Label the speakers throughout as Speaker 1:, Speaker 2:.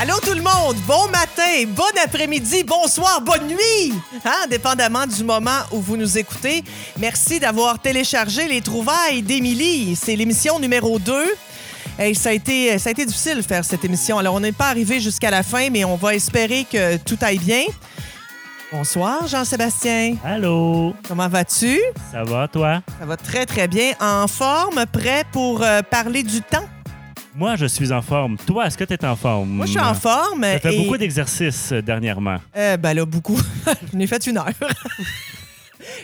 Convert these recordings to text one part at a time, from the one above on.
Speaker 1: Allô tout le monde, bon matin, bon après-midi, bonsoir, bonne nuit, hein, dépendamment du moment où vous nous écoutez. Merci d'avoir téléchargé les trouvailles d'Émilie. C'est l'émission numéro 2. Et ça, a été, ça a été difficile de faire cette émission. Alors, on n'est pas arrivé jusqu'à la fin, mais on va espérer que tout aille bien. Bonsoir, Jean-Sébastien.
Speaker 2: Allô,
Speaker 1: Comment vas-tu?
Speaker 2: ça va toi?
Speaker 1: Ça va très, très bien. En forme, prêt pour euh, parler du temps?
Speaker 2: Moi, je suis en forme. Toi, est-ce que tu es en forme?
Speaker 1: Moi, je suis en forme.
Speaker 2: J'ai fait
Speaker 1: et-
Speaker 2: beaucoup d'exercices euh, dernièrement.
Speaker 1: Euh, ben là, beaucoup. J'en ai fait une heure.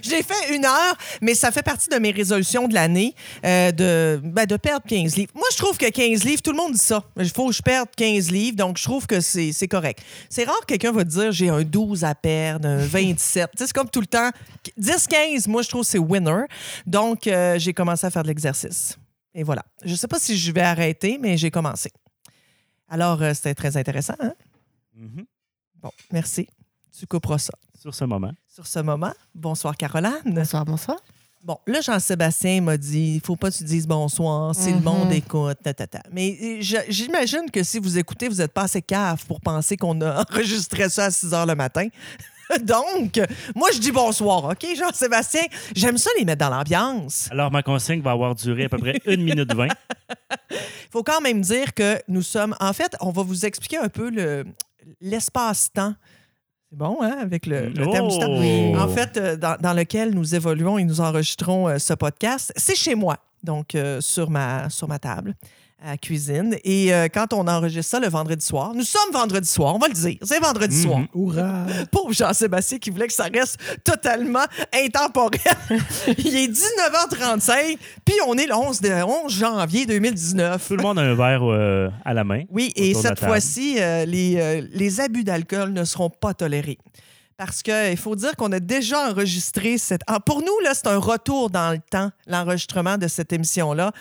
Speaker 1: J'ai fait une heure, mais ça fait partie de mes résolutions de l'année euh, de, ben, de perdre 15 livres. Moi, je trouve que 15 livres, tout le monde dit ça. Il faut que je perde 15 livres, donc je trouve que c'est c'est correct. C'est rare que quelqu'un va te dire j'ai un 12 à perdre, un 27. Tu sais, c'est comme tout le temps. 10-15, moi, je trouve que c'est winner. Donc, euh, j'ai commencé à faire de l'exercice. Et voilà. Je sais pas si je vais arrêter, mais j'ai commencé. Alors, euh, c'était très intéressant. Hein?
Speaker 2: Mhm.
Speaker 1: Bon, merci. Tu couperas ça.
Speaker 2: Sur ce moment.
Speaker 1: Sur ce moment, bonsoir Caroline.
Speaker 3: Bonsoir, bonsoir.
Speaker 1: Bon, là, Jean-Sébastien m'a dit, il faut pas que tu dises bonsoir si le
Speaker 3: Mhm.
Speaker 1: monde écoute, ta, ta, ta. Mais euh, je- j'imagine que si vous écoutez, vous êtes pas assez cave pour penser qu'on a enregistré ça à 6 heures le matin. Donc, moi, je dis bonsoir, OK, Jean-Sébastien? J'aime ça les mettre dans l'ambiance.
Speaker 2: Alors, ma consigne va avoir duré à peu près 1 minute 20.
Speaker 1: Il faut quand même dire que nous sommes... En fait, on va vous expliquer un peu le- l'espace-temps. C'est bon, hein, avec le, le thème du temps. en fait, euh, dans, dans lequel nous évoluons et nous enregistrons euh, ce podcast, c'est chez moi, donc euh, sur, ma, sur ma table à la cuisine. Et euh, quand on enregistre ça le vendredi soir, nous sommes vendredi soir, on va le dire, c'est vendredi
Speaker 2: Mhm.
Speaker 1: soir.
Speaker 3: Hourra!
Speaker 1: Pauvre Jean-Sébastien qui voulait que ça reste totalement intemporel. Il est 19h35, puis on est le 11, de- 11 janvier 2019.
Speaker 2: Tout le monde a un verre euh, à la main.
Speaker 1: Oui, et
Speaker 2: Autour de la
Speaker 1: cette
Speaker 2: table.
Speaker 1: fois-ci, euh, les, euh, les abus d'alcool ne seront pas tolérés. Parce qu'il faut dire qu'on a déjà enregistré cette. Ah, pour nous, là, c'est un retour dans le temps, l'enregistrement de cette émission-là.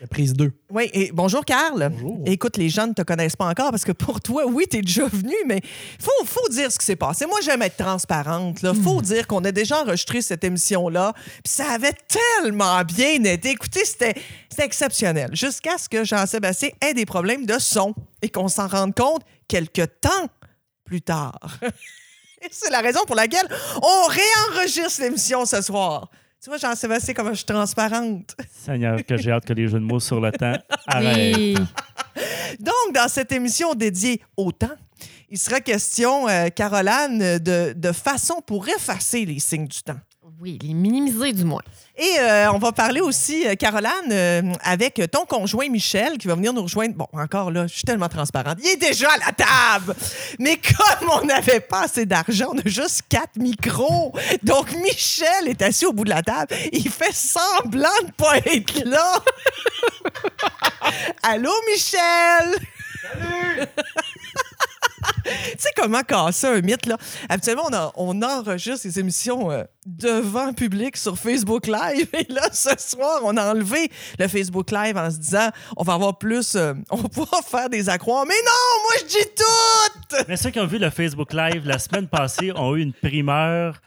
Speaker 4: La prise 2.
Speaker 1: Oui, et bonjour, Carl.
Speaker 4: Bonjour.
Speaker 1: Écoute, les gens ne te connaissent pas encore parce que pour toi, oui, t'es déjà venu, mais faut, faut dire ce qui s'est passé. Moi, j'aime être transparente. Là. Faut dire qu'on a déjà enregistré cette émission-là, puis ça avait tellement bien été. Écoutez, c'était c'était exceptionnel. Jusqu'à ce que Jean-Sébastien ait des problèmes de son et qu'on s'en rende compte quelque temps plus tard. Et C'est la raison pour laquelle on réenregistre l'émission ce soir. Tu vois, Jean-Sébastien, comment je suis transparente.
Speaker 2: Seigneur, que j'ai hâte que les jeux de mots sur le temps arrêtent.
Speaker 3: Oui.
Speaker 1: Donc, dans cette émission dédiée au temps, il sera question, euh, Caroline, de, de façon pour effacer les signes du temps.
Speaker 3: oui, les minimiser du moins.
Speaker 1: Et euh, on va parler aussi, euh, Caroline, euh, avec ton conjoint Michel qui va venir nous rejoindre. Bon, encore là, je suis tellement transparente. Il est déjà à la table! Mais comme on n'avait pas assez d'argent, on a juste quatre micros. Donc, Michel est assis au bout de la table. Il fait semblant de pas être là. Allô, Michel? Salut! tu sais comment casser un mythe, là? Habituellement, on, en- on enregistre les émissions euh, devant public sur Facebook Live. Et là, ce soir, on a enlevé le Facebook Live en se disant on va avoir plus, euh, on va pouvoir faire des accroires. Mais non, moi, je dis tout!
Speaker 2: Mais ceux qui ont vu le Facebook Live la semaine passée ont eu une primeur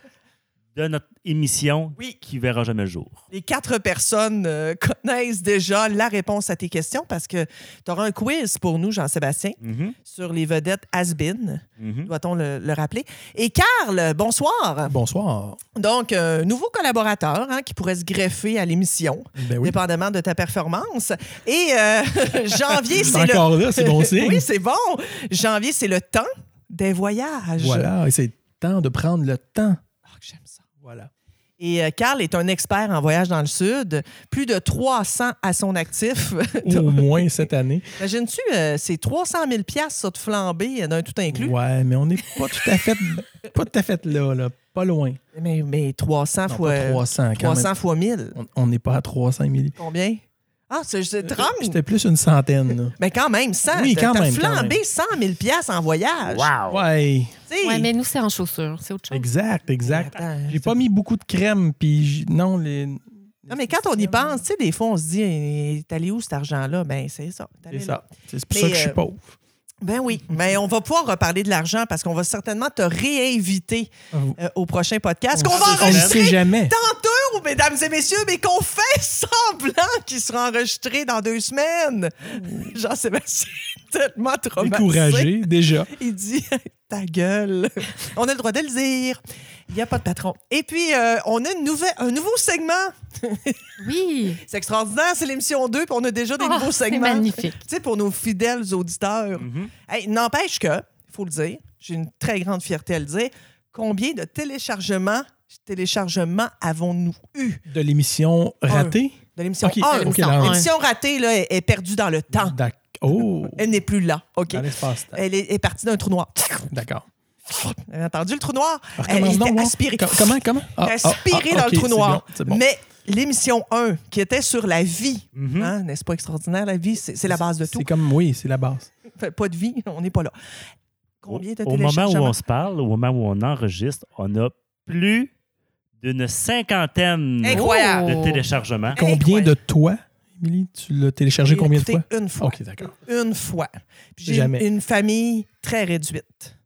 Speaker 2: de notre émission
Speaker 1: Oui.
Speaker 2: qui verra jamais le jour.
Speaker 1: Les quatre personnes euh, connaissent déjà la réponse à tes questions parce que tu auras un quiz pour nous, Jean-Sébastien,
Speaker 2: Mhm,
Speaker 1: sur les vedettes has-been,
Speaker 2: mhm.
Speaker 1: doit-on le, le rappeler. Et Carl, bonsoir.
Speaker 4: Bonsoir.
Speaker 1: Donc, un nouveau collaborateur hein, qui pourrait se greffer à l'émission,
Speaker 4: Ben oui.
Speaker 1: dépendamment de ta performance. Et euh, janvier, c'est le...
Speaker 4: Encore là, c'est bon signe.
Speaker 1: oui, c'est bon. Janvier, c'est le temps des voyages.
Speaker 4: voilà, et c'est temps de prendre le temps.
Speaker 1: Ah, que j'aime ça.
Speaker 4: Voilà.
Speaker 1: Et euh, Carl est un expert en voyage dans le Sud. Plus de 300 à son actif.
Speaker 4: Au moins cette année.
Speaker 1: Imagines-tu, euh, c'est 300 000 piastres sur te flamber euh, d'un tout inclus.
Speaker 4: Ouais, mais on n'est pas tout à fait pas tout à fait là, là. Pas loin.
Speaker 1: Mais, mais 300
Speaker 4: Non,
Speaker 1: fois...
Speaker 4: pas 300 quand
Speaker 1: 300 fois 1000.
Speaker 4: même. On- On n'est pas à 300 000.
Speaker 1: Combien? Ah, c'est c'est 30?
Speaker 4: J'étais plus une centaine.
Speaker 1: Mais quand même, 100,
Speaker 4: Oui,
Speaker 1: t'as
Speaker 4: quand
Speaker 1: t'as
Speaker 4: même, quand
Speaker 1: flambé 100 000 piastres en voyage.
Speaker 4: Là. Ouais,
Speaker 1: Tu sais,
Speaker 3: Ouais, mais nous, c'est en chaussures. C'est autre chose.
Speaker 4: exact, exact.
Speaker 1: Attends,
Speaker 4: J'ai pas mis beaucoup de crème, puis j- non, les.
Speaker 1: non, mais quand on y pense, tu sais, des fois, on se dit, Eh, t'es allé où cet argent-là? Ben, c'est ça. t'es allé
Speaker 4: C'est
Speaker 1: là.
Speaker 4: ça. C'est pour
Speaker 1: Mais,
Speaker 4: ça que je suis
Speaker 1: euh,
Speaker 4: pauvre.
Speaker 1: Ben oui. Mais on va pouvoir reparler de l'argent parce qu'on va certainement te réinviter
Speaker 4: Ah, vous-
Speaker 1: euh, au prochain podcast
Speaker 4: on
Speaker 1: qu'on va
Speaker 4: sait- on ne
Speaker 1: enregistrer
Speaker 4: sait jamais.
Speaker 1: dans deux ou show, mesdames et messieurs, mais qu'on fait semblant qu'il sera enregistré dans deux semaines.
Speaker 4: Ah,
Speaker 1: Jean-Sébastien est tellement traumatisé.
Speaker 4: Découragé, déjà.
Speaker 1: Il dit ta gueule. On a le droit de le dire. Il n'y a pas de patron. Et puis, euh, on a une nouvelle, un nouveau segment.
Speaker 3: Oui.
Speaker 1: C'est extraordinaire, c'est l'émission 2, puis on a déjà des
Speaker 3: Ah,
Speaker 1: nouveaux
Speaker 3: c'est
Speaker 1: segments.
Speaker 3: magnifique.
Speaker 1: Tu sais, pour nos fidèles auditeurs.
Speaker 4: Mm-hmm.
Speaker 2: Mhm.
Speaker 1: Hey, N'empêche que, il faut le dire, j'ai une très grande fierté à le dire, combien de téléchargements, téléchargements avons-nous eu
Speaker 4: De l'émission ratée.
Speaker 1: de l'émission
Speaker 4: Ok,
Speaker 1: 1?
Speaker 4: ok,
Speaker 3: là, ouais.
Speaker 1: L'émission ratée là, est, est perdue dans le temps.
Speaker 4: D'ac- Oh,
Speaker 1: Elle n'est plus là. OK.
Speaker 4: dans l'espace-temps.
Speaker 1: Elle est, est partie d'un trou noir.
Speaker 4: D'accord.
Speaker 1: Vous avez entendu le trou noir? Elle
Speaker 4: Recommence
Speaker 1: était
Speaker 4: donc, voir.
Speaker 1: aspirée.
Speaker 4: Com- Comment, comment? Ah, ah,
Speaker 1: aspirée
Speaker 4: ah,
Speaker 1: dans
Speaker 4: ok,
Speaker 1: le trou
Speaker 4: c'est
Speaker 1: noir.
Speaker 4: bon, c'est bon.
Speaker 1: Mais l'émission 1, qui était sur la vie,
Speaker 2: Mhm.
Speaker 1: hein, n'est-ce pas extraordinaire, la vie? C'est c'est la base de tout.
Speaker 4: Hmm? C'est comme, oui, c'est la base.
Speaker 1: Fait, Pas de vie, on n'est pas là. Combien de
Speaker 2: Au moment où
Speaker 1: téléchargements?
Speaker 2: on se parle, au moment où on enregistre, on a plus d'une cinquantaine
Speaker 1: Incroyable.
Speaker 3: Oh.
Speaker 2: de téléchargements.
Speaker 1: Hey,
Speaker 4: Combien
Speaker 1: quoi.
Speaker 4: de toi, Émilie? Tu l'as téléchargé combien de
Speaker 1: Écoutez,
Speaker 4: fois?
Speaker 1: Une fois.
Speaker 4: OK, d'accord.
Speaker 1: Une fois. Puis J'ai
Speaker 4: Jamais.
Speaker 1: une famille très réduite.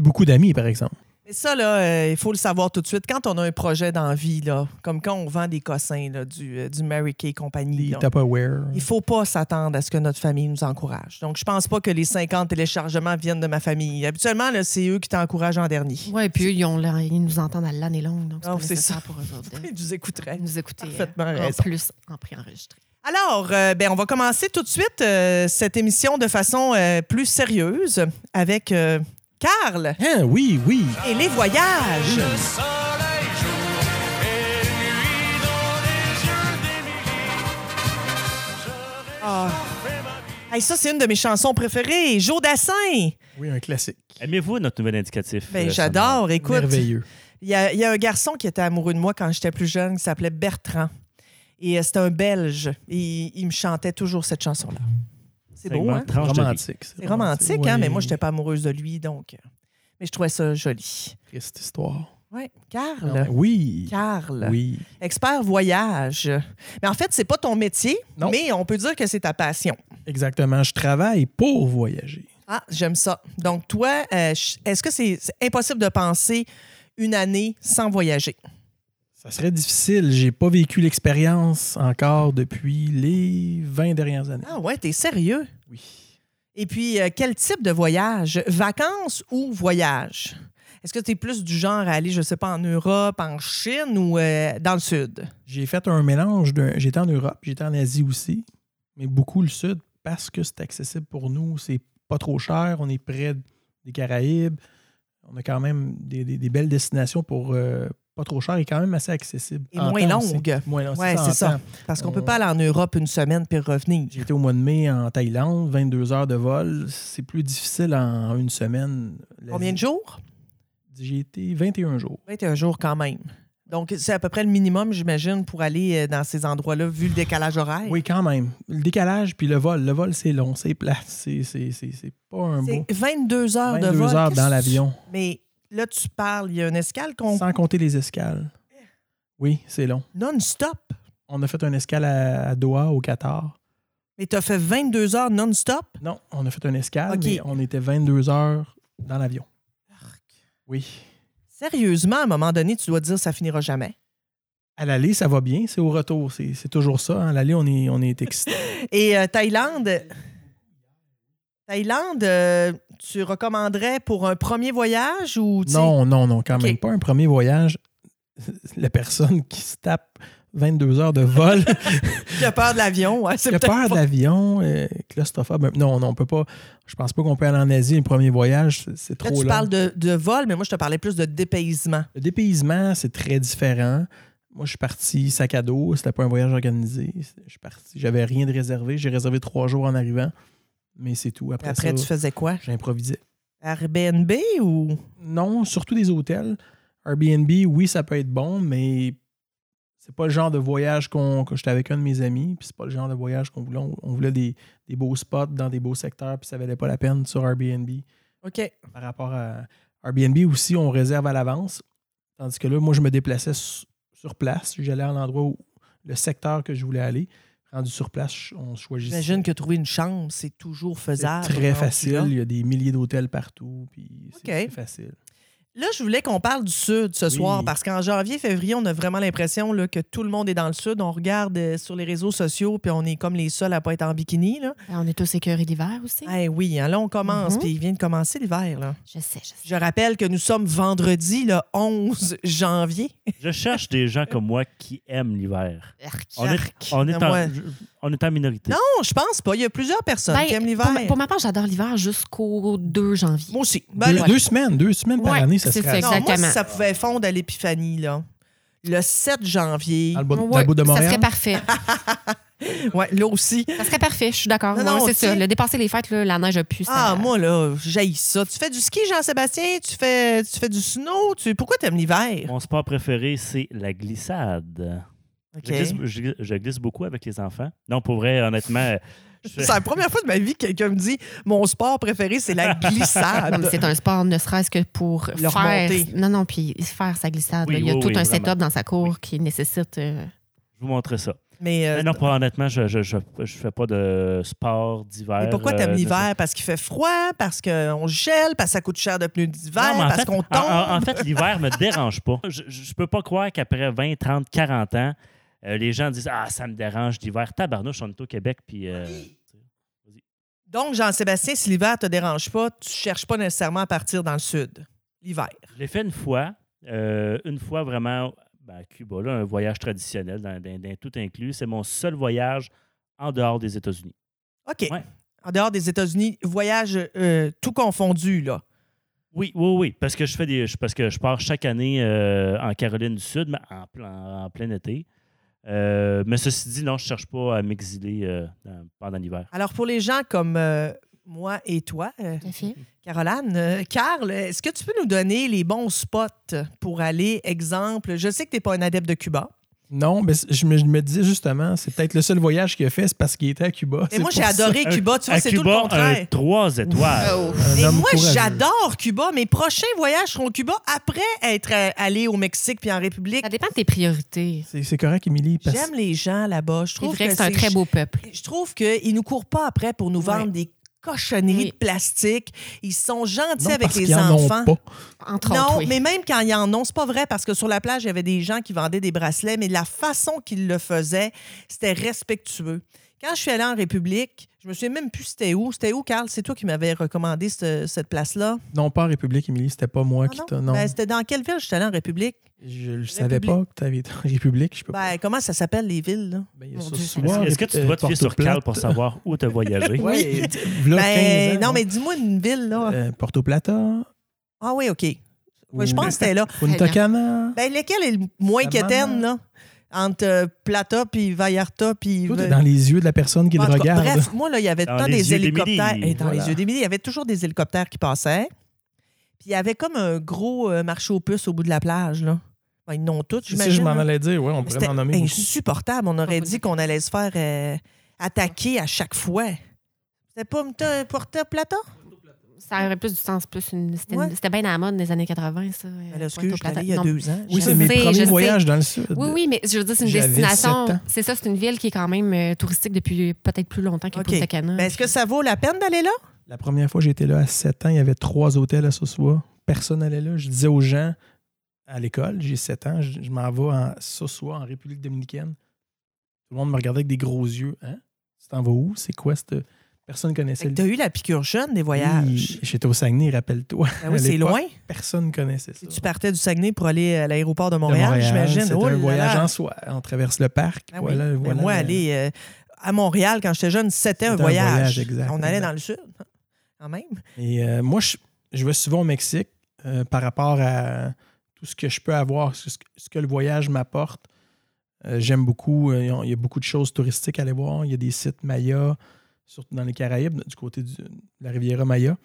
Speaker 4: Beaucoup d'amis, par exemple.
Speaker 1: Mais ça, là, euh, il faut le savoir tout de suite. Quand on a un projet d'envie, là, comme quand on vend des cossins là, du, euh, du Mary Kay Company,
Speaker 4: Des
Speaker 1: là,
Speaker 4: Tupperware.
Speaker 1: il faut pas s'attendre à ce que notre famille nous encourage. Donc, je pense pas que les 50 téléchargements viennent de ma famille. Habituellement, là, c'est eux qui t'encouragent en dernier.
Speaker 3: Oui, puis eux, ils, ont l'air- ils nous entendent à l'année longue. Donc, c'est
Speaker 1: Non,
Speaker 3: pas
Speaker 1: c'est
Speaker 3: nécessaire
Speaker 1: ça.
Speaker 3: pour eux autres de
Speaker 1: Ils nous écouteraient.
Speaker 3: nous écouter euh,
Speaker 1: Parfaitement
Speaker 3: en
Speaker 1: raison.
Speaker 3: plus en pré-enregistré.
Speaker 1: Alors, euh, ben, on va commencer tout de suite euh, cette émission de façon euh, plus sérieuse avec euh, Carl
Speaker 4: Hein, oui, oui.
Speaker 1: et les voyages. Ah. Hey, ça, c'est une de mes chansons préférées. Ben, Joe Dassin.
Speaker 4: Oui, un classique.
Speaker 2: Aimez-vous notre nouvel indicatif?
Speaker 1: Ben,
Speaker 2: euh,
Speaker 1: j'adore. Écoute,
Speaker 4: Merveilleux.
Speaker 1: il y, a- il y a un garçon qui était amoureux de moi quand j'étais plus jeune qui s'appelait Bertrand. Et euh, c'était un Belge. Et il me chantait toujours cette chanson-là. C'est
Speaker 2: sonore?
Speaker 1: beau, hein?
Speaker 2: Segment tranche de vie.
Speaker 4: Romantique.
Speaker 1: C'est romantique, hein? Mais moi,
Speaker 4: Oui.
Speaker 1: je n'étais pas amoureuse de lui, donc. euh, Mais je trouvais ça joli.
Speaker 4: Triste histoire.
Speaker 1: Oui,
Speaker 2: Ah,
Speaker 1: Carl.
Speaker 4: Oui.
Speaker 1: Carl.
Speaker 4: Ah Oui.
Speaker 1: Expert voyage. Mais en fait, c'est pas ton métier,
Speaker 4: Non.
Speaker 1: mais on peut dire que c'est ta passion.
Speaker 4: Exactement. Je travaille pour voyager.
Speaker 1: Ah, j'aime ça. Donc, toi, euh, ch- est-ce que c'est c'est impossible de penser une année sans voyager?
Speaker 4: Ça serait difficile. J'ai pas vécu l'expérience encore depuis les 20 dernières années.
Speaker 1: Ah ouais, t'es sérieux?
Speaker 4: Oui.
Speaker 1: Et puis, euh, quel type de voyage? Vacances ou voyage? Est-ce que tu es plus du genre à aller, je sais pas, en Europe, en Chine ou euh, dans le Sud?
Speaker 4: J'ai fait un mélange. d'un- J'étais en Europe, j'étais en Asie aussi, mais beaucoup le Sud parce que c'est accessible pour nous. C'est pas trop cher. On est près des Caraïbes. On a quand même des, des- des belles destinations pour euh, pas trop cher et quand même assez accessible.
Speaker 1: Et
Speaker 4: En
Speaker 1: moins
Speaker 4: temps aussi.
Speaker 1: longue.
Speaker 4: Moins longue.
Speaker 1: Ouais,
Speaker 4: en
Speaker 1: c'est ça.
Speaker 4: temps.
Speaker 1: Parce qu'on
Speaker 4: On-
Speaker 1: peut pas aller en Europe une semaine puis revenir.
Speaker 4: J'ai été au mois de mai en Thaïlande, 22 heures de vol. C'est plus difficile en une semaine. L'Asie-
Speaker 1: Combien de jours?
Speaker 4: J'ai été 21 jours.
Speaker 1: 21 jours quand même. Donc, c'est à peu près le minimum, j'imagine, pour aller euh, dans ces endroits-là, vu le décalage horaire.
Speaker 4: Oui, quand même. Le décalage puis le vol. Le vol, c'est long, c'est plat. C'est c'est- c'est- c'est pas un
Speaker 1: C'est
Speaker 4: beau.
Speaker 1: 22 heures de
Speaker 4: 22
Speaker 1: vol.
Speaker 4: heures
Speaker 1: Qu'est-ce
Speaker 4: dans
Speaker 1: que tu-
Speaker 4: l'avion,
Speaker 1: Mais là, tu parles, il y a une escale qu'on...
Speaker 4: sans compter les escales. Oui, c'est long.
Speaker 1: non-stop.
Speaker 4: On a fait une escale à, à Doha, au Qatar.
Speaker 1: Mais t'as fait 22 heures non-stop.
Speaker 4: Non, on a fait une escale,
Speaker 1: Ok.
Speaker 4: mais on était 22 heures dans l'avion. Oui.
Speaker 1: Sérieusement, à un moment donné, tu dois te dire ça finira jamais.
Speaker 4: À l'aller, ça va bien. C'est au retour. C'est c'est toujours ça. hein. À l'aller, on est, on est excité.
Speaker 1: Et euh, Thaïlande. Thaïlande, euh, tu recommanderais pour un premier voyage ou tu sais,
Speaker 4: Non, non, non, quand
Speaker 1: Ok.
Speaker 4: même pas un premier voyage. La personne qui se tape 22 heures de vol,
Speaker 1: qui a peur de l'avion? hein, c'est
Speaker 4: qui a
Speaker 1: peut-être
Speaker 4: peur
Speaker 1: pas-
Speaker 4: d'avion, claustrophobe. Non, non, on peut pas. Je pense pas qu'on peut aller en Asie un premier voyage, c'est- c'est
Speaker 1: Là,
Speaker 4: trop
Speaker 1: tu
Speaker 4: long.
Speaker 1: parles de, de vol, mais moi, je te parlais plus de dépaysement.
Speaker 4: Le dépaysement, c'est très différent. Moi, je suis parti sac à dos, c'était pas un voyage organisé. Je suis parti, j'avais rien de réservé, j'ai réservé trois jours en arrivant, mais c'est tout. Après,
Speaker 1: Après,
Speaker 4: ça,
Speaker 1: tu faisais quoi?
Speaker 4: j'improvisais.
Speaker 1: Airbnb ou.
Speaker 4: Non, surtout des hôtels. Airbnb, oui, ça peut être bon, mais c'est pas le genre de voyage qu'on que j'étais avec un de mes amis, puis c'est pas le genre de voyage qu'on voulait. On, on voulait des, des beaux spots dans des beaux secteurs, puis ça valait pas la peine sur Airbnb.
Speaker 1: OK.
Speaker 4: Par rapport à Airbnb aussi, on réserve à l'avance, tandis que là, moi, je me déplaçais su- sur place. J'allais à l'endroit où le secteur que je voulais aller. Rendu sur place, on choisissait.
Speaker 1: J'imagine que trouver une chambre, c'est toujours
Speaker 4: C'est
Speaker 1: faisable.
Speaker 4: très
Speaker 1: rendu là.
Speaker 4: facile. Il y a des milliers d'hôtels partout, puis c'est
Speaker 1: Ok.
Speaker 4: c'est facile.
Speaker 1: Là, je voulais qu'on parle du Sud ce
Speaker 4: Oui.
Speaker 1: soir parce qu'en janvier, février, on a vraiment l'impression là, que tout le monde est dans le Sud. On regarde euh, sur les réseaux sociaux puis on est comme les seuls à pas être en bikini. Là.
Speaker 3: Ben, on est tous écœurés d'hiver aussi.
Speaker 1: Eh oui, hein, là, on commence.
Speaker 3: Mhm.
Speaker 1: Puis il vient de commencer l'hiver. Là.
Speaker 3: Je sais, je sais.
Speaker 1: Je rappelle que nous sommes vendredi le 11 janvier.
Speaker 2: Je cherche des gens comme moi qui aiment l'hiver.
Speaker 3: Arc.
Speaker 2: On est,
Speaker 1: Arc.
Speaker 2: on, est
Speaker 1: Non, Ben, moi-
Speaker 2: en, je- on est en minorité.
Speaker 1: Non, je pense pas. Il y a plusieurs personnes
Speaker 3: Ben,
Speaker 1: qui aiment
Speaker 3: pour,
Speaker 1: l'hiver.
Speaker 3: ma- pour ma part, j'adore l'hiver jusqu'au 2 janvier.
Speaker 1: Moi aussi. Ben,
Speaker 4: Deux,
Speaker 1: là,
Speaker 4: deux semaines, deux semaines par
Speaker 3: Ouais,
Speaker 4: année, ça
Speaker 3: c'est
Speaker 4: serait
Speaker 3: ça,
Speaker 1: non, moi,
Speaker 3: exactement.
Speaker 1: si ça pouvait fondre à l'épiphanie, là. Le 7 janvier.
Speaker 4: dans le, bas- dans le
Speaker 3: Ouais,
Speaker 4: bout de
Speaker 3: ça serait
Speaker 4: Montréal.
Speaker 3: parfait.
Speaker 1: Ouais, là aussi.
Speaker 3: Ça serait parfait, je suis d'accord.
Speaker 1: Non, non,
Speaker 3: Ouais, c'est
Speaker 1: tu sais-
Speaker 3: ça. Le dépasser les fêtes, là, la neige a pu. ça-
Speaker 1: Ah, moi, là, j'haïs ça. Tu fais du ski, Jean-Sébastien? Tu fais, tu fais du snow? Tu... Pourquoi t'aimes l'hiver?
Speaker 2: Mon sport préféré, c'est la glissade.
Speaker 1: OK.
Speaker 2: Je, glisse, je- je glisse beaucoup avec les enfants. Non, pour vrai, honnêtement, je fais-
Speaker 1: C'est la première fois de ma vie que quelqu'un me dit mon sport préféré, c'est la
Speaker 3: Non, mais
Speaker 1: glissade.
Speaker 3: c'est un sport, ne serait-ce que pour
Speaker 1: Le
Speaker 3: faire.
Speaker 1: remonter.
Speaker 3: Non, non, puis faire sa glissade.
Speaker 2: Oui,
Speaker 3: là. Il y a
Speaker 2: oui,
Speaker 3: tout
Speaker 2: oui,
Speaker 3: un
Speaker 2: vraiment.
Speaker 3: setup dans sa cour qui nécessite. euh,
Speaker 2: je vous montre ça.
Speaker 1: mais, euh,
Speaker 2: Mais non, pas honnêtement, je ne je, je, je fais pas de sport d'hiver.
Speaker 1: mais pourquoi
Speaker 2: euh,
Speaker 1: t'aimes
Speaker 2: de-
Speaker 1: l'hiver? Parce qu'il fait froid, parce qu'on gèle, parce que ça coûte cher de pneus d'hiver,
Speaker 2: Non, mais en
Speaker 1: parce
Speaker 2: fait,
Speaker 1: qu'on tombe.
Speaker 2: En, Ah, en- en fait, l'hiver me dérange pas. Je, je je peux pas croire qu'après 20, 30, 40 ans, euh, les gens disent Ah, ça me dérange l'hiver. Tabarnouche, on est au Québec. Puis, euh,
Speaker 1: Donc, Jean-Sébastien, si l'hiver te dérange pas, tu cherches pas nécessairement à partir dans le sud. L'hiver.
Speaker 2: je l'ai fait une fois. euh, une fois vraiment ben, à Cuba, là, un voyage traditionnel, dans, dans- dans tout inclus. C'est mon seul voyage en dehors des États-Unis.
Speaker 1: OK.
Speaker 2: Ouais.
Speaker 1: En dehors des États-Unis, voyage euh, tout confondu, là.
Speaker 2: Oui, oui, oui, parce que je fais des, je- parce que je pars chaque année euh, en Caroline du Sud, mais en plein, en plein été. Euh, mais ceci dit, non, je cherche pas à m'exiler euh, dans- pendant l'hiver.
Speaker 1: Alors, pour les gens comme euh, moi et toi, euh, Caroline, euh, Carl, est-ce que tu peux nous donner les bons spots pour aller? Exemple, je sais que tu n'es pas un adepte de Cuba.
Speaker 4: Non, mais c'est- je me, je me disais justement, c'est peut-être le seul voyage qu'il a fait, c'est parce qu'il était à Cuba.
Speaker 1: Mais
Speaker 4: C'est
Speaker 1: moi,
Speaker 4: pour
Speaker 1: j'ai
Speaker 4: ça.
Speaker 1: adoré
Speaker 2: Un-
Speaker 1: Cuba. Tu vois,
Speaker 2: Euh, à
Speaker 1: c'est tout le
Speaker 2: Cuba,
Speaker 1: contraire.
Speaker 2: un trois étoiles.
Speaker 4: Un
Speaker 1: Mais
Speaker 4: homme
Speaker 1: moi,
Speaker 4: courageux.
Speaker 1: j'adore Cuba. Mes prochains voyages seront au Cuba après être euh, allé au Mexique puis en République.
Speaker 3: Ça dépend de tes priorités.
Speaker 4: C'est c'est correct, Émilie. parce-
Speaker 1: J'aime les gens là-bas. Je
Speaker 3: C'est
Speaker 1: trouve
Speaker 3: vrai que
Speaker 1: que
Speaker 3: c'est un très beau peuple.
Speaker 1: Je trouve qu'ils nous courent pas après pour nous
Speaker 3: Ouais.
Speaker 1: vendre des cochonneries
Speaker 3: Oui.
Speaker 1: de plastique. Ils sont gentils
Speaker 4: Non,
Speaker 1: avec
Speaker 4: parce
Speaker 1: les
Speaker 4: qu'ils en ont
Speaker 1: enfants.
Speaker 4: pas.
Speaker 3: Entre
Speaker 1: Non,
Speaker 3: autres. oui.
Speaker 1: mais même quand ils en ont, c'est pas vrai parce que sur la plage, il y avait des gens qui vendaient des bracelets, mais la façon qu'ils le faisaient, c'était respectueux. Quand je suis allée en République, je me souviens même plus c'était où. C'était où, Carl? C'est toi qui m'avais recommandé ce- cette place-là.
Speaker 4: Non, pas en République, Émilie, c'était pas moi
Speaker 1: Ah
Speaker 4: qui
Speaker 1: non?
Speaker 4: t'a. Non,
Speaker 1: Ben, c'était dans quelle ville je suis allée en République?
Speaker 4: je le savais pas que t'avais été en République. Je peux pas.
Speaker 1: Ben, comment ça s'appelle les villes? Là?
Speaker 4: Ben, il y a
Speaker 3: Mon
Speaker 4: ça
Speaker 3: Dieu,
Speaker 4: souvent,
Speaker 2: Est-ce est-ce que tu
Speaker 4: euh,
Speaker 2: dois te fier sur
Speaker 4: Porto
Speaker 2: Cal
Speaker 4: Plata.
Speaker 2: pour savoir où te voyager?
Speaker 4: Ouais,
Speaker 1: Oui.
Speaker 4: et- v'là
Speaker 1: Ben,
Speaker 4: 15 ans,
Speaker 1: non, mais dis-moi une ville, là.
Speaker 4: euh, Porto Plata.
Speaker 1: Ah oui, OK. Ouais, je
Speaker 4: ou-
Speaker 1: pense que c'était là.
Speaker 4: Punta Cana.
Speaker 1: Ben, lequel est le moins
Speaker 4: La
Speaker 1: quétaine, là?
Speaker 4: maman.
Speaker 1: Entre euh, Plata puis Vallarta puis...
Speaker 4: Tout est dans les yeux de la personne qui le
Speaker 1: En tout cas,
Speaker 4: regarde.
Speaker 1: Bref, moi, là, il y avait tout le
Speaker 2: Dans
Speaker 1: temps
Speaker 2: les
Speaker 1: des
Speaker 2: yeux d'Émilie.
Speaker 1: hélicoptères. Et dans
Speaker 4: Voilà.
Speaker 1: les yeux d'Émilie, il y avait toujours des hélicoptères qui passaient. Puis il y avait comme un gros euh, marché aux puces au bout de la plage, là. Ben, ils n'ont toutes,
Speaker 4: C'est ça, je
Speaker 1: j'imagine.
Speaker 4: m'en
Speaker 1: là.
Speaker 4: allais dire. Ouais, on pourrait
Speaker 1: C'était
Speaker 4: en nommer beaucoup.
Speaker 1: insupportable. On aurait
Speaker 3: Pas
Speaker 1: dit qu'on allait se faire euh, attaquer à chaque fois. C'était pas Punta- Porta Plata?
Speaker 3: Euh, Ça aurait plus du sens. plus une- C'était
Speaker 1: Ouais.
Speaker 3: c'était bien à la mode des années 80, ça. euh,
Speaker 1: Ben, là, excuse, je
Speaker 3: Puerto
Speaker 1: suis
Speaker 3: Plata.
Speaker 1: allée il y a
Speaker 3: Non.
Speaker 1: deux ans.
Speaker 4: Oui,
Speaker 3: Je
Speaker 4: c'est mes
Speaker 3: sais, je
Speaker 4: premiers
Speaker 3: sais.
Speaker 4: voyages dans le sud.
Speaker 3: Oui, oui, mais je veux dire, c'est une
Speaker 4: J'avais
Speaker 3: destination.
Speaker 4: 7 ans.
Speaker 3: C'est ça, c'est une ville qui est quand même euh, touristique depuis peut-être plus longtemps que
Speaker 1: OK.
Speaker 3: Punta Cana.
Speaker 1: Ben, Est-ce que ça vaut la peine d'aller là?
Speaker 4: La première fois que j'étais là à 7 ans, il y avait trois hôtels à Sosua. Personne n'allait là. Je disais aux gens à l'école, j'ai 7 ans, je, je m'en vais en Sosua, en République dominicaine. Tout le monde me regardait avec des gros yeux. Hein? Tu t'en vas où? C'est quoi cette. Personne connaissait
Speaker 1: Fait que
Speaker 4: le.
Speaker 1: T'as eu la piqûre jeune des voyages.
Speaker 4: Oui, J'étais au Saguenay, rappelle-toi.
Speaker 1: Ben oui,
Speaker 4: À
Speaker 1: c'est
Speaker 4: l'époque,
Speaker 1: loin.
Speaker 4: Personne connaissait ça.
Speaker 1: Si Tu partais du Saguenay pour aller à l'aéroport de
Speaker 4: De
Speaker 1: Montréal, j'imagine.
Speaker 4: C'était
Speaker 1: Oh
Speaker 4: un
Speaker 1: là
Speaker 4: voyage
Speaker 1: là.
Speaker 4: en soi. On traverse le parc.
Speaker 1: Ah oui.
Speaker 4: voilà,
Speaker 1: Mais
Speaker 4: voilà
Speaker 1: moi,
Speaker 4: la-
Speaker 1: aller euh, à Montréal quand j'étais jeune, c'était un
Speaker 4: C'était un
Speaker 1: voyage.
Speaker 4: voyage, exact,
Speaker 1: On allait
Speaker 4: exact.
Speaker 1: dans le sud, hein, quand même.
Speaker 4: Et euh, moi, je, je vais souvent au Mexique euh, par rapport à tout ce que je peux avoir, ce, que- ce que le voyage m'apporte. Euh, J'aime beaucoup. euh, ils ont- il y a beaucoup de choses touristiques à aller voir. Il y a des sites Maya, surtout dans les Caraïbes, du côté du- de la Riviera Maya.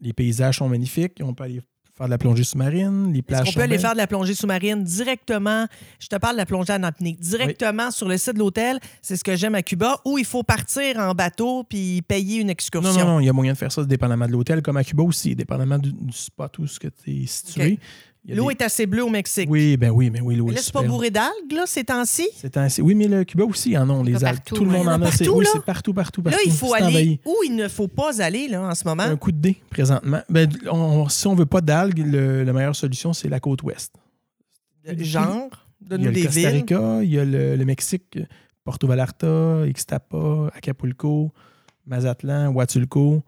Speaker 4: Les paysages sont magnifiques. On peut aller faire de la plongée sous-marine, les plages
Speaker 1: On
Speaker 4: sont
Speaker 1: peut aller
Speaker 4: belles.
Speaker 1: faire de la plongée sous-marine directement. Je te parle de la plongée en apnée. Directement sur le site de l'hôtel, c'est ce que j'aime à Cuba, où il faut partir en bateau puis payer une
Speaker 4: Non,
Speaker 1: excursion.
Speaker 4: non, non, il y a moyen de faire ça dépendamment de l'hôtel, comme à Cuba aussi, dépendamment du, du spot où ce que tu es situé. il y a
Speaker 1: L'eau
Speaker 4: des-
Speaker 1: est assez bleue au Mexique.
Speaker 4: Oui, ben oui, mais oui, l'eau est
Speaker 1: Mais là, c'est
Speaker 4: super.
Speaker 1: pas bourré d'algues, là, ces temps-ci.
Speaker 4: C'est un- c'est- Oui, mais le Cuba aussi en ont,
Speaker 3: Il y en
Speaker 4: les
Speaker 3: a
Speaker 4: algues.
Speaker 3: partout,
Speaker 4: Tout le
Speaker 3: oui.
Speaker 4: monde
Speaker 1: Il y en a
Speaker 4: en a. c'est-
Speaker 1: partout,
Speaker 4: Oui,
Speaker 1: là.
Speaker 4: c'est partout, partout,
Speaker 1: Là,
Speaker 4: partout.
Speaker 1: il faut
Speaker 4: Ben,
Speaker 1: aller
Speaker 4: C'est
Speaker 1: hein?
Speaker 4: envahi.
Speaker 1: où il ne faut pas aller, là, en ce moment.
Speaker 4: un coup de dé présentement. Ben, on- si on veut pas d'algues, le- la meilleure solution, c'est la côte ouest.
Speaker 1: Euh, Genre,
Speaker 4: il y a
Speaker 1: donne-nous
Speaker 4: le
Speaker 1: des
Speaker 4: Costa
Speaker 1: villes.
Speaker 4: Rica, il y a le, le Mexique, Porto Vallarta, Ixtapa, Acapulco, Mazatlan, Huatulco,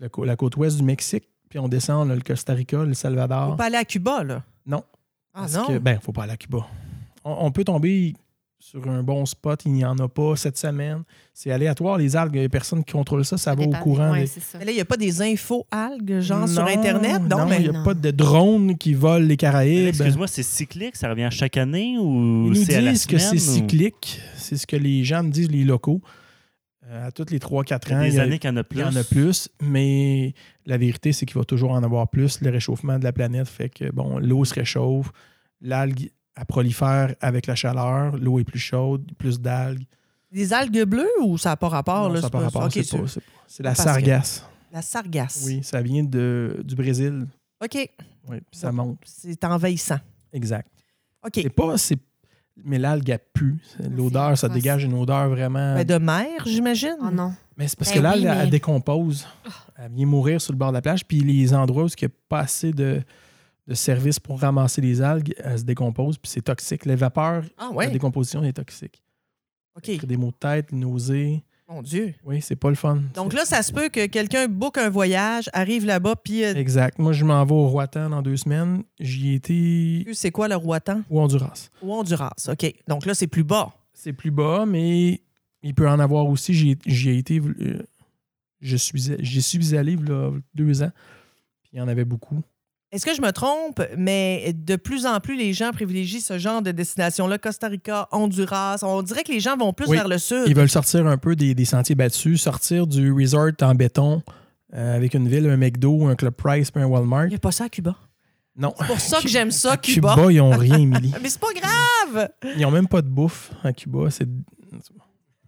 Speaker 4: le cô- la côte ouest du Mexique. Puis on descend, on a le Costa Rica, le
Speaker 1: Faut
Speaker 4: Salvador.
Speaker 1: pas aller à Cuba, là.
Speaker 4: Non.
Speaker 1: Ah
Speaker 4: Parce
Speaker 1: non?
Speaker 4: que- ben, faut pas aller à Cuba. On, on peut tomber sur un bon spot, il n'y en a pas cette semaine. C'est aléatoire, les algues, il n'y a personne qui contrôle ça, ça, va au courant.
Speaker 3: Oui,
Speaker 4: des-
Speaker 3: c'est ça.
Speaker 1: Mais là, il n'y a pas des infos algues, genre, sur
Speaker 4: Non,
Speaker 1: Internet, non?
Speaker 4: Non, il
Speaker 1: mais...
Speaker 4: n'y a
Speaker 3: non.
Speaker 4: pas de drone qui vole les Caraïbes.
Speaker 2: Excuse-moi, c'est cyclique? Ça revient chaque année
Speaker 4: Eh ben. Ils
Speaker 2: ou
Speaker 4: nous
Speaker 2: c'est à la
Speaker 4: disent que
Speaker 2: semaine?
Speaker 4: c'est
Speaker 2: ou-
Speaker 4: cyclique. C'est ce que les gens me disent, les locaux. Euh, à toutes les 3-4
Speaker 2: Il y
Speaker 4: ans,
Speaker 2: a
Speaker 4: il
Speaker 2: des
Speaker 4: y a-
Speaker 2: années qu'il y en a plus.
Speaker 4: il y en a plus. Mais la vérité, c'est qu'il va toujours en avoir plus. Le réchauffement de la planète fait que bon, l'eau se réchauffe, l'algue elle prolifère avec la chaleur, l'eau est plus chaude, plus d'algues.
Speaker 1: Des algues bleues ou ça n'a pas rapport?
Speaker 4: Non,
Speaker 1: Ah, là,
Speaker 4: ça
Speaker 1: c'est
Speaker 4: a pas
Speaker 1: pas-
Speaker 4: rapport,
Speaker 1: OK,
Speaker 4: c'est
Speaker 1: c'est-
Speaker 4: pas- c'est pas- c'est la
Speaker 1: Parce que-
Speaker 4: sargasse.
Speaker 1: La sargasse.
Speaker 4: Oui, ça vient de, du Brésil.
Speaker 1: OK,
Speaker 4: Oui, puis ça monte.
Speaker 1: c'est envahissant.
Speaker 4: Exact.
Speaker 1: OK.
Speaker 4: C'est pas. c'est- Mais l'algue, elle pue. L'odeur, ça
Speaker 3: Ouais,
Speaker 4: dégage une odeur vraiment.
Speaker 1: Ben, de mer, j'imagine.
Speaker 3: Oh non.
Speaker 4: Mais c'est parce
Speaker 3: Ben
Speaker 4: que là,
Speaker 3: oui,
Speaker 4: elle,
Speaker 3: mais-
Speaker 4: elle décompose. Elle vient mourir sur le bord de la plage. Puis les endroits où il n'y a pas assez de, de services pour ramasser les algues, elle se décompose. Puis c'est toxique. Les vapeurs,
Speaker 1: Ah
Speaker 4: la
Speaker 1: ouais,
Speaker 4: décomposition est toxique.
Speaker 1: OK.
Speaker 4: Des maux de tête, nausées.
Speaker 1: Mon Dieu.
Speaker 4: Oui, c'est pas le fun.
Speaker 1: Donc
Speaker 4: C'est-
Speaker 1: là, ça se peut que quelqu'un book un voyage, arrive là-bas, puis euh,
Speaker 4: Exact. Moi, je m'en vais au Roatan dans deux semaines. J'y ai été
Speaker 1: c'est quoi le Roatan
Speaker 4: au Honduras.
Speaker 1: ou Honduras? OK. Donc là, c'est plus bas.
Speaker 4: C'est plus bas, mais il peut en avoir aussi. J'y ai- J'y ai été. euh, je suis, j'y suis allé là, deux ans. Puis il y en avait beaucoup.
Speaker 1: Est-ce que je me trompe, mais de plus en plus, les gens privilégient ce genre de destination-là, Costa Rica, Honduras. On dirait que les gens vont plus
Speaker 4: Oui.
Speaker 1: vers le sud.
Speaker 4: Ils veulent sortir un peu des, des sentiers battus, sortir du resort en béton euh, avec une ville, un McDo, un Club Price, puis un Walmart.
Speaker 1: Il n'y a pas ça à Cuba.
Speaker 4: Non.
Speaker 1: C'est pour ça que j'aime ça,
Speaker 4: À
Speaker 1: Cuba.
Speaker 4: Cuba, ils ont rien, Émilie.
Speaker 1: Mais c'est pas grave!
Speaker 4: Ils ont même pas de bouffe à Cuba. C'est...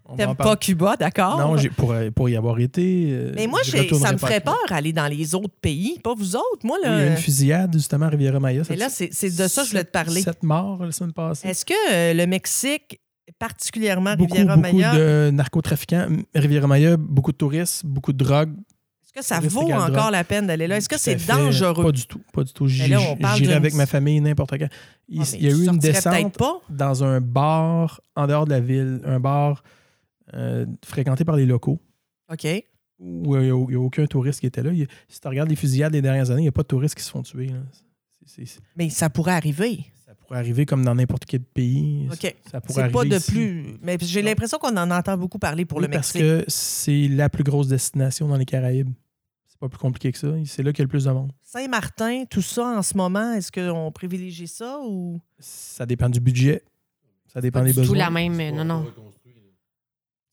Speaker 4: On va en
Speaker 1: T'aimes
Speaker 4: parler.
Speaker 1: pas Cuba, d'accord?
Speaker 4: Non, j'ai- pour, pour y avoir été. euh,
Speaker 1: Mais moi,
Speaker 4: je
Speaker 1: j'ai- ça
Speaker 4: retournerai
Speaker 1: me
Speaker 4: pas à
Speaker 1: ferait
Speaker 4: Cuba.
Speaker 1: peur aller dans les autres pays, pas vous autres. Moi,
Speaker 4: Oui, Il y a
Speaker 1: là.
Speaker 4: eu
Speaker 1: euh,
Speaker 4: une fusillade, justement, à Riviera Maya.
Speaker 1: mais là, c'est c'est de ça que je voulais te parler.
Speaker 4: Sept morts la semaine passée.
Speaker 1: Est-ce que euh, le Mexique, particulièrement
Speaker 4: beaucoup,
Speaker 1: Riviera-Maya,
Speaker 4: beaucoup de narcotrafiquants. Riviera Maya, beaucoup de touristes, beaucoup de drogue.
Speaker 1: est-ce que ça
Speaker 4: touristes
Speaker 1: vaut
Speaker 4: également.
Speaker 1: encore la peine d'aller là? Est-ce que
Speaker 4: Tout
Speaker 1: c'est
Speaker 4: à fait.
Speaker 1: dangereux?
Speaker 4: Pas du tout, pas du tout.
Speaker 1: Mais
Speaker 4: J'y-
Speaker 1: là, on parle
Speaker 4: J'irai
Speaker 1: d'une-
Speaker 4: avec ma famille n'importe quand. Il,
Speaker 1: Ah, mais
Speaker 4: il y a
Speaker 1: tu
Speaker 4: eu une
Speaker 1: sortirais peut-être
Speaker 4: descente
Speaker 1: pas.
Speaker 4: dans un bar en dehors de la ville, un bar euh, fréquenté par les locaux,
Speaker 1: OK.
Speaker 4: où euh, il n'y a, il y a aucun touriste qui était là. Il y a- si tu regardes les fusillades des dernières années, il n'y a pas de touristes qui se font tuer. là. C'est- c'est-
Speaker 1: Mais ça pourrait arriver.
Speaker 4: ça pourrait arriver comme dans n'importe quel pays.
Speaker 1: OK.
Speaker 4: Ça pourrait
Speaker 1: C'est pas
Speaker 4: arriver
Speaker 1: de
Speaker 4: ici.
Speaker 1: plus. Mais j'ai
Speaker 4: Non.
Speaker 1: l'impression qu'on en entend beaucoup parler pour
Speaker 4: Oui,
Speaker 1: le
Speaker 4: parce
Speaker 1: Mexique.
Speaker 4: que c'est la plus grosse destination dans les Caraïbes. C'est pas plus compliqué que ça. C'est là qu'il y a le plus de monde.
Speaker 1: Saint-Martin, tout ça en ce moment, est-ce qu'on privilégie ça ou.
Speaker 4: Ça dépend du budget. Ça dépend des
Speaker 3: du tout
Speaker 4: besoins.
Speaker 3: la même. euh, Non, non.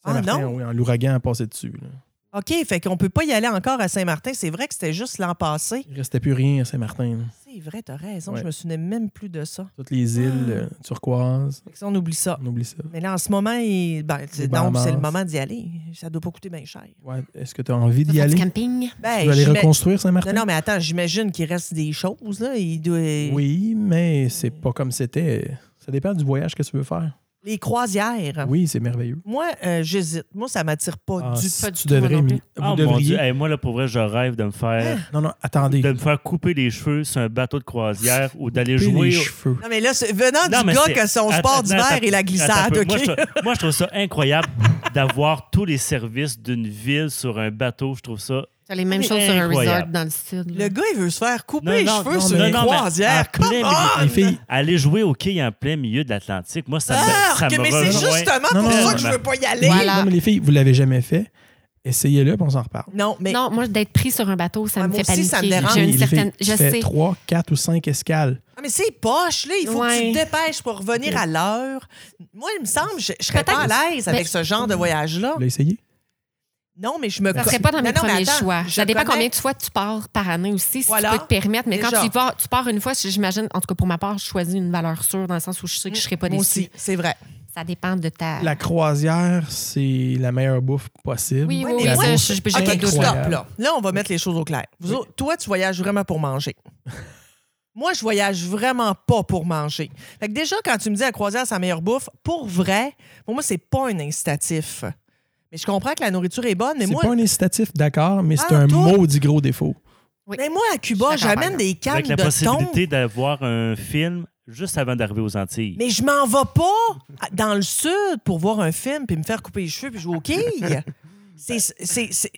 Speaker 1: Ah
Speaker 4: Saint-Martin,
Speaker 1: non?
Speaker 4: oui, en l'ouragan a passé dessus. là.
Speaker 1: OK, fait qu'on peut pas y aller encore à Saint-Martin. C'est vrai que c'était juste l'an passé.
Speaker 4: Il restait plus rien à Saint-Martin. là.
Speaker 1: C'est vrai, t'as raison.
Speaker 4: Ouais.
Speaker 1: Je me souvenais même plus de ça.
Speaker 4: Toutes
Speaker 3: Ah.
Speaker 4: les îles euh, turquoises,
Speaker 1: Fait que ça, on oublie ça.
Speaker 4: on oublie ça.
Speaker 1: Mais là, en ce moment, il- ben, c'est-
Speaker 4: Les
Speaker 1: donc, c'est le
Speaker 4: Bahamas.
Speaker 1: moment d'y aller. Ça doit pas coûter bien cher.
Speaker 4: Ouais. Est-ce que tu as envie d'y
Speaker 3: Faire du
Speaker 4: aller?
Speaker 3: camping.
Speaker 1: Ben,
Speaker 4: Tu veux aller
Speaker 1: j'ima-
Speaker 4: reconstruire Saint-Martin?
Speaker 1: non, non, mais attends, j'imagine qu'il reste des choses. Là. Il doit...
Speaker 4: Oui, mais c'est pas comme c'était. Ça dépend du voyage que tu veux faire.
Speaker 1: Les croisières.
Speaker 4: Oui, c'est merveilleux.
Speaker 1: Moi, euh, j'hésite. Moi, ça m'attire pas
Speaker 4: Ah,
Speaker 1: du
Speaker 4: si
Speaker 3: Ah. pas du
Speaker 4: tu
Speaker 3: tout, moi
Speaker 4: devrais,
Speaker 3: non plus.
Speaker 4: Émilie. Vous
Speaker 2: Ah, mon
Speaker 4: devriez. Ah.
Speaker 2: Dieu. Hey, moi, là, pour vrai, je rêve de me faire,
Speaker 4: Non, non, attendez.
Speaker 2: de me faire couper les cheveux sur un bateau de croisière ou d'aller
Speaker 4: Coupez
Speaker 2: jouer.
Speaker 4: les
Speaker 2: au-
Speaker 4: cheveux.
Speaker 1: Non, mais là, c'est- venant
Speaker 2: Non,
Speaker 1: du
Speaker 2: mais
Speaker 1: gars
Speaker 2: c'est-
Speaker 1: que son
Speaker 2: Attends,
Speaker 1: sport
Speaker 2: attends,
Speaker 1: d'hiver et la
Speaker 2: attends,
Speaker 1: glissade,
Speaker 2: attends un peu.
Speaker 1: OK?
Speaker 2: Moi, je trou- Moi, je trouve ça incroyable d'avoir tous les services d'une ville sur un bateau. Je trouve ça.
Speaker 3: Tu as les mêmes
Speaker 2: C'est
Speaker 3: choses sur un resort
Speaker 2: incroyable.
Speaker 3: dans le sud. là.
Speaker 1: Le gars, il veut se faire couper
Speaker 2: Non,
Speaker 1: les
Speaker 2: non,
Speaker 1: cheveux
Speaker 2: non,
Speaker 1: sur
Speaker 2: non,
Speaker 1: une
Speaker 2: non, mais
Speaker 1: croisière.
Speaker 2: en
Speaker 1: Come
Speaker 2: plein
Speaker 1: on!
Speaker 4: Ah, Les filles,
Speaker 2: Aller jouer au quai en plein milieu de l'Atlantique, moi, ça me,
Speaker 1: Ah,
Speaker 2: ça
Speaker 1: ok,
Speaker 2: me
Speaker 1: mais c'est
Speaker 2: rejoint.
Speaker 1: justement pour
Speaker 4: Non, non,
Speaker 1: ça
Speaker 4: non,
Speaker 1: que je
Speaker 2: non.
Speaker 1: veux pas y aller.
Speaker 3: Voilà.
Speaker 4: Non, mais les filles, vous l'avez jamais fait. Essayez-le, puis on s'en reparle.
Speaker 1: Non, mais
Speaker 3: Non, moi, d'être pris sur un bateau, ça
Speaker 1: Ouais,
Speaker 3: me
Speaker 1: moi
Speaker 3: fait
Speaker 1: aussi,
Speaker 3: paniquer.
Speaker 1: ça me dérange.
Speaker 3: J'ai
Speaker 4: Les
Speaker 3: une
Speaker 4: filles,
Speaker 3: certaine. Je
Speaker 4: tu fais
Speaker 3: sais. Oh.
Speaker 4: trois, quatre ou cinq escales.
Speaker 1: Ah, mais c'est poche, là. Il faut que tu
Speaker 3: Ouais.
Speaker 1: te dépêches pour revenir à l'heure. Moi, il me semble, je, je serais pas à
Speaker 3: Peut-être-
Speaker 1: l'aise avec
Speaker 3: mais-
Speaker 1: ce genre de voyage-là.
Speaker 4: Vous l'avez essayé?
Speaker 1: Non, mais je me
Speaker 3: Ça serait pas dans mes
Speaker 1: Non, non, mais
Speaker 3: premiers
Speaker 1: attends,
Speaker 3: choix.
Speaker 1: je
Speaker 3: Ça dépend
Speaker 1: connais-
Speaker 3: combien de fois tu pars par année aussi, si
Speaker 1: Voilà.
Speaker 3: tu peux te permettre. Mais
Speaker 1: Déjà.
Speaker 3: quand tu, vas, tu pars une fois, j'imagine, en tout cas pour ma part, je choisis une valeur sûre dans le sens où je sais que je ne serai pas
Speaker 1: Moi
Speaker 3: déçue.
Speaker 1: aussi, c'est vrai.
Speaker 3: Ça dépend de ta.
Speaker 1: Ah.
Speaker 4: La croisière, c'est la meilleure bouffe possible.
Speaker 1: Ouais,
Speaker 3: Oui, oui, oui.
Speaker 1: mais moi,
Speaker 3: ça, je- je- j'ai pas
Speaker 1: OK,
Speaker 3: de doute.
Speaker 1: stop,
Speaker 4: Incroyable.
Speaker 1: là. Là, on va mettre les choses au clair. Vous autres, toi, tu voyages vraiment pour manger. Moi, je voyage vraiment pas pour manger. Fait que déjà, quand tu me dis à croisière, sa meilleure bouffe, pour vrai, pour moi, c'est pas un incitatif. Mais je comprends que la nourriture est bonne, mais
Speaker 4: C'est
Speaker 1: moi,
Speaker 4: pas un incitatif, d'accord, mais c'est
Speaker 1: Ah,
Speaker 4: un
Speaker 1: toi?
Speaker 4: maudit gros défaut.
Speaker 3: Oui.
Speaker 1: mais moi à Cuba,
Speaker 3: Je suis d'accord,
Speaker 1: j'amène des cannes
Speaker 2: Avec la
Speaker 1: de thon.
Speaker 2: possibilité d'avoir un film juste avant d'arriver aux Antilles.
Speaker 1: Mais je m'en vais pas à- dans le sud pour voir un film puis me faire couper les cheveux puis jouer aux quilles. C'est, c'est, c'est-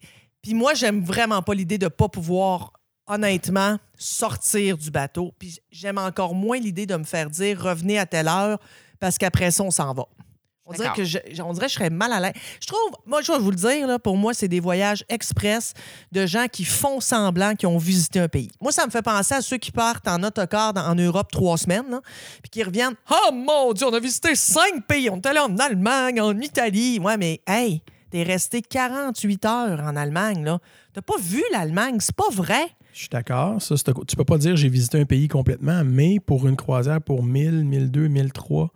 Speaker 1: Puis moi, j'aime vraiment pas l'idée de pas pouvoir, honnêtement, sortir du bateau. Puis j'aime encore moins l'idée de me faire dire revenez à telle heure parce qu'après ça, on s'en va. On dirait,
Speaker 3: D'accord.
Speaker 1: que je, je- on dirait que je serais mal à l'aise. Je trouve, moi, je vais vous le dire, là, pour moi, c'est des voyages express de gens qui font semblant qu'ils ont visité un pays. Moi, ça me fait penser à ceux qui partent en autocar dans- en Europe trois semaines, là, puis qui reviennent. Oh mon Dieu, on a visité cinq pays. On est allé en Allemagne, en Italie. Ouais, mais hey, t'es resté 48 heures en Allemagne, là. T'as pas vu l'Allemagne, c'est pas vrai.
Speaker 4: Je suis d'accord. Ça, c'est un- tu peux pas dire j'ai visité un pays complètement, mais pour une croisière pour 1000, 1002, 1003,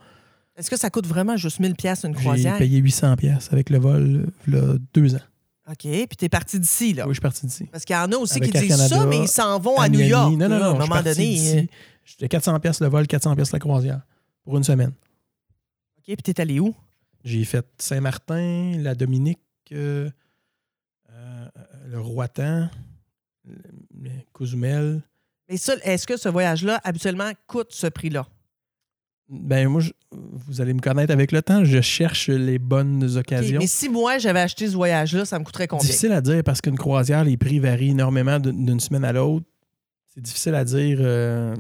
Speaker 1: Est-ce que ça coûte vraiment juste 1000 pièces une
Speaker 4: j'ai
Speaker 1: croisière?
Speaker 4: payé 800 pièces avec le vol là, deux ans.
Speaker 1: OK, puis t'es parti d'ici, là.
Speaker 4: Oui, je suis parti d'ici.
Speaker 1: Parce qu'il y en a aussi
Speaker 4: Avec
Speaker 1: qui
Speaker 4: Air
Speaker 1: disent ça,
Speaker 4: Canada,
Speaker 1: mais ils s'en vont à, New
Speaker 4: Miami.
Speaker 1: York.
Speaker 4: Non, non,
Speaker 1: là,
Speaker 4: non.
Speaker 1: à un
Speaker 4: je suis
Speaker 1: moment
Speaker 4: parti d'ici.
Speaker 1: donné. euh,
Speaker 4: J'étais 400 pièces le vol, 400 pièces la croisière pour une semaine.
Speaker 1: OK, puis t'es allé où?
Speaker 4: J'ai fait Saint-Martin, la Dominique, euh, euh, le Roatan, le- le Cozumel.
Speaker 1: Mais ça, est-ce que ce voyage-là, habituellement, coûte ce prix-là?
Speaker 4: Ben moi, je- vous allez me connaître avec le temps. Je cherche les bonnes
Speaker 1: OK,
Speaker 4: occasions.
Speaker 1: mais si moi, j'avais acheté ce voyage-là, ça me coûterait combien?
Speaker 4: difficile à dire parce qu'une croisière, les prix varient énormément d'une d'une semaine à l'autre. C'est difficile à dire. euh,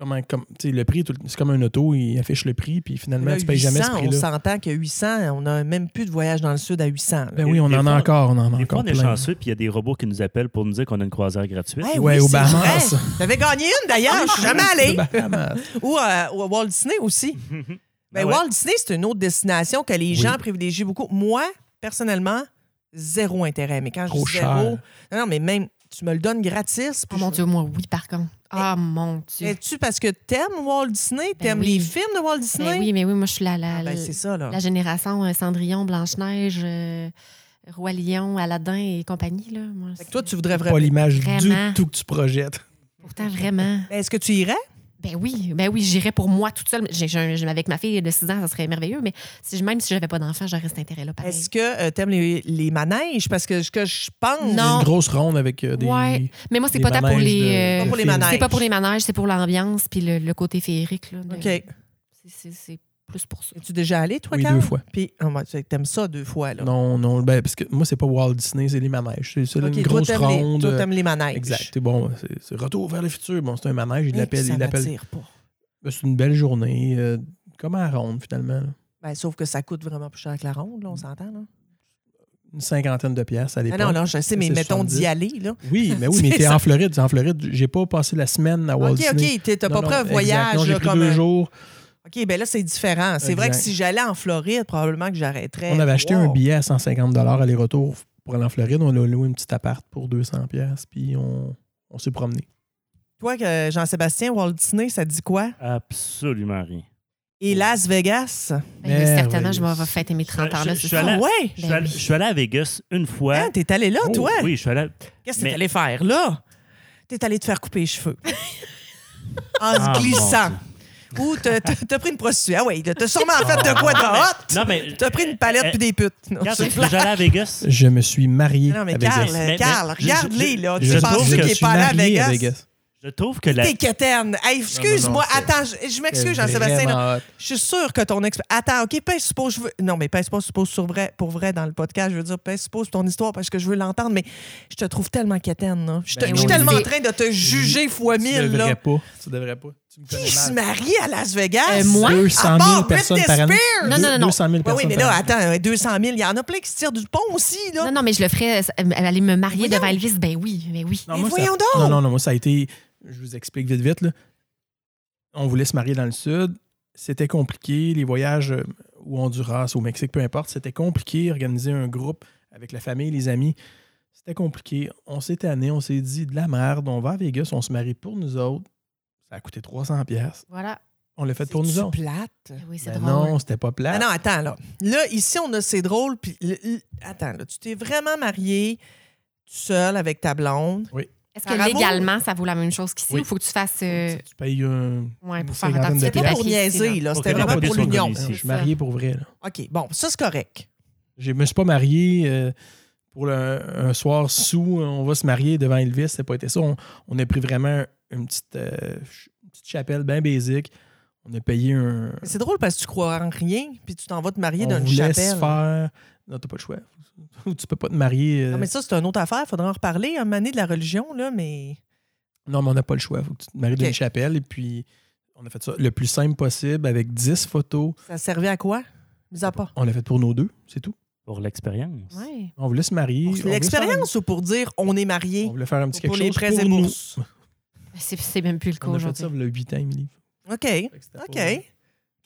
Speaker 4: comment, comme, tu sais, le prix, tout le- c'est comme un auto, il affiche le prix, puis finalement,
Speaker 1: Là,
Speaker 4: tu payes jamais ce
Speaker 1: 800,
Speaker 4: prix-là.
Speaker 1: On s'entend que 800, on n'a même plus de voyage dans le sud à 800. là.
Speaker 4: Ben oui,
Speaker 2: Des-
Speaker 4: on
Speaker 2: des
Speaker 4: en
Speaker 2: fois-
Speaker 4: a encore, on en a
Speaker 2: Des fois,
Speaker 4: encore
Speaker 2: on est
Speaker 4: plein.
Speaker 2: chanceux, puis il y a des robots qui nous appellent pour nous dire qu'on a une croisière gratuite.
Speaker 1: Ouais,
Speaker 4: Ben, Ouais,
Speaker 1: Eh oui,
Speaker 4: aux
Speaker 1: c'est
Speaker 4: Bahamas.
Speaker 1: vrai. J'avais gagné une d'ailleurs, je suis jamais allée.
Speaker 4: Bahamas.
Speaker 1: Ou euh, au Walt Disney aussi. Ben,
Speaker 2: Ah ouais.
Speaker 1: Walt Disney, c'est une autre destination que les
Speaker 4: Oui.
Speaker 1: gens privilégient beaucoup. Moi, personnellement, zéro intérêt. Mais quand
Speaker 4: Trop
Speaker 1: je dis
Speaker 4: cher.
Speaker 1: zéro, non, non, mais même tu me le donnes gratis.
Speaker 3: Oh
Speaker 1: puis
Speaker 3: mon
Speaker 1: je-
Speaker 3: Dieu, moi, oui, par contre. Ah mon Dieu. Ben
Speaker 1: Es-tu parce que t'aimes Walt Disney? T'aimes
Speaker 3: oui.
Speaker 1: les films de Walt Disney?
Speaker 3: Ben oui, mais oui, moi, je suis la, la,
Speaker 1: Ah, ben,
Speaker 3: la-
Speaker 1: c'est ça, là.
Speaker 3: la génération euh, Cendrillon, Blanche-Neige, euh, Roi Lion, Aladdin et compagnie. Là. Moi,
Speaker 1: Fait que
Speaker 3: c'est-
Speaker 1: toi, tu voudrais
Speaker 4: Pas
Speaker 1: vraiment.
Speaker 4: l'image du
Speaker 3: Vraiment.
Speaker 4: tout que tu projettes.
Speaker 3: Pourtant, vraiment.
Speaker 1: Ben, Est-ce que tu irais?
Speaker 3: Ben oui, ben oui, j'irais pour moi toute seule. J'ai- j'ai un- j'ai- avec ma fille de 6 ans, ça serait merveilleux, mais si, je- même si j'avais pas d'enfant, j'aurais cet intérêt-là. pareil.
Speaker 1: Est-ce que euh, t'aimes les, les manèges? Parce que ce que je pense.
Speaker 3: Non.
Speaker 4: Une grosse ronde avec euh, des.
Speaker 3: Ouais. Mais moi, c'est
Speaker 4: des
Speaker 3: pas tant pour
Speaker 4: manèges
Speaker 3: les.
Speaker 4: de-
Speaker 3: euh,
Speaker 1: Pas pour les
Speaker 4: films.
Speaker 1: manèges.
Speaker 3: c'est pas pour les manèges, c'est pour l'ambiance puis le, le côté féerique. Là, de-
Speaker 1: OK. Es-tu
Speaker 3: c'est- C'est c'est plus pour ça.
Speaker 1: déjà allé, toi,
Speaker 4: Oui,
Speaker 1: Carl?
Speaker 4: deux fois.
Speaker 1: Puis, oh, ben, tu- t'aimes ça deux fois, là.
Speaker 4: Non, non, ben, parce que moi, c'est pas Walt Disney, c'est les manèges. C'est c'est
Speaker 1: OK,
Speaker 4: une
Speaker 1: toi,
Speaker 4: grosse
Speaker 1: t'aimes les-
Speaker 4: ronde.
Speaker 1: toi, t'aimes les manèges.
Speaker 4: Exact. C'est bon, c'est- c'est retour vers le futur. Bon, c'est un manège, il
Speaker 1: Eh,
Speaker 4: l'appelle.
Speaker 1: ça
Speaker 4: il l'appelle-
Speaker 1: m'attire pas.
Speaker 4: Ben, C'est une belle journée. euh, comme à la ronde, finalement. là.
Speaker 1: Ben, sauf que ça coûte vraiment plus cher que la ronde, là, on s'entend. Là.
Speaker 4: Une cinquantaine de pièces à
Speaker 1: Ah
Speaker 4: l'époque.
Speaker 1: non, non, je sais, mais
Speaker 4: c'est
Speaker 1: mettons d'y
Speaker 4: 70.
Speaker 1: aller. Là.
Speaker 4: Oui, mais oui, mais
Speaker 1: C'est
Speaker 4: t'es
Speaker 1: ça.
Speaker 4: en Floride. t'es En Floride, j'ai pas passé la semaine à Walt
Speaker 1: OK,
Speaker 4: Disney.
Speaker 1: OK, t'es- t'as
Speaker 4: Non,
Speaker 1: pas
Speaker 4: non,
Speaker 1: pris un
Speaker 4: exact.
Speaker 1: voyage.
Speaker 4: Non, j'ai
Speaker 1: là,
Speaker 4: pris
Speaker 1: comme
Speaker 4: deux
Speaker 1: un-
Speaker 4: jours.
Speaker 1: OK, ben là, c'est différent. C'est vrai que
Speaker 4: Exact.
Speaker 1: si j'allais en Floride, probablement que j'arrêterais.
Speaker 4: On avait acheté
Speaker 1: Wow.
Speaker 4: un billet à 150 aller-retour pour aller en Floride. On a loué un petit appart pour 200 pièces, puis on, on s'est promené.
Speaker 1: Toi, que Jean-Sébastien, Walt Disney, ça te dit quoi?
Speaker 2: Absolument rien.
Speaker 1: Et
Speaker 4: Oh.
Speaker 1: Las Vegas?
Speaker 3: Ben, mais certainement,
Speaker 4: Merveilleux.
Speaker 3: je m'en vais fêter mes 30 ans. là,
Speaker 2: Je- je- je
Speaker 3: c'est ça.
Speaker 2: suis allé-
Speaker 1: Ah ouais?
Speaker 2: Je suis
Speaker 3: Ben
Speaker 2: allé-
Speaker 3: oui.
Speaker 2: je suis allé à Vegas une fois.
Speaker 1: Hein, t'es allé là,
Speaker 2: Oh,
Speaker 1: toi?
Speaker 2: Oui, je suis allé.
Speaker 1: Qu'est-ce que t'es
Speaker 2: Mais-
Speaker 1: allé faire là? T'es allé te faire couper les cheveux. en se
Speaker 2: Ah, mon
Speaker 1: glissant.
Speaker 2: Dieu.
Speaker 1: Ou t'as- t'as t'as pris une prostituée. Ah oui, t'as sûrement fait de quoi de hot?
Speaker 2: Ah, Non, mais.
Speaker 1: T'as pris une palette
Speaker 2: Eh,
Speaker 1: puis des putes. Non,
Speaker 2: Quand
Speaker 1: c'est
Speaker 2: tu es allé à Vegas,
Speaker 4: Je me suis marié
Speaker 1: Non, mais
Speaker 4: à Vegas.
Speaker 1: Carl,
Speaker 2: Mais- mais-
Speaker 1: Carl,
Speaker 2: je-
Speaker 1: regarde-les,
Speaker 2: je-
Speaker 1: là.
Speaker 4: je
Speaker 1: Tu
Speaker 2: trouve
Speaker 1: penses
Speaker 4: je
Speaker 1: qu'il
Speaker 4: me
Speaker 1: n'est
Speaker 4: suis
Speaker 1: pas allé à
Speaker 4: marié
Speaker 1: Vegas?
Speaker 4: à Vegas.
Speaker 2: je trouve que la.
Speaker 1: T'es quétaine. Hey, excuse-moi.
Speaker 4: Non, non, non,
Speaker 1: Attends, je, je m'excuse,
Speaker 4: C'est
Speaker 1: Jean-Sébastien. là.
Speaker 4: vraiment hot.
Speaker 1: Je suis sûre que ton exp... Attends, OK, pèse suppose je veux... Non, mais pèse pas suppose sur vrai, pour vrai dans le podcast. Je veux dire, pèse suppose ton histoire parce que je veux l'entendre, mais je te trouve tellement quétaine, là. Je, te-
Speaker 4: Ben
Speaker 1: je suis
Speaker 4: oui.
Speaker 1: tellement en
Speaker 3: C'est-
Speaker 1: train de te juger fois
Speaker 4: Tu
Speaker 1: mille,
Speaker 4: devrais
Speaker 1: là.
Speaker 4: pas. Tu devrais pas. Tu me
Speaker 1: Qui se
Speaker 4: connais mal.
Speaker 1: marie à Las Vegas?
Speaker 3: Euh, moi?
Speaker 4: 200
Speaker 1: À
Speaker 4: 000
Speaker 1: part
Speaker 4: personnes
Speaker 1: Britney
Speaker 4: par année.
Speaker 1: Spears.
Speaker 3: Non, non, non, non.
Speaker 4: 200 000
Speaker 1: Oui,
Speaker 4: personnes
Speaker 1: oui, mais là,
Speaker 4: par année.
Speaker 1: attends, euh, 200 000, il y en a plein qui se tirent du pont aussi, là.
Speaker 3: Non, non, mais je le ferais euh, aller me marier
Speaker 1: Voyons.
Speaker 3: devant Elvis. Ben oui, mais oui.
Speaker 1: Mais
Speaker 4: moi, ça-
Speaker 1: voyons donc!
Speaker 4: Non, non, non, moi, ça a été. Je vous explique vite, vite. Là. On voulait se marier dans le Sud. C'était compliqué. Les voyages euh, au Honduras, au Mexique, peu importe, c'était compliqué. Organiser un groupe avec la famille, les amis, c'était compliqué. On s'est tanné, on s'est dit de la merde, on va à Vegas, on se marie pour nous autres. Ça a coûté 300$. piastres.
Speaker 3: Voilà.
Speaker 4: On l'a fait pour nous
Speaker 1: C'est-tu
Speaker 4: autres.
Speaker 1: plate.
Speaker 3: Ben oui, c'est
Speaker 4: Ben
Speaker 3: drôle.
Speaker 4: non, c'était pas
Speaker 1: Ah
Speaker 4: plat.
Speaker 1: non, attends, là. Là, ici, on a c'est drôle. Puis, le- le- attends, là, tu t'es vraiment marié tout seul avec ta blonde.
Speaker 3: Est-ce
Speaker 1: Bravo.
Speaker 3: que légalement, ça vaut la même chose qu'ici? Il
Speaker 4: Oui.
Speaker 3: faut que tu fasses. euh,
Speaker 4: Tu payes un.
Speaker 3: ouais, pour
Speaker 4: C'est
Speaker 3: faire
Speaker 4: quand même
Speaker 3: attention à
Speaker 4: de
Speaker 1: C'était
Speaker 3: tes
Speaker 1: pas
Speaker 4: place.
Speaker 1: pour
Speaker 3: papiers, sinon.
Speaker 1: niaiser, là. C'était
Speaker 2: Ok, les
Speaker 1: vraiment
Speaker 2: papiers
Speaker 1: pour
Speaker 2: sont
Speaker 1: l'union.
Speaker 2: connus
Speaker 4: Je
Speaker 2: ici.
Speaker 4: suis marié pour vrai. Là.
Speaker 1: OK, bon, ça, c'est correct.
Speaker 4: Je me suis pas marié euh, pour le- un soir sous, on va se marier devant Elvis. Ça n'a pas été ça. On, on a pris vraiment une petite, euh, ch- une petite chapelle bien basique. On a payé un.
Speaker 1: Mais C'est drôle parce que tu crois en rien, puis tu t'en vas te marier
Speaker 4: on
Speaker 1: dans une
Speaker 4: voulait
Speaker 1: chapelle.
Speaker 4: se faire. Non, t'as pas le choix. tu peux pas te marier. euh,
Speaker 1: Non, mais ça, c'est une autre affaire. Faudra en reparler un moment donné de la religion, là, mais.
Speaker 4: Non, mais on n'a pas le choix. Faut que tu te maries
Speaker 1: Ok.
Speaker 4: dans une chapelle. Et puis, on a fait ça le plus simple possible avec 10 photos.
Speaker 1: Ça servait à quoi? Mis à part.
Speaker 4: On l'a fait pour nos deux, c'est tout.
Speaker 2: Pour l'expérience.
Speaker 3: Ouais.
Speaker 4: On voulait se marier.
Speaker 1: Pour
Speaker 4: on voulait
Speaker 1: Oh, L'expérience ou pour dire on est
Speaker 4: faire-
Speaker 1: marié?
Speaker 4: On voulait faire un petit
Speaker 1: Pour
Speaker 4: quelque
Speaker 1: les
Speaker 4: chose
Speaker 1: prêts et
Speaker 4: pour nous.
Speaker 1: bourses.
Speaker 3: Ben, C'est- C'est même plus le cas
Speaker 4: On a fait
Speaker 3: aujourd'hui.
Speaker 4: ça le 8 ans, Émilie.
Speaker 1: OK.
Speaker 4: Fait que c'était
Speaker 1: OK.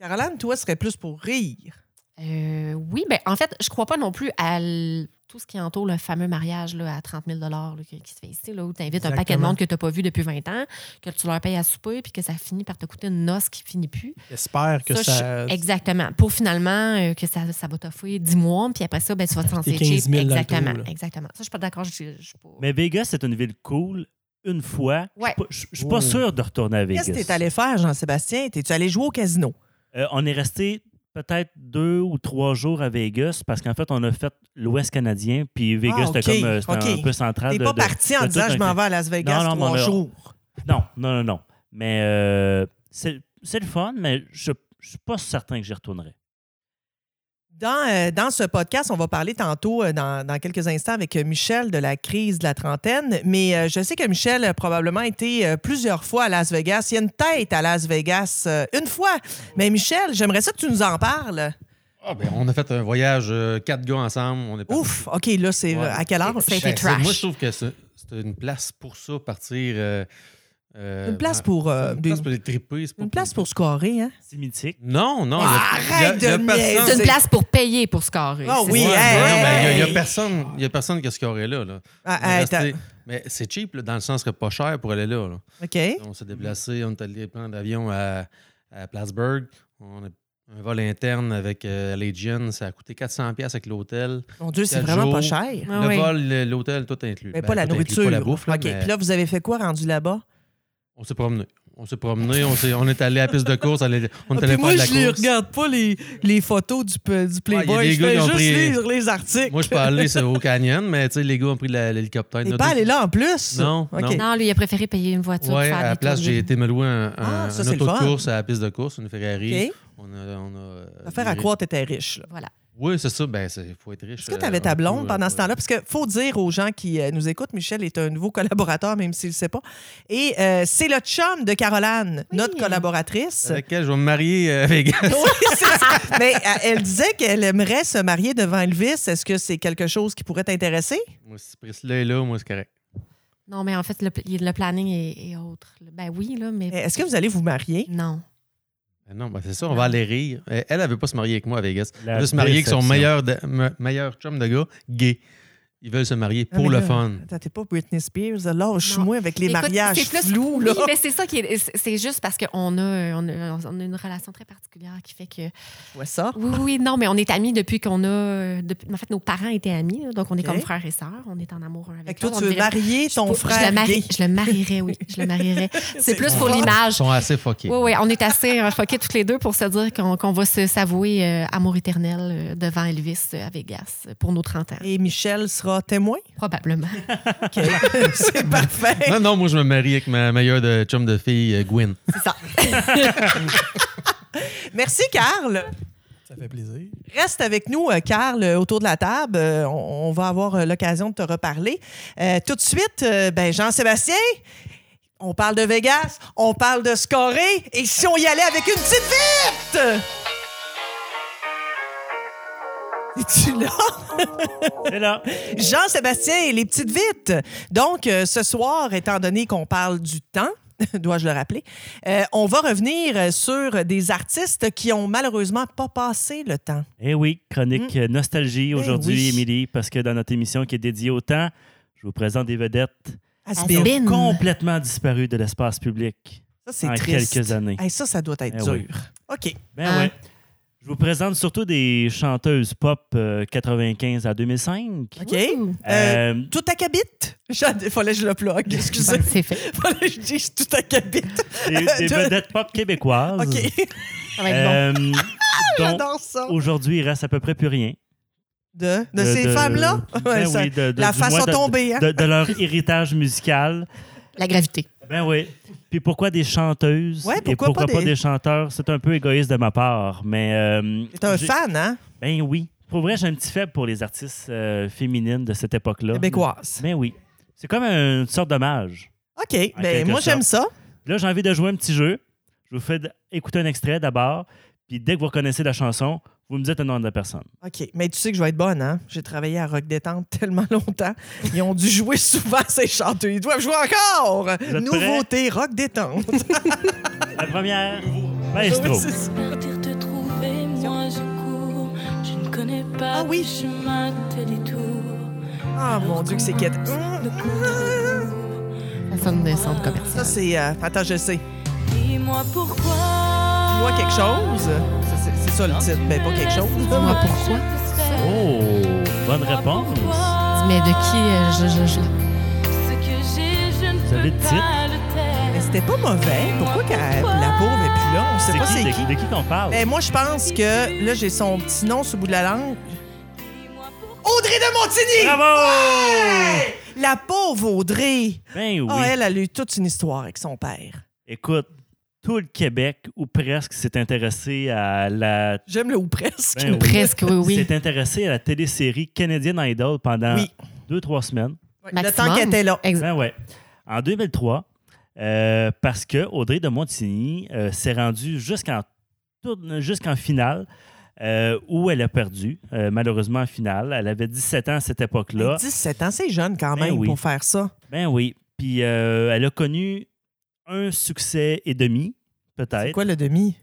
Speaker 4: pas-
Speaker 1: Caroline, toi, ce serait plus pour rire.
Speaker 3: Euh, oui, ben en fait, je crois pas non plus à l- tout ce qui entoure le fameux mariage là, à 30 000 là, qui, qui se fait ici, là, où tu invites un
Speaker 4: Exactement.
Speaker 3: paquet de monde que tu pas vu depuis 20 ans, que tu leur payes à souper, puis que ça finit par te coûter une noce qui finit plus.
Speaker 4: J'espère que
Speaker 3: Ça,
Speaker 4: ça.
Speaker 3: je- exactement. Pour finalement euh, que ça, ça va t'offrir 10 mois, puis après ça, ben, tu vas te sentir
Speaker 4: 15 000
Speaker 3: cheap.
Speaker 4: dans le
Speaker 3: Exactement.
Speaker 4: trou, là.
Speaker 3: exactement. Ça, je suis pas d'accord. Je, je suis pas-
Speaker 2: Mais Vegas, c'est une ville cool. Une fois, je suis
Speaker 3: Ouais.
Speaker 2: pas- je je suis pas
Speaker 4: Oh.
Speaker 2: sûr de retourner à Vegas.
Speaker 1: Qu'est-ce que t'es allé faire, Jean-Sébastien? T'es-tu allé jouer au casino?
Speaker 2: Euh, on est resté peut-être deux ou trois jours à Vegas parce qu'en fait, on a fait l'Ouest canadien. Puis Vegas,
Speaker 1: Ah, ok,
Speaker 2: c'était comme euh, c'était
Speaker 1: ok.
Speaker 2: un peu central.
Speaker 1: T'es
Speaker 2: de-
Speaker 1: pas
Speaker 2: de-
Speaker 1: parti en
Speaker 2: de
Speaker 1: disant
Speaker 2: tout
Speaker 1: je
Speaker 2: un-
Speaker 1: m'en vais à Las Vegas
Speaker 2: Non, non, mais
Speaker 1: trois
Speaker 2: on a-
Speaker 1: jours.
Speaker 2: Non, non, non, non. Mais euh, c'est c'est le fun, mais je je suis pas certain que j'y retournerai.
Speaker 1: Dans, euh, dans ce podcast, on va parler tantôt, euh, dans, dans quelques instants, avec euh, Michel de la crise de la trentaine. Mais euh, je sais que Michel a probablement été euh, plusieurs fois à Las Vegas. Il y a une tête à Las Vegas, euh, une fois. Mais Michel, j'aimerais ça que tu nous en parles.
Speaker 5: Ah, ben, on a fait un voyage, euh, quatre gars ensemble. On est partis.
Speaker 1: Ouf, OK, là, c'est
Speaker 5: Ouais.
Speaker 1: euh, à quelle heure?
Speaker 3: C'est-
Speaker 5: Ben,
Speaker 3: trash.
Speaker 5: Moi, je trouve que c'est c'est une place pour ça, partir. euh, euh,
Speaker 1: Une place
Speaker 5: ben,
Speaker 1: pour, euh,
Speaker 5: une
Speaker 1: des-
Speaker 5: place pour les triper. c'est pas
Speaker 1: Une place pour scorer, hein?
Speaker 2: C'est mythique.
Speaker 5: Non, non.
Speaker 1: Ah,
Speaker 5: il y a-
Speaker 1: arrête
Speaker 5: il y a
Speaker 1: de
Speaker 5: personne-
Speaker 1: niaiser.
Speaker 3: C'est une
Speaker 1: c'est-
Speaker 3: place pour payer pour scorer.
Speaker 1: Ah
Speaker 3: c'est
Speaker 1: oui,
Speaker 5: Ouais,
Speaker 3: ça.
Speaker 1: hey,
Speaker 5: ouais, non, ben, Il n'y a,
Speaker 1: hey.
Speaker 5: personne, il y a personne que ce qu'il y aurait là. là.
Speaker 1: Ah,
Speaker 5: On est
Speaker 1: attends.
Speaker 5: resté- Mais c'est cheap, là, dans le sens que pas cher pour aller là. là.
Speaker 1: OK.
Speaker 5: On s'est déplacé, on est allé prendre l'avion à, à Plattsburgh. On a un vol interne avec euh, Allegiant. Ça a coûté 400$ piastres avec l'hôtel.
Speaker 1: Mon Dieu, c'est
Speaker 5: Quatre
Speaker 1: vraiment pas
Speaker 5: jours.
Speaker 1: cher.
Speaker 3: Ah
Speaker 5: le
Speaker 3: oui.
Speaker 5: vol, le- l'hôtel, tout inclus.
Speaker 1: Mais
Speaker 5: Ben,
Speaker 1: pas la
Speaker 5: tout inclus,
Speaker 1: nourriture.
Speaker 5: pas la bouffe. là,
Speaker 1: OK.
Speaker 5: mais
Speaker 1: Puis là, vous avez fait quoi rendu là-bas?
Speaker 5: On s'est promené. On s'est promené, on, s'est- on est allé à la piste de course, on est allé on est
Speaker 1: Ah,
Speaker 5: allé
Speaker 1: puis moi,
Speaker 5: faire de la
Speaker 1: je les
Speaker 5: course.
Speaker 1: regarde pas, les, les photos du, pe- du
Speaker 5: y a
Speaker 1: Playboy.
Speaker 5: des
Speaker 1: je
Speaker 5: gars
Speaker 1: fais
Speaker 5: qui ont
Speaker 1: juste
Speaker 5: pris-
Speaker 1: lire les articles.
Speaker 5: Moi, je suis pas allé sur- au canyon, mais tu sais, les gars ont pris la- l'hélicoptère. Il y
Speaker 1: T'es
Speaker 5: en a
Speaker 1: pas
Speaker 5: deux-
Speaker 1: allé là en plus?
Speaker 5: Non,
Speaker 1: OK.
Speaker 5: non.
Speaker 3: Non, lui, il a préféré payer une voiture.
Speaker 5: Ouais,
Speaker 3: faire
Speaker 5: à
Speaker 3: des
Speaker 5: la place,
Speaker 3: tournées.
Speaker 5: j'ai été me louer un, un,
Speaker 1: Ah, ça, c'est
Speaker 5: un
Speaker 1: le
Speaker 5: auto de
Speaker 1: fun.
Speaker 5: course à la piste de course, une Ferrari.
Speaker 1: OK.
Speaker 5: On a, on a, euh,
Speaker 1: Affaire à
Speaker 5: viré-
Speaker 1: croire que t'étais riche. là.
Speaker 3: Voilà.
Speaker 5: Oui, c'est ça. Ben, il faut être riche.
Speaker 1: Est-ce que tu avais ta
Speaker 5: euh,
Speaker 1: blonde pendant ce temps-là? Parce que faut dire aux gens qui euh, nous écoutent, Michel est un nouveau collaborateur, même s'il ne sait pas. Et euh, c'est le chum de Caroline,
Speaker 3: Oui.
Speaker 1: notre collaboratrice.
Speaker 5: Avec laquelle je vais me marier euh, à Vegas.
Speaker 1: Oui, c'est ça. Mais euh, elle disait qu'elle aimerait se marier devant Elvis. Est-ce que c'est quelque chose qui pourrait t'intéresser?
Speaker 5: moi, si Priscilla est là, moi, c'est correct.
Speaker 3: Non, mais en fait, le, le planning est, est autre. Ben oui, là, mais.
Speaker 1: Est-ce que vous allez vous marier?
Speaker 3: Non.
Speaker 5: Ben non, ben, c'est ça, on
Speaker 1: Ah.
Speaker 5: va aller rire. Euh, Elle, elle veut pas se marier avec moi à Vegas.
Speaker 2: La
Speaker 5: elle veut se marier avec son
Speaker 2: déception.
Speaker 5: meilleur, de- me- meilleur chum de gars, gay. Ils veulent se marier
Speaker 1: Ah,
Speaker 5: pour
Speaker 1: mais
Speaker 5: le
Speaker 1: là,
Speaker 5: fun.
Speaker 1: Attends, t'es pas Britney Spears. Lâche-moi avec les
Speaker 3: Écoute,
Speaker 1: mariages
Speaker 3: c'est plus-
Speaker 1: flous, là.
Speaker 3: Oui, mais c'est ça qui est. c'est- C'est juste parce qu'on a, on a, on a une relation très particulière qui fait que.
Speaker 1: Je vois ça.
Speaker 3: Oui, oui, oui, non, mais on est amis depuis qu'on a. euh, depuis- en fait, nos parents étaient amis, là, donc on est
Speaker 1: Ok.
Speaker 3: comme frères et sœurs. On est en amour un
Speaker 1: Fait
Speaker 3: avec
Speaker 1: que toi,
Speaker 3: l'autre,
Speaker 1: tu
Speaker 3: on
Speaker 1: veux
Speaker 3: dirait-
Speaker 1: marier ton
Speaker 3: Je- Je
Speaker 1: frère
Speaker 3: le, marie-
Speaker 1: gay.
Speaker 3: je le marierais, oui. Je le marierais. C'est plus pour
Speaker 1: bon.
Speaker 5: Ils
Speaker 3: l'image.
Speaker 5: sont assez fuckés.
Speaker 3: Oui, oui, on est assez euh, fuckés toutes les deux pour se dire qu'on qu'on va se s'avouer euh, amour éternel euh, devant Elvis euh, à Vegas euh, pour nos 30 ans.
Speaker 1: Et Michel sera témoin.
Speaker 3: Probablement.
Speaker 1: OK. c'est parfait.
Speaker 5: Non, non, moi, je me marie avec ma meilleure de, chum de fille, euh, Gwyn.
Speaker 3: C'est ça.
Speaker 1: Merci, Carl.
Speaker 4: Ça fait plaisir.
Speaker 1: Reste avec nous, euh, Carl, euh, autour de la table. Euh, on, on va avoir euh, l'occasion de te reparler. Euh, tout de suite, euh, ben, Jean-Sébastien, on parle de Vegas, on parle de scorer. Et si on y allait avec une petite vite? Es-tu là?
Speaker 2: C'est là.
Speaker 1: Jean-Sébastien et les petites vites. Donc, euh, ce soir, étant donné qu'on parle du temps, dois-je le rappeler, euh, on va revenir euh, sur des artistes qui ont malheureusement pas passé le temps.
Speaker 2: Eh oui, chronique euh, nostalgie
Speaker 1: Mm. Eh oui.
Speaker 2: aujourd'hui, Émilie, parce que dans notre émission qui est dédiée au temps, je vous présente des vedettes
Speaker 1: Aspire.
Speaker 3: Aspire. Bin.
Speaker 2: complètement disparues de l'espace public
Speaker 1: Ça, c'est
Speaker 2: en
Speaker 1: triste.
Speaker 2: quelques années.
Speaker 1: Hey, ça, ça doit être
Speaker 2: Eh
Speaker 1: dur.
Speaker 2: oui.
Speaker 1: OK.
Speaker 2: Ben
Speaker 3: Ah.
Speaker 2: ouais. Je vous présente surtout des chanteuses pop euh, 95 à 2005.
Speaker 1: OK?
Speaker 3: Ouh.
Speaker 1: Euh,
Speaker 2: Euh,
Speaker 1: tout à cabite. Il fallait que je le plug. Excusez.
Speaker 3: Donc, c'est fait.
Speaker 1: fallait que je dise tout à cabite.
Speaker 2: des, des
Speaker 1: de-
Speaker 2: vedettes pop québécoises.
Speaker 1: Euh, OK.
Speaker 3: Ça va être
Speaker 2: Euh,
Speaker 3: bon.
Speaker 2: dont
Speaker 1: J'adore ça.
Speaker 2: aujourd'hui, il reste à peu près plus rien.
Speaker 1: De, de,
Speaker 2: De-
Speaker 1: ces
Speaker 2: de-
Speaker 1: femmes-là?
Speaker 2: Ben
Speaker 1: Ouais, ça-
Speaker 2: oui, de- de-
Speaker 1: la
Speaker 2: du
Speaker 1: face
Speaker 2: moins
Speaker 1: à
Speaker 2: de-
Speaker 1: tomber. hein?
Speaker 2: de, de leur héritage musical.
Speaker 3: La gravité.
Speaker 2: Ben oui. Puis pourquoi des chanteuses
Speaker 1: Ouais,
Speaker 2: et
Speaker 1: pourquoi
Speaker 2: pourquoi
Speaker 1: pas
Speaker 2: pas
Speaker 1: des-
Speaker 2: des, chanteurs? C'est un peu égoïste de ma part, mais... euh,
Speaker 1: T'es un
Speaker 2: j'ai-
Speaker 1: fan, hein?
Speaker 2: Ben oui. Pour vrai, j'ai un petit faible pour les artistes euh, féminines de cette
Speaker 1: Eh
Speaker 2: époque-là.
Speaker 1: Québécoise.
Speaker 2: Ben oui. C'est comme une sorte d'hommage.
Speaker 1: OK. Ben,
Speaker 2: quelque
Speaker 1: moi, j'aime ça.
Speaker 2: Là, j'ai envie de jouer un petit jeu. Je vous fais d- écouter un extrait d'abord, puis dès que vous reconnaissez la chanson, vous me dites le nom de la personne.
Speaker 1: OK. Mais tu sais que je vais être bonne, hein? J'ai travaillé à Rock Détente tellement longtemps. Ils ont dû jouer souvent ces chanteurs. Ils doivent jouer encore!
Speaker 2: êtes
Speaker 1: Nouveauté Rock Détente.
Speaker 2: La première,
Speaker 1: Oui,
Speaker 2: Maestro.
Speaker 1: c'est ça.
Speaker 6: Partir te trouver, moi je cours. Je ne connais pas
Speaker 1: Ah oui.
Speaker 6: le chemin des détours.
Speaker 1: Ah, mon Dieu, que c'est quête.
Speaker 6: Le cours de retour.
Speaker 3: Ça sonne de centre commercial.
Speaker 1: Ça, c'est. euh, attends, je sais.
Speaker 6: Dis-moi pourquoi.
Speaker 1: Moi, quelque chose. Ça, c'est- C'est ça le titre. Mais pas quelque chose.
Speaker 3: Dis-moi pourquoi.
Speaker 2: Oh, bonne réponse.
Speaker 3: Mais de qui euh, je, je, je-
Speaker 6: Ce que j'ai, je ne
Speaker 2: Vous avez
Speaker 6: peux
Speaker 2: le titre?
Speaker 6: pas le taire.
Speaker 1: Mais c'était pas mauvais. Pourquoi qu'elle- la pauvre est plus là? On sait
Speaker 2: C'est
Speaker 1: pas c'est
Speaker 2: qui, de-
Speaker 1: qui.
Speaker 2: De, qui qu'on parle?
Speaker 1: Ben, moi, je pense que là, j'ai son petit nom sur le bout de la langue.
Speaker 6: Dis-moi pourquoi.
Speaker 1: Audrey de Montigny!
Speaker 2: Bravo!
Speaker 1: Ouais! La pauvre Audrey!
Speaker 2: Ben oui.
Speaker 1: Ah, elle, elle a eu toute une histoire avec son père.
Speaker 2: Écoute, tout le Québec, ou presque, s'est intéressé à la...
Speaker 1: J'aime le ou presque.
Speaker 2: Ben oui.
Speaker 3: Presque, oui, oui.
Speaker 2: s'est intéressé à la télésérie Canadian Idol pendant
Speaker 1: Oui.
Speaker 2: deux, trois semaines.
Speaker 1: Le
Speaker 3: Maximum.
Speaker 1: temps qu'elle était là.
Speaker 3: Ex-
Speaker 2: Ben ouais. En 2003, euh, parce que Audrey de Montigny euh, s'est rendue jusqu'en tourne- jusqu'en finale euh, où elle a perdu, euh, malheureusement en finale. Elle avait 17 ans à cette époque-là.
Speaker 1: 17 ans, c'est jeune quand
Speaker 2: Ben
Speaker 1: même
Speaker 2: oui.
Speaker 1: pour faire ça.
Speaker 2: Ben oui. Puis euh, elle a connu un succès et demi,
Speaker 1: C'est
Speaker 2: peut-être.
Speaker 1: quoi le demi?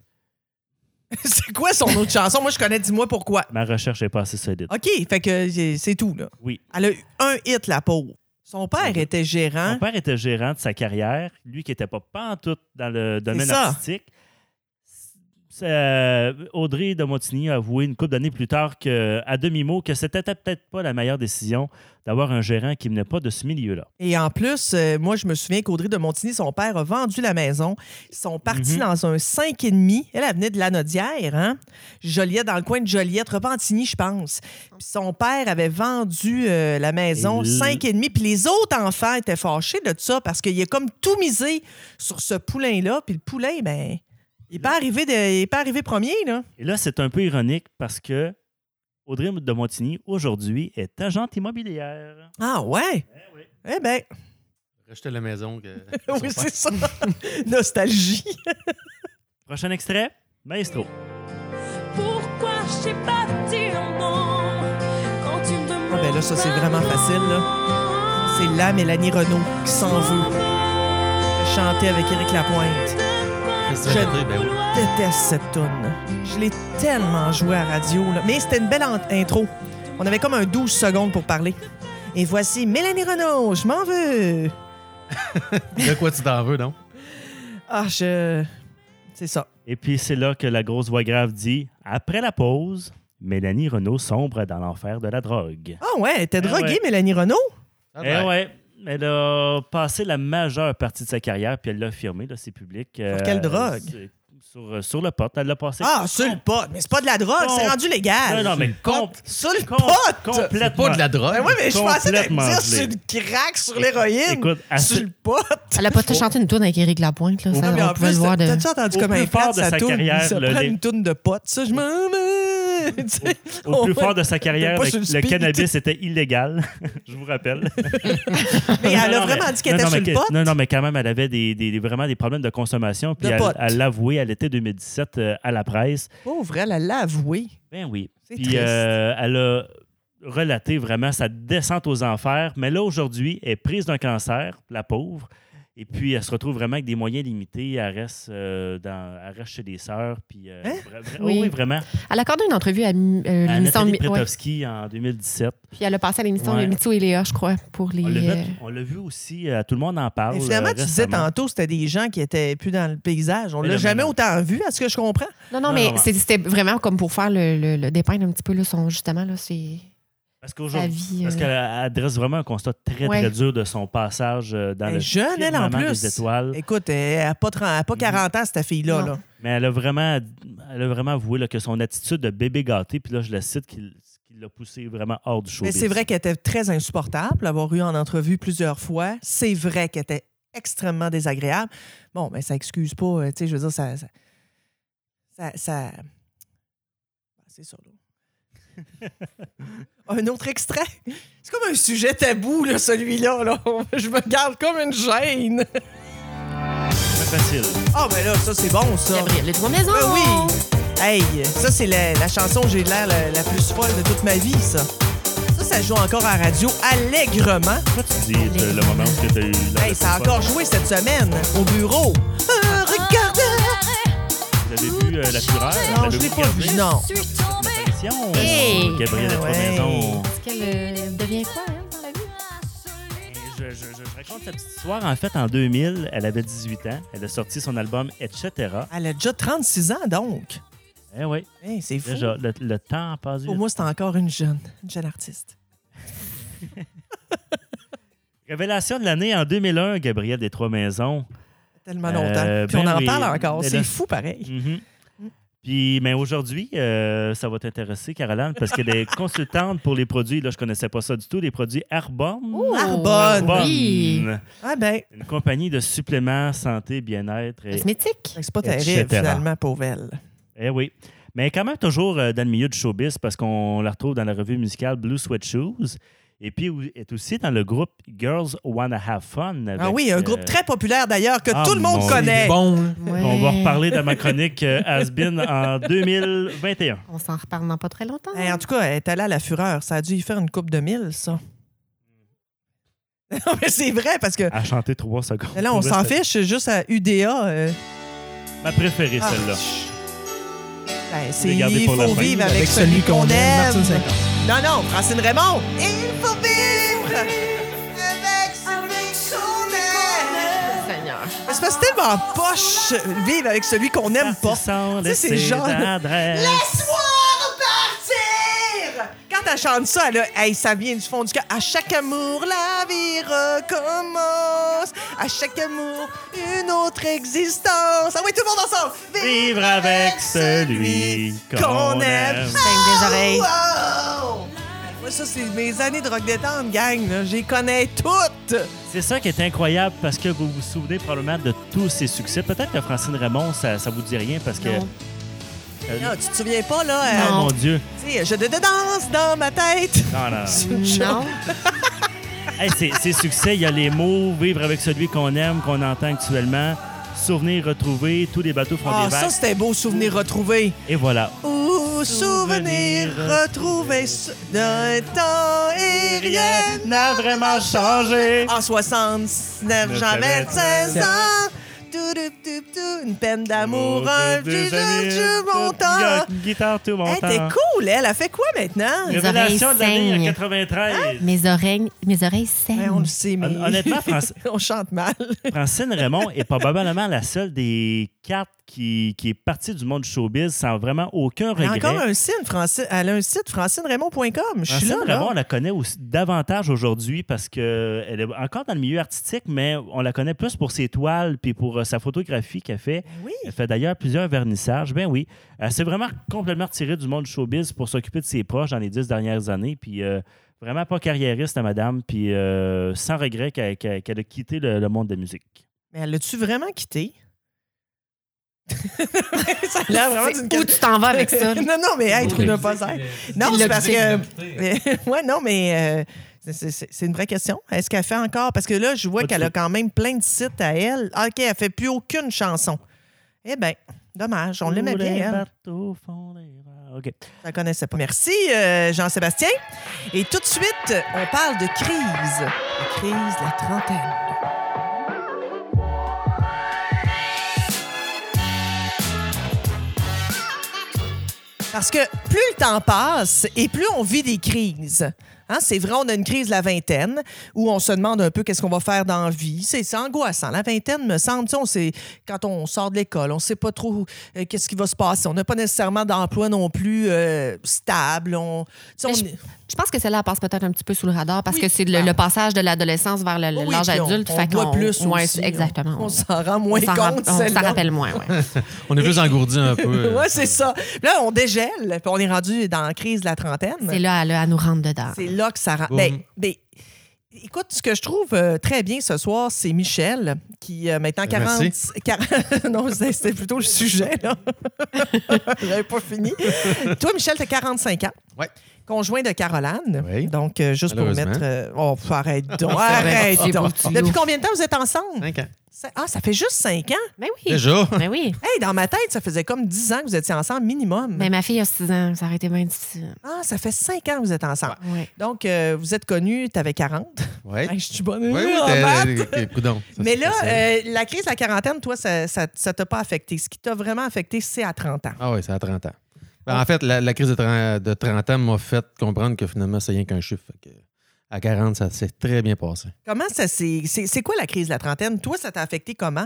Speaker 1: c'est quoi son autre chanson? Moi, je connais Dis-moi pourquoi.
Speaker 2: Ma recherche n'est pas assez solide.
Speaker 1: OK, fait que j'ai- c'est tout, là.
Speaker 2: Oui.
Speaker 1: Elle a eu un hit, la pauvre. Son père
Speaker 2: Oui.
Speaker 1: était
Speaker 2: Mon
Speaker 1: gérant.
Speaker 2: père était gérant de sa carrière, lui qui n'était pas pantoute dans le domaine
Speaker 1: ça.
Speaker 2: artistique. C'est, euh, Audrey de Montigny a avoué une couple d'années plus tard que, à demi-mot que c'était peut-être pas la meilleure décision d'avoir un gérant qui venait pas de ce milieu-là.
Speaker 1: Et en plus, euh, moi, je me souviens qu'Audrey de Montigny, son père a vendu la maison. Ils sont partis
Speaker 2: Mhm.
Speaker 1: dans un 5,5. Elle, elle venait de Lanaudière, hein? Joliette, dans le coin de Joliette, Repentigny, je pense. Puis son père avait vendu euh, la maison
Speaker 2: Et
Speaker 1: 5,5. Puis les autres enfants étaient fâchés de ça parce qu'il a comme tout misé sur ce poulain-là. Puis le poulain, ben, il n'est pas, arrivé de- il est pas arrivé premier, là.
Speaker 2: Et là, c'est un peu ironique parce que Audrey de Montigny, aujourd'hui, est agente immobilière.
Speaker 1: Ah ouais?
Speaker 2: oui.
Speaker 1: Eh ben,
Speaker 5: Rejeter la maison. Que,
Speaker 1: oui, c'est ça. Nostalgie.
Speaker 2: Prochain extrait, Maestro.
Speaker 6: Pourquoi je sais pas dire non quand tu me demandes.
Speaker 1: Ah ben là, ça, c'est vraiment facile, là. C'est la Mélanie Renault qui s'en veut. Chanter avec Éric Lapointe.
Speaker 5: Je... Ben, oui.
Speaker 1: Déteste cette toune. Je l'ai tellement jouée à radio. là. Mais c'était une belle en- intro. On avait comme un 12 secondes pour parler. Et voici Mélanie Renault, je m'en veux.
Speaker 5: De quoi tu t'en veux, donc?
Speaker 1: Ah, je... C'est ça.
Speaker 2: Et puis c'est là que la grosse voix grave dit Après la pause, Mélanie Renault sombre dans l'enfer de la drogue.
Speaker 1: Ah ouais, t'es
Speaker 2: Eh
Speaker 1: droguée,
Speaker 2: ouais.
Speaker 1: Mélanie Renault?
Speaker 5: Ah,
Speaker 2: Eh
Speaker 5: ben,
Speaker 2: ouais. Elle a passé la majeure partie de sa carrière, puis elle l'a affirmé, là, c'est public. Sur
Speaker 1: quelle drogue?
Speaker 2: Sur, euh, sur le pot. Elle l'a passé.
Speaker 1: Ah, sur le pot. Mais c'est pas de la drogue, c'est
Speaker 2: Con-
Speaker 1: rendu légal.
Speaker 2: Non, non,
Speaker 1: Sur
Speaker 2: mais
Speaker 1: le
Speaker 2: com-
Speaker 1: pot. Sur le
Speaker 2: com-
Speaker 1: pot!
Speaker 5: C'est
Speaker 2: complètement.
Speaker 5: pas de la drogue.
Speaker 1: Ben oui, mais je pensais de
Speaker 2: complètement
Speaker 1: dire sur
Speaker 2: gelé.
Speaker 1: une craque, sur l'héroïne,
Speaker 2: Écoute, à
Speaker 1: sur
Speaker 2: ce-
Speaker 1: le pot.
Speaker 3: Elle a pas chanté une tourne avec Éric Lapointe, là.
Speaker 1: Non,
Speaker 3: Ça,
Speaker 1: mais
Speaker 3: on
Speaker 1: en
Speaker 3: pouvait
Speaker 1: plus,
Speaker 3: le voir de.
Speaker 1: t'as-tu entendu
Speaker 2: Au
Speaker 1: comme
Speaker 2: plus
Speaker 1: un
Speaker 2: fort
Speaker 1: plat
Speaker 2: de
Speaker 1: sa
Speaker 2: sa
Speaker 1: tourne,
Speaker 2: carrière,
Speaker 1: ça
Speaker 2: le-
Speaker 1: prend
Speaker 2: les-
Speaker 1: une tourne de potes, ça, je m'en mets. Tu sais,
Speaker 2: Au plus
Speaker 1: on-
Speaker 2: fort de sa
Speaker 1: T'es
Speaker 2: carrière,
Speaker 1: pas
Speaker 2: le,
Speaker 1: sur le
Speaker 2: le
Speaker 1: speed.
Speaker 2: cannabis était illégal, je vous rappelle.
Speaker 1: Mais
Speaker 2: Non,
Speaker 1: elle a
Speaker 2: non, mais-
Speaker 1: vraiment dit qu'elle
Speaker 2: non,
Speaker 1: était
Speaker 2: non,
Speaker 1: sur
Speaker 2: mais
Speaker 1: le
Speaker 2: que-
Speaker 1: pot.
Speaker 2: Non, non, mais quand même, elle avait des, des- des- vraiment des problèmes de consommation. Puis
Speaker 1: De
Speaker 2: elle
Speaker 1: pot.
Speaker 2: elle l'a avoué à l'été 2017 euh, à la presse.
Speaker 1: Pauvre, elle elle l'a avoué.
Speaker 2: Ben oui.
Speaker 1: C'est
Speaker 2: Puis
Speaker 1: triste.
Speaker 2: euh, elle a relaté vraiment sa descente aux enfers, mais là aujourd'hui, elle est prise d'un cancer, la pauvre. Et puis, elle se retrouve vraiment avec des moyens limités. Elle reste, euh, dans, elle reste chez des sœurs. Puis, euh,
Speaker 1: Hein?
Speaker 2: vra- vra-
Speaker 3: Oui.
Speaker 2: oh oui, vraiment.
Speaker 3: Elle a accordé une entrevue à, mi- euh,
Speaker 2: À
Speaker 3: l'émission
Speaker 2: Nathalie
Speaker 3: Mi- ouais.
Speaker 2: Pretowski en 2017.
Speaker 3: Puis elle a passé à l'émission
Speaker 2: Ouais.
Speaker 3: de Mito et Léa, je crois, pour les.
Speaker 2: On l'a
Speaker 3: euh,
Speaker 2: vu- on l'a vu aussi, euh, tout le monde en parle.
Speaker 1: Et finalement,
Speaker 2: euh,
Speaker 1: tu disais
Speaker 2: récemment.
Speaker 1: tantôt, c'était des gens qui étaient plus dans le paysage. On
Speaker 2: Mais
Speaker 1: l'a
Speaker 2: le
Speaker 1: jamais
Speaker 2: même-
Speaker 1: autant vu, à ce que je comprends.
Speaker 3: Non,
Speaker 2: Non,
Speaker 3: non, mais
Speaker 2: non,
Speaker 3: c'est- c'était vraiment comme pour faire le, le, le dépeindre un petit peu, là, son, justement, là, c'est
Speaker 2: Parce
Speaker 3: sa
Speaker 2: qu'aujourd'hui,
Speaker 3: vie.
Speaker 2: parce
Speaker 3: euh,
Speaker 2: qu'elle elle dresse vraiment un constat très, très
Speaker 3: Ouais.
Speaker 2: dur de son passage euh, dans
Speaker 1: Elle
Speaker 2: le
Speaker 1: est jeune, elle, en
Speaker 2: firmament
Speaker 1: plus.
Speaker 2: des étoiles. Mhm.
Speaker 1: Écoute, elle n'a pas, 30 elle a pas 40 ans, cette fille-là.
Speaker 3: Non.
Speaker 1: là.
Speaker 2: Mais elle a vraiment, elle a vraiment avoué là, que son attitude de bébé gâté, puis là, je la cite, qu'il qu'il l'a poussé vraiment hors du show.
Speaker 1: Mais c'est vrai qu'elle était très insupportable, l'avoir eu en entrevue plusieurs fois. C'est vrai qu'elle était extrêmement désagréable. Bon, mais ça excuse pas, euh, tu sais, je veux dire, ça... Ça... ça, ça- Ah, C'est ça, là. un autre extrait. C'est comme un sujet tabou, là, celui-là. Là. Je me garde comme une gêne.
Speaker 2: C'est facile.
Speaker 1: Ah, ben là, ça, c'est bon, ça.
Speaker 3: Gabriel, les trois maisons.
Speaker 1: Ben oui. Hey, ça, c'est la, la chanson J'ai l'air la, la plus folle de toute ma vie, ça. Ça, ça joue encore à la radio allègrement.
Speaker 2: Pourquoi tu dis euh, le moment où tu as eu... la-
Speaker 1: Hey, ça a encore joué cette semaine au bureau. Euh, regarde!
Speaker 2: Vous avez vu euh, La Fureur? Vous
Speaker 1: Non,
Speaker 2: l'avez
Speaker 1: je l'ai pas
Speaker 2: regardé?
Speaker 1: vu. Non.
Speaker 6: Je suis tombée.
Speaker 2: Félicitations,
Speaker 3: Hey!
Speaker 2: Gabrielle
Speaker 1: Ah ouais.
Speaker 2: Trois-Maisons.
Speaker 3: Est-ce qu'elle euh, devient quoi, elle, dans la vie?
Speaker 2: Et Je, je- je- je raconte cette petite histoire. En fait, en 2000, elle avait 18 ans. Elle a sorti son album Etc.
Speaker 1: Elle a déjà 36 ans, donc.
Speaker 2: Eh oui,
Speaker 1: Hey, c'est fou.
Speaker 2: déjà, le, le temps a passé.
Speaker 1: Pour moi, c'est encore une jeune, une jeune artiste.
Speaker 2: Révélation de l'année en 2001, Gabrielle des Trois-Maisons.
Speaker 1: Tellement
Speaker 2: Euh,
Speaker 1: longtemps. Puis
Speaker 2: ben
Speaker 1: on en
Speaker 2: oui.
Speaker 1: parle encore.
Speaker 2: Mais
Speaker 1: C'est
Speaker 2: là-
Speaker 1: fou, pareil.
Speaker 2: Mhm.
Speaker 1: Mm.
Speaker 2: Puis, mais aujourd'hui, euh, ça va t'intéresser, Caroline, parce qu'elle est consultante pour les produits. Là, je connaissais pas ça du tout. Les produits Arbonne.
Speaker 3: Oh,
Speaker 1: Arbonne.
Speaker 3: Oui.
Speaker 1: Ah ben,
Speaker 2: Une compagnie de suppléments santé, bien-être. Et,
Speaker 3: Cosmétique.
Speaker 1: c'est pas
Speaker 2: Etc.
Speaker 1: terrible, finalement, pauvre elle.
Speaker 2: eh oui. Mais quand même toujours euh, dans le milieu du showbiz parce qu'on la retrouve dans la revue musicale Blue Sweat Shoes. Et puis, elle est aussi dans le groupe Girls Wanna Have Fun. avec,
Speaker 1: Ah oui, un
Speaker 2: euh,
Speaker 1: groupe très populaire, d'ailleurs, que
Speaker 2: ah,
Speaker 1: tout le monde
Speaker 2: mon
Speaker 1: connaît.
Speaker 4: Bon, là.
Speaker 2: On va
Speaker 3: Ouais.
Speaker 2: reparler dans ma chronique euh, Has Been en 2021.
Speaker 3: On s'en reparle dans pas très longtemps.
Speaker 1: Hey, en tout cas, elle est allée à la fureur. Ça a dû y faire une coupe de mille, ça. Non, mais c'est vrai, parce que
Speaker 2: À chanter trois secondes.
Speaker 1: là, on
Speaker 2: Pour
Speaker 1: s'en
Speaker 2: rester-
Speaker 1: fiche juste à UDA. euh,
Speaker 2: Ma préférée,
Speaker 1: ah,
Speaker 2: celle-là.
Speaker 1: ben, c'est
Speaker 2: gardez
Speaker 1: Il
Speaker 2: pour la
Speaker 1: faut
Speaker 2: fin.
Speaker 1: vivre avec, celui qu'on aime. Non, non, Francine Raymond. Il faut vivre avec celui qu'on aime.
Speaker 3: Seigneur.
Speaker 1: Mais C'est parce que c'est tellement poche, euh, vivre avec celui qu'on aime pas.
Speaker 2: Sans
Speaker 1: Tu sais, c'est
Speaker 2: laisser
Speaker 1: genre-
Speaker 2: d'adresse.
Speaker 1: Laisse-moi repartir! Quand elle chante ça, elle a- hey, ça vient du fond du cœur. À chaque amour, la vie recommence. À chaque amour, une autre existence. Ah oui, tout le monde ensemble!
Speaker 2: Vivre avec celui qu'on aime.
Speaker 3: Saigne des oreilles.
Speaker 1: Wow! Oh, Moi, ça, c'est mes années de rock détente, gang. là. J'y connais toutes!
Speaker 2: C'est ça qui est incroyable parce que vous vous souvenez probablement de tous ses succès. Peut-être que Francine Raymond, ça, ça vous dit rien parce que.
Speaker 3: Non.
Speaker 2: Euh,
Speaker 1: Là, Ah, tu te souviens pas, là? euh,
Speaker 2: oh mon Dieu.
Speaker 1: tu sais, je te danse dans ma tête.
Speaker 2: Non, non, non.
Speaker 1: C'est une chose.
Speaker 3: Non.
Speaker 2: Hey, ses, ses succès, il y a les mots, vivre avec celui qu'on aime, qu'on entend actuellement, souvenir retrouvé, tous les bateaux font
Speaker 1: Ah,
Speaker 2: des
Speaker 1: ça,
Speaker 2: vagues.
Speaker 1: c'était un beau souvenir retrouvé.
Speaker 2: Et voilà.
Speaker 1: Ou souvenir retrouvé s- d'un temps et rien.
Speaker 2: n'a vraiment changé.
Speaker 1: En 69, j'en
Speaker 2: Neuf,
Speaker 1: 25 ans. hein? Tout, tout, tout, tout, une peine d'amour, un vieux jeu, mon temps.
Speaker 2: Guitare, tout mon
Speaker 1: hein? Hey, t'es
Speaker 2: temps.
Speaker 1: cool, elle. Elle fait quoi maintenant?
Speaker 3: Les
Speaker 2: Révélation
Speaker 3: oreilles
Speaker 2: de l'année en
Speaker 3: saignent.
Speaker 2: 93.
Speaker 3: Mes oreilles, mes oreilles saignent.
Speaker 1: Ben, on le sait, mais.
Speaker 2: Hon- honnêtement, Franci-
Speaker 1: on chante mal.
Speaker 2: Francine Raymond est probablement la seule des quatre qui, qui est partie du monde du showbiz sans vraiment aucun
Speaker 1: Elle a
Speaker 2: regret.
Speaker 1: encore un site, Franci- elle a un site, francineRaymond.com. Je suis
Speaker 2: Francine
Speaker 1: là, là.
Speaker 2: Raymond, on la connaît aussi davantage aujourd'hui parce qu'elle est encore dans le milieu artistique, mais on la connaît plus pour ses toiles puis pour euh, sa photographie qu'elle fait.
Speaker 1: Oui.
Speaker 2: Elle fait d'ailleurs plusieurs vernissages. Ben oui, elle s'est vraiment complètement retirée du monde du showbiz pour s'occuper de ses proches dans les dix dernières années. Puis euh, vraiment pas carriériste, la madame, puis euh, sans regret qu'elle qu'elle- qu'elle a quitté le, le monde de la musique.
Speaker 1: Mais elle l'a-tu vraiment quitté? ça a l'air vraiment d'une
Speaker 3: Où tu t'en vas avec ça?
Speaker 1: non, non, mais hey, trouve-le pas ça. Non, c'est parce que. ouais, non, mais euh, c'est- c'est- c'est c'est une vraie question. Est-ce qu'elle fait encore? Parce que là, je vois
Speaker 2: Pas du
Speaker 1: qu'elle a
Speaker 2: tout.
Speaker 1: quand même plein de sites à elle. Ah, OK, elle fait plus aucune chanson. Eh bien, dommage. On l'aimait
Speaker 2: Tous les
Speaker 1: bien, elle.
Speaker 2: bateaux font des vagues. OK.
Speaker 1: Je la connaissais pas. Merci, euh, Jean-Sébastien. Et tout de suite, on parle de crise. La crise de la trentaine. Parce que plus le temps passe et plus on vit des crises. Hein, c'est vrai, on a une crise de la vingtaine où on se demande un peu qu'est-ce qu'on va faire dans la vie. C'est c'est angoissant. La vingtaine, me semble, tu sais, on sait- quand on sort de l'école, on ne sait pas trop euh, qu'est-ce qui va se passer. On n'a pas nécessairement d'emploi non plus euh, stable. On, tu sais,
Speaker 3: Mais
Speaker 1: on-
Speaker 3: Je pense que celle-là passe peut-être un petit peu sous le radar parce
Speaker 1: Oui. ben
Speaker 3: que c'est le, le passage de l'adolescence vers le- le-
Speaker 1: Oui,
Speaker 3: l'âge
Speaker 1: puis on-
Speaker 3: adulte.
Speaker 1: on
Speaker 3: fait
Speaker 1: voit
Speaker 3: qu'on-
Speaker 1: plus
Speaker 3: ouais,
Speaker 1: aussi, hein.
Speaker 3: c'est- Exactement.
Speaker 1: on s'en rend moins
Speaker 3: on s'en ra-
Speaker 1: compte.
Speaker 3: on s'en
Speaker 1: celle-là.
Speaker 3: rappelle moins, ouais.
Speaker 5: On est plus engourdi un peu.
Speaker 1: Ouais, c'est ça. Là, on dégèle, puis on est rendu dans la crise de la trentaine.
Speaker 3: C'est là, à- là, à nous rendre dedans.
Speaker 1: C'est là que ça rend.
Speaker 5: Ah. Boum.
Speaker 1: Ben, ben, écoute, ce que je trouve euh, très bien ce soir, c'est Michel, qui euh, maintenant 40.
Speaker 5: Merci.
Speaker 1: 40 non, c'est- c'était plutôt le sujet, là. J'avais pas fini. Toi, Michel, tu as 45 ans.
Speaker 5: Ouais.
Speaker 1: Conjoint de Caroline.
Speaker 5: Oui.
Speaker 1: Donc, euh, juste pour
Speaker 5: Malheureusement.
Speaker 1: mettre. euh, oh, pff, arrête donc. arrête
Speaker 3: C'est beau,
Speaker 1: donc.
Speaker 3: tu
Speaker 1: Depuis
Speaker 3: nous-
Speaker 1: combien de temps vous êtes ensemble?
Speaker 5: Cinq ans.
Speaker 1: Ça- Ah, ça fait juste 5 ans.
Speaker 3: Mais Ben oui.
Speaker 5: Déjà.
Speaker 3: Mais oui.
Speaker 1: Hey, dans ma tête, ça faisait comme 10 ans que vous étiez ensemble minimum.
Speaker 3: Mais ma fille a 6 ans. Ça aurait été bien difficile.
Speaker 1: Ah, ça fait 5 ans que vous êtes ensemble.
Speaker 3: Ouais.
Speaker 1: Donc, euh, vous êtes connus, tu avais 40.
Speaker 5: Ouais.
Speaker 1: Hey, je suis bonne.
Speaker 5: Oui, oui,
Speaker 1: en maths.
Speaker 5: t'es- t'es- coudon. Ça,
Speaker 1: Mais
Speaker 5: c'est
Speaker 1: là,
Speaker 5: facile.
Speaker 1: euh, la crise de la quarantaine, toi, ça ça- ça t'a pas affecté. Ce qui t'a vraiment affecté, c'est à 30 ans.
Speaker 5: Ah oui, c'est à 30 ans. Ben, en fait, la, la crise de 30, de 30 ans m'a fait comprendre que finalement, c'est rien qu'un chiffre. Fait que à 40, ça s'est très bien passé.
Speaker 1: Comment ça s'est. C'est c'est quoi la crise de la trentaine? Toi, ça t'a affecté comment?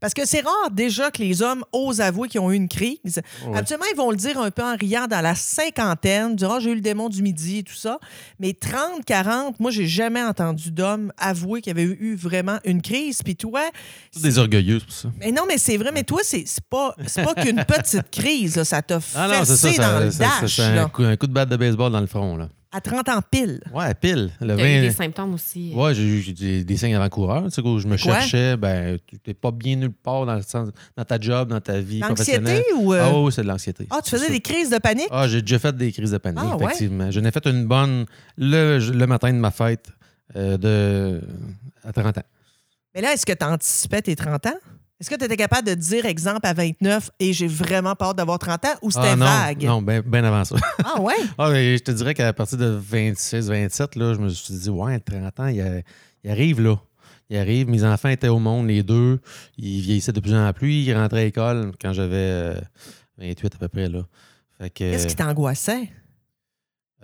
Speaker 1: Parce que c'est rare déjà que les hommes osent avouer qu'ils ont eu une crise.
Speaker 5: Ouais.
Speaker 1: Habituellement, ils vont le dire un peu en riant dans la cinquantaine, dire Ah, j'ai eu le démon du midi et tout ça. Mais 30, 40, moi, j'ai jamais entendu d'homme avouer qu'il avait eu vraiment une crise. Puis toi,
Speaker 5: C'est des orgueilleux, c'est pour ça.
Speaker 1: mais non, mais c'est vrai, mais toi, c'est c'est pas, c'est pas qu'une petite crise, là. ça t'a
Speaker 5: Ah non, c'est ça.
Speaker 1: fessé
Speaker 5: ça-
Speaker 1: dans le
Speaker 5: ça- ça-
Speaker 1: dash,
Speaker 5: c'est un,
Speaker 1: là,
Speaker 5: coup, un coup de batte de baseball dans le front. Là.
Speaker 1: à 30 ans pile.
Speaker 5: Ouais, pile. Le
Speaker 3: Il y a eu
Speaker 5: 20
Speaker 3: des symptômes aussi.
Speaker 5: Ouais, j'ai eu j'ai des, des signes avant-coureurs. Tu sais, où je me
Speaker 1: Quoi?
Speaker 5: cherchais, ben, tu n'es pas bien nulle part dans, le sens, dans ta job, dans ta vie
Speaker 1: L'anxiété
Speaker 5: professionnelle.
Speaker 1: ou. euh,
Speaker 5: Ah oui, c'est de l'anxiété.
Speaker 1: ah, tu faisais
Speaker 5: C'est
Speaker 1: des crises de panique?
Speaker 5: Ah, j'ai déjà fait des crises de panique,
Speaker 1: Ah, ouais?
Speaker 5: effectivement. J'en ai fait une bonne le, le matin de ma fête euh, de, à 30 ans.
Speaker 1: Mais là, est-ce que tu anticipais tes 30 ans? Est-ce que tu étais capable de dire, exemple, à 29 et j'ai vraiment peur d'avoir 30 ans ou c'était
Speaker 5: ah, non,
Speaker 1: vague?
Speaker 5: Non, bien avant ça.
Speaker 1: Ah ouais?
Speaker 5: ah, mais je te dirais qu'à partir de 26, 27, là, je me suis dit, ouais, 30 ans, il, a- il arrive là. Il arrive. Mes enfants étaient au monde, les deux. Ils vieillissaient de plus en plus. Ils rentraient à l'école quand j'avais euh, 28 à peu près. là. Fait que,
Speaker 1: Qu'est-ce qui t'angoissait?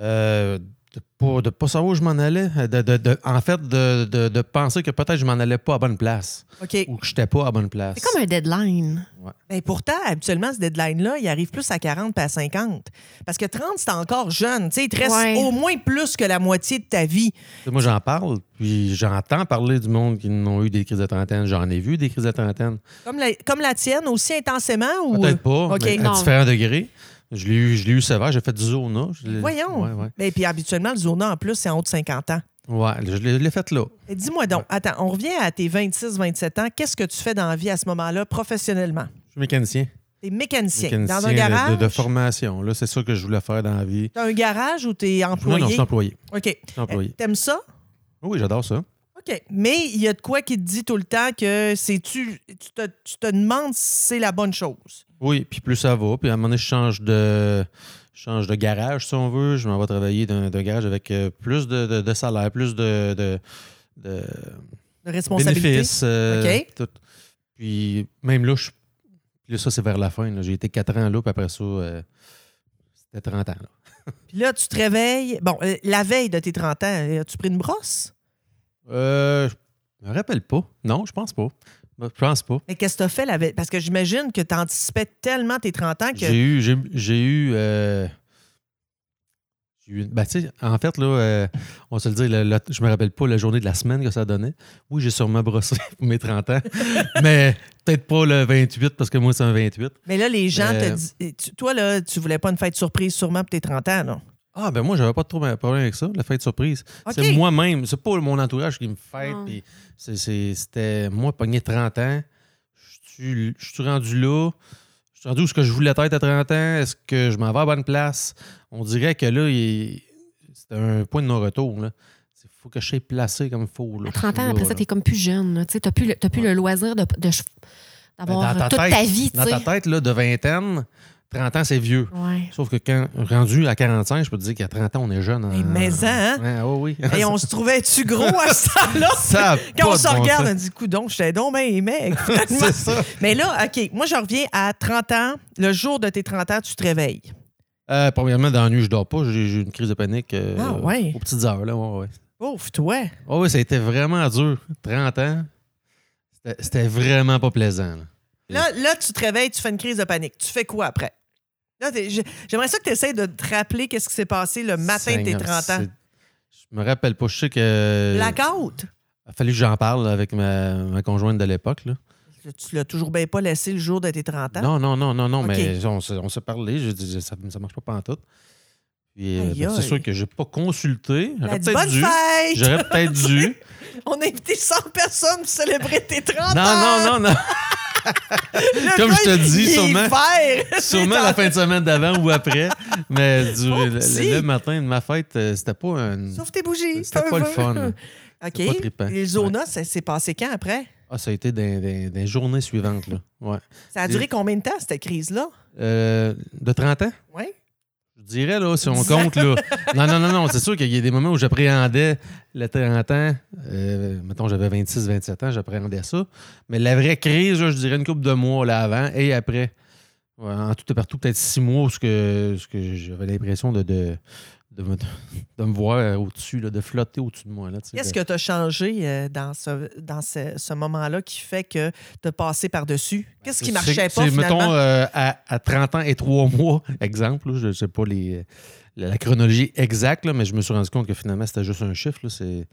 Speaker 5: Euh, de pas, de pas savoir où je m'en allais. De, de- de- en fait, de, de- de penser que peut-être je m'en allais pas à bonne place
Speaker 1: OK.
Speaker 5: ou que j'étais pas à bonne place.
Speaker 3: C'est comme un deadline.
Speaker 1: Ben pourtant, habituellement, ce deadline-là, il arrive plus à 40 pas à 50. Parce que 30, c'est encore jeune. Tu sais, il te reste
Speaker 3: Ouais.
Speaker 1: au moins plus que la moitié de ta vie.
Speaker 5: Moi, j'en parle, puis j'entends parler du monde qui n'ont eu des crises de trentaine. J'en ai vu des crises de trentaine.
Speaker 1: Comme la, comme la tienne, aussi intensément? Ou...
Speaker 5: Peut-être pas,
Speaker 1: OK.
Speaker 5: mais à
Speaker 3: Non.
Speaker 5: différents degrés. Je l'ai eu, je l'ai eu sévère, j'ai fait du zona. Je l'ai-
Speaker 1: Voyons.
Speaker 5: Ouais, ouais.
Speaker 1: Ben, puis habituellement, le zona, en plus, c'est en haut de 50 ans.
Speaker 5: Ouais, je l'ai je l'ai fait là.
Speaker 1: Et Dis-moi donc, attends, on revient à tes 26-27 ans. Qu'est-ce que tu fais dans la vie à ce moment-là, professionnellement?
Speaker 5: Je suis mécanicien.
Speaker 1: T'es mécanicien. dans
Speaker 5: Mécanicien
Speaker 1: un
Speaker 5: de-
Speaker 1: garage?
Speaker 5: de, de formation. Là, c'est ça que je voulais faire dans la vie.
Speaker 1: T'as un garage ou t'es
Speaker 5: Non, non,
Speaker 1: employé? Euh.
Speaker 5: je suis employé.
Speaker 1: OK.
Speaker 5: Je suis employé.
Speaker 1: T'aimes ça?
Speaker 5: Oui, j'adore ça.
Speaker 1: OK. Mais il y a de quoi qui te dit tout le temps que c'est tu, tu, te, tu te demandes si c'est la bonne chose.
Speaker 5: Oui, puis plus ça va. Puis à un moment donné, je change de, je change de garage, si on veut. Je m'en vais travailler dans un garage avec euh, plus de, de- de salaire, plus de, de- de
Speaker 1: De responsabilité.
Speaker 5: bénéfices. euh,
Speaker 1: OK.
Speaker 5: tout. Puis même là, je, puis là, ça, c'est vers la fin. là. J'ai été 4 ans là, puis après ça, euh, c'était 30 ans. là.
Speaker 1: Puis là, tu te réveilles. Bon, euh, la veille de tes 30 ans, euh, as-tu pris une brosse?
Speaker 5: Euh, je me rappelle pas. Non, je pense pas. Je pense pas.
Speaker 1: Mais qu'est-ce que t'as fait la veille? Parce que j'imagine que t'anticipais tellement tes 30 ans que.
Speaker 5: J'ai eu. J'ai, j'ai eu. euh, j'ai eu une- ben, tu sais, en fait, là, euh, on va se le dire, le- le- je me rappelle pas la journée de la semaine que ça donnait. Oui, j'ai sûrement brossé pour mes 30 ans, mais peut-être pas le 28 parce que moi, c'est un 28.
Speaker 1: Mais là, les gens
Speaker 5: Euh,
Speaker 1: te disent. et tu- Toi, là, tu voulais pas une fête surprise sûrement pour tes 30 ans, non?
Speaker 5: Ah, ben moi, j'avais pas de trop de problème avec ça, la fête surprise.
Speaker 1: OK.
Speaker 5: C'est moi-même, c'est pas mon entourage qui me fête.
Speaker 3: Non.
Speaker 5: puis c'est- c'est- C'était moi, pogné 30 ans. Je suis- Je suis rendu là. Je suis rendu où ce que je voulais être à 30 ans. Est-ce que je m'en vais à la bonne place? On dirait que là, il- c'est un point de non-retour. Il faut que je sois placé comme il faut. là.
Speaker 3: À 30 ans,
Speaker 5: Là,
Speaker 3: après ça,
Speaker 5: là.
Speaker 3: t'es comme plus jeune. là. Tu sais, t'as plus, le, t'as plus le loisir de, de ch- d'avoir
Speaker 5: Ben, Dans ta
Speaker 3: toute
Speaker 5: tête.
Speaker 3: ta vie. tu
Speaker 5: Dans
Speaker 3: sais.
Speaker 5: ta tête, là, de vingtaine, 30 ans, c'est vieux.
Speaker 3: Ouais.
Speaker 5: Sauf que quand rendu à 45, je peux te dire qu'à 30 ans, on est jeune. en-
Speaker 1: Eh, mais ça, hein?
Speaker 5: Ouais, ouais, oui.
Speaker 1: Et on se trouvait-tu gros à ça, là?
Speaker 5: Ça a pas
Speaker 1: Quand on
Speaker 5: de
Speaker 1: se
Speaker 5: bon
Speaker 1: regarde,
Speaker 5: sens.
Speaker 1: on dit, coudon, j'étais donc ben mec.
Speaker 5: C'est ça.
Speaker 1: Mais là, OK, moi, je reviens à 30 ans. Le jour de tes 30 ans, tu te réveilles.
Speaker 5: Euh, premièrement, dans la nuit, je dors pas. J'ai j'ai eu une crise de panique euh,
Speaker 1: Ah, ouais.
Speaker 5: aux petites heures. Là, ouais, ouais.
Speaker 1: Ouf, toi.
Speaker 5: Ah oui, ça a été vraiment dur. 30 ans, c'était- c'était vraiment pas plaisant. là.
Speaker 1: Là, là, tu te réveilles, tu fais une crise de panique. Tu fais quoi après? Là, t'es- j'ai- J'aimerais ça que tu essaies de te rappeler qu'est-ce qui s'est passé le matin de tes
Speaker 5: Seigneur,
Speaker 1: 30 ans.
Speaker 5: c'est- euh, Je me rappelle pas. Je sais que.
Speaker 1: Blackout.
Speaker 5: Il a fallu que j'en parle avec ma, ma conjointe de l'époque. là.
Speaker 1: Tu l'as toujours bien pas laissé le jour de tes 30 ans.
Speaker 5: Non, non, non, non, non,
Speaker 1: Ok.
Speaker 5: mais on, s'est- on s'est parlé. Je dis, ça, ça marche pas pantoute. Puis, euh,
Speaker 1: Aïe,
Speaker 5: ben, c'est
Speaker 1: aïe.
Speaker 5: sûr que j'ai pas consulté.
Speaker 1: La
Speaker 5: J'aurais peut-être
Speaker 1: bonne
Speaker 5: dû.
Speaker 1: fête!
Speaker 5: J'aurais peut-être dû.
Speaker 1: On a invité 100 personnes pour célébrer tes 30
Speaker 5: Non,
Speaker 1: ans!
Speaker 5: non, non, non.
Speaker 1: Le
Speaker 5: Comme je te
Speaker 1: gars,
Speaker 5: dis,
Speaker 1: il est
Speaker 5: sûrement-
Speaker 1: vert.
Speaker 5: Sûrement la fin de semaine d'avant ou après. Mais du- le,
Speaker 1: Oupsie.
Speaker 5: le matin de ma fête, euh, c'était pas un.
Speaker 1: Sauf tes bougies.
Speaker 5: C'était
Speaker 1: feu,
Speaker 5: pas le
Speaker 1: feu.
Speaker 5: fun. C'était pas
Speaker 1: OK.
Speaker 5: trippant.
Speaker 1: Les zonas, ça s'est passé quand après?
Speaker 5: Ah, ça a été des, des- des journées suivantes, là. Ouais.
Speaker 1: Ça a
Speaker 5: Les-
Speaker 1: duré combien de temps, cette crise-là?
Speaker 5: Euh, de 30 ans?
Speaker 1: Oui.
Speaker 5: Je dirais, là, si on compte, là. Non, non, non, non. C'est sûr qu'il y a des moments où j'appréhendais le 30 ans. Euh, mettons, j'avais 26, 27 ans, j'appréhendais ça. Mais la vraie crise, là, je dirais une couple de mois, là, avant et après. Ouais, en tout et partout, peut-être six mois, ce que, ce que j'avais l'impression de, de, de me, de me voir euh, au-dessus, là, de flotter au-dessus de moi, là. tu sais,
Speaker 1: Qu'est-ce
Speaker 5: de-
Speaker 1: que tu as changé euh, dans ce, dans ce, ce moment-là qui fait que tu as passé par-dessus? Qu'est-ce qui
Speaker 5: Ben, C'est-
Speaker 1: marchait
Speaker 5: c'est-
Speaker 1: pas finalement?
Speaker 5: Mettons, euh, à, à 30 ans et 3 mois, exemple, là, je ne sais pas les, la, la chronologie exacte, là, mais je me suis rendu compte que finalement, c'était juste un chiffre. Là, c'est...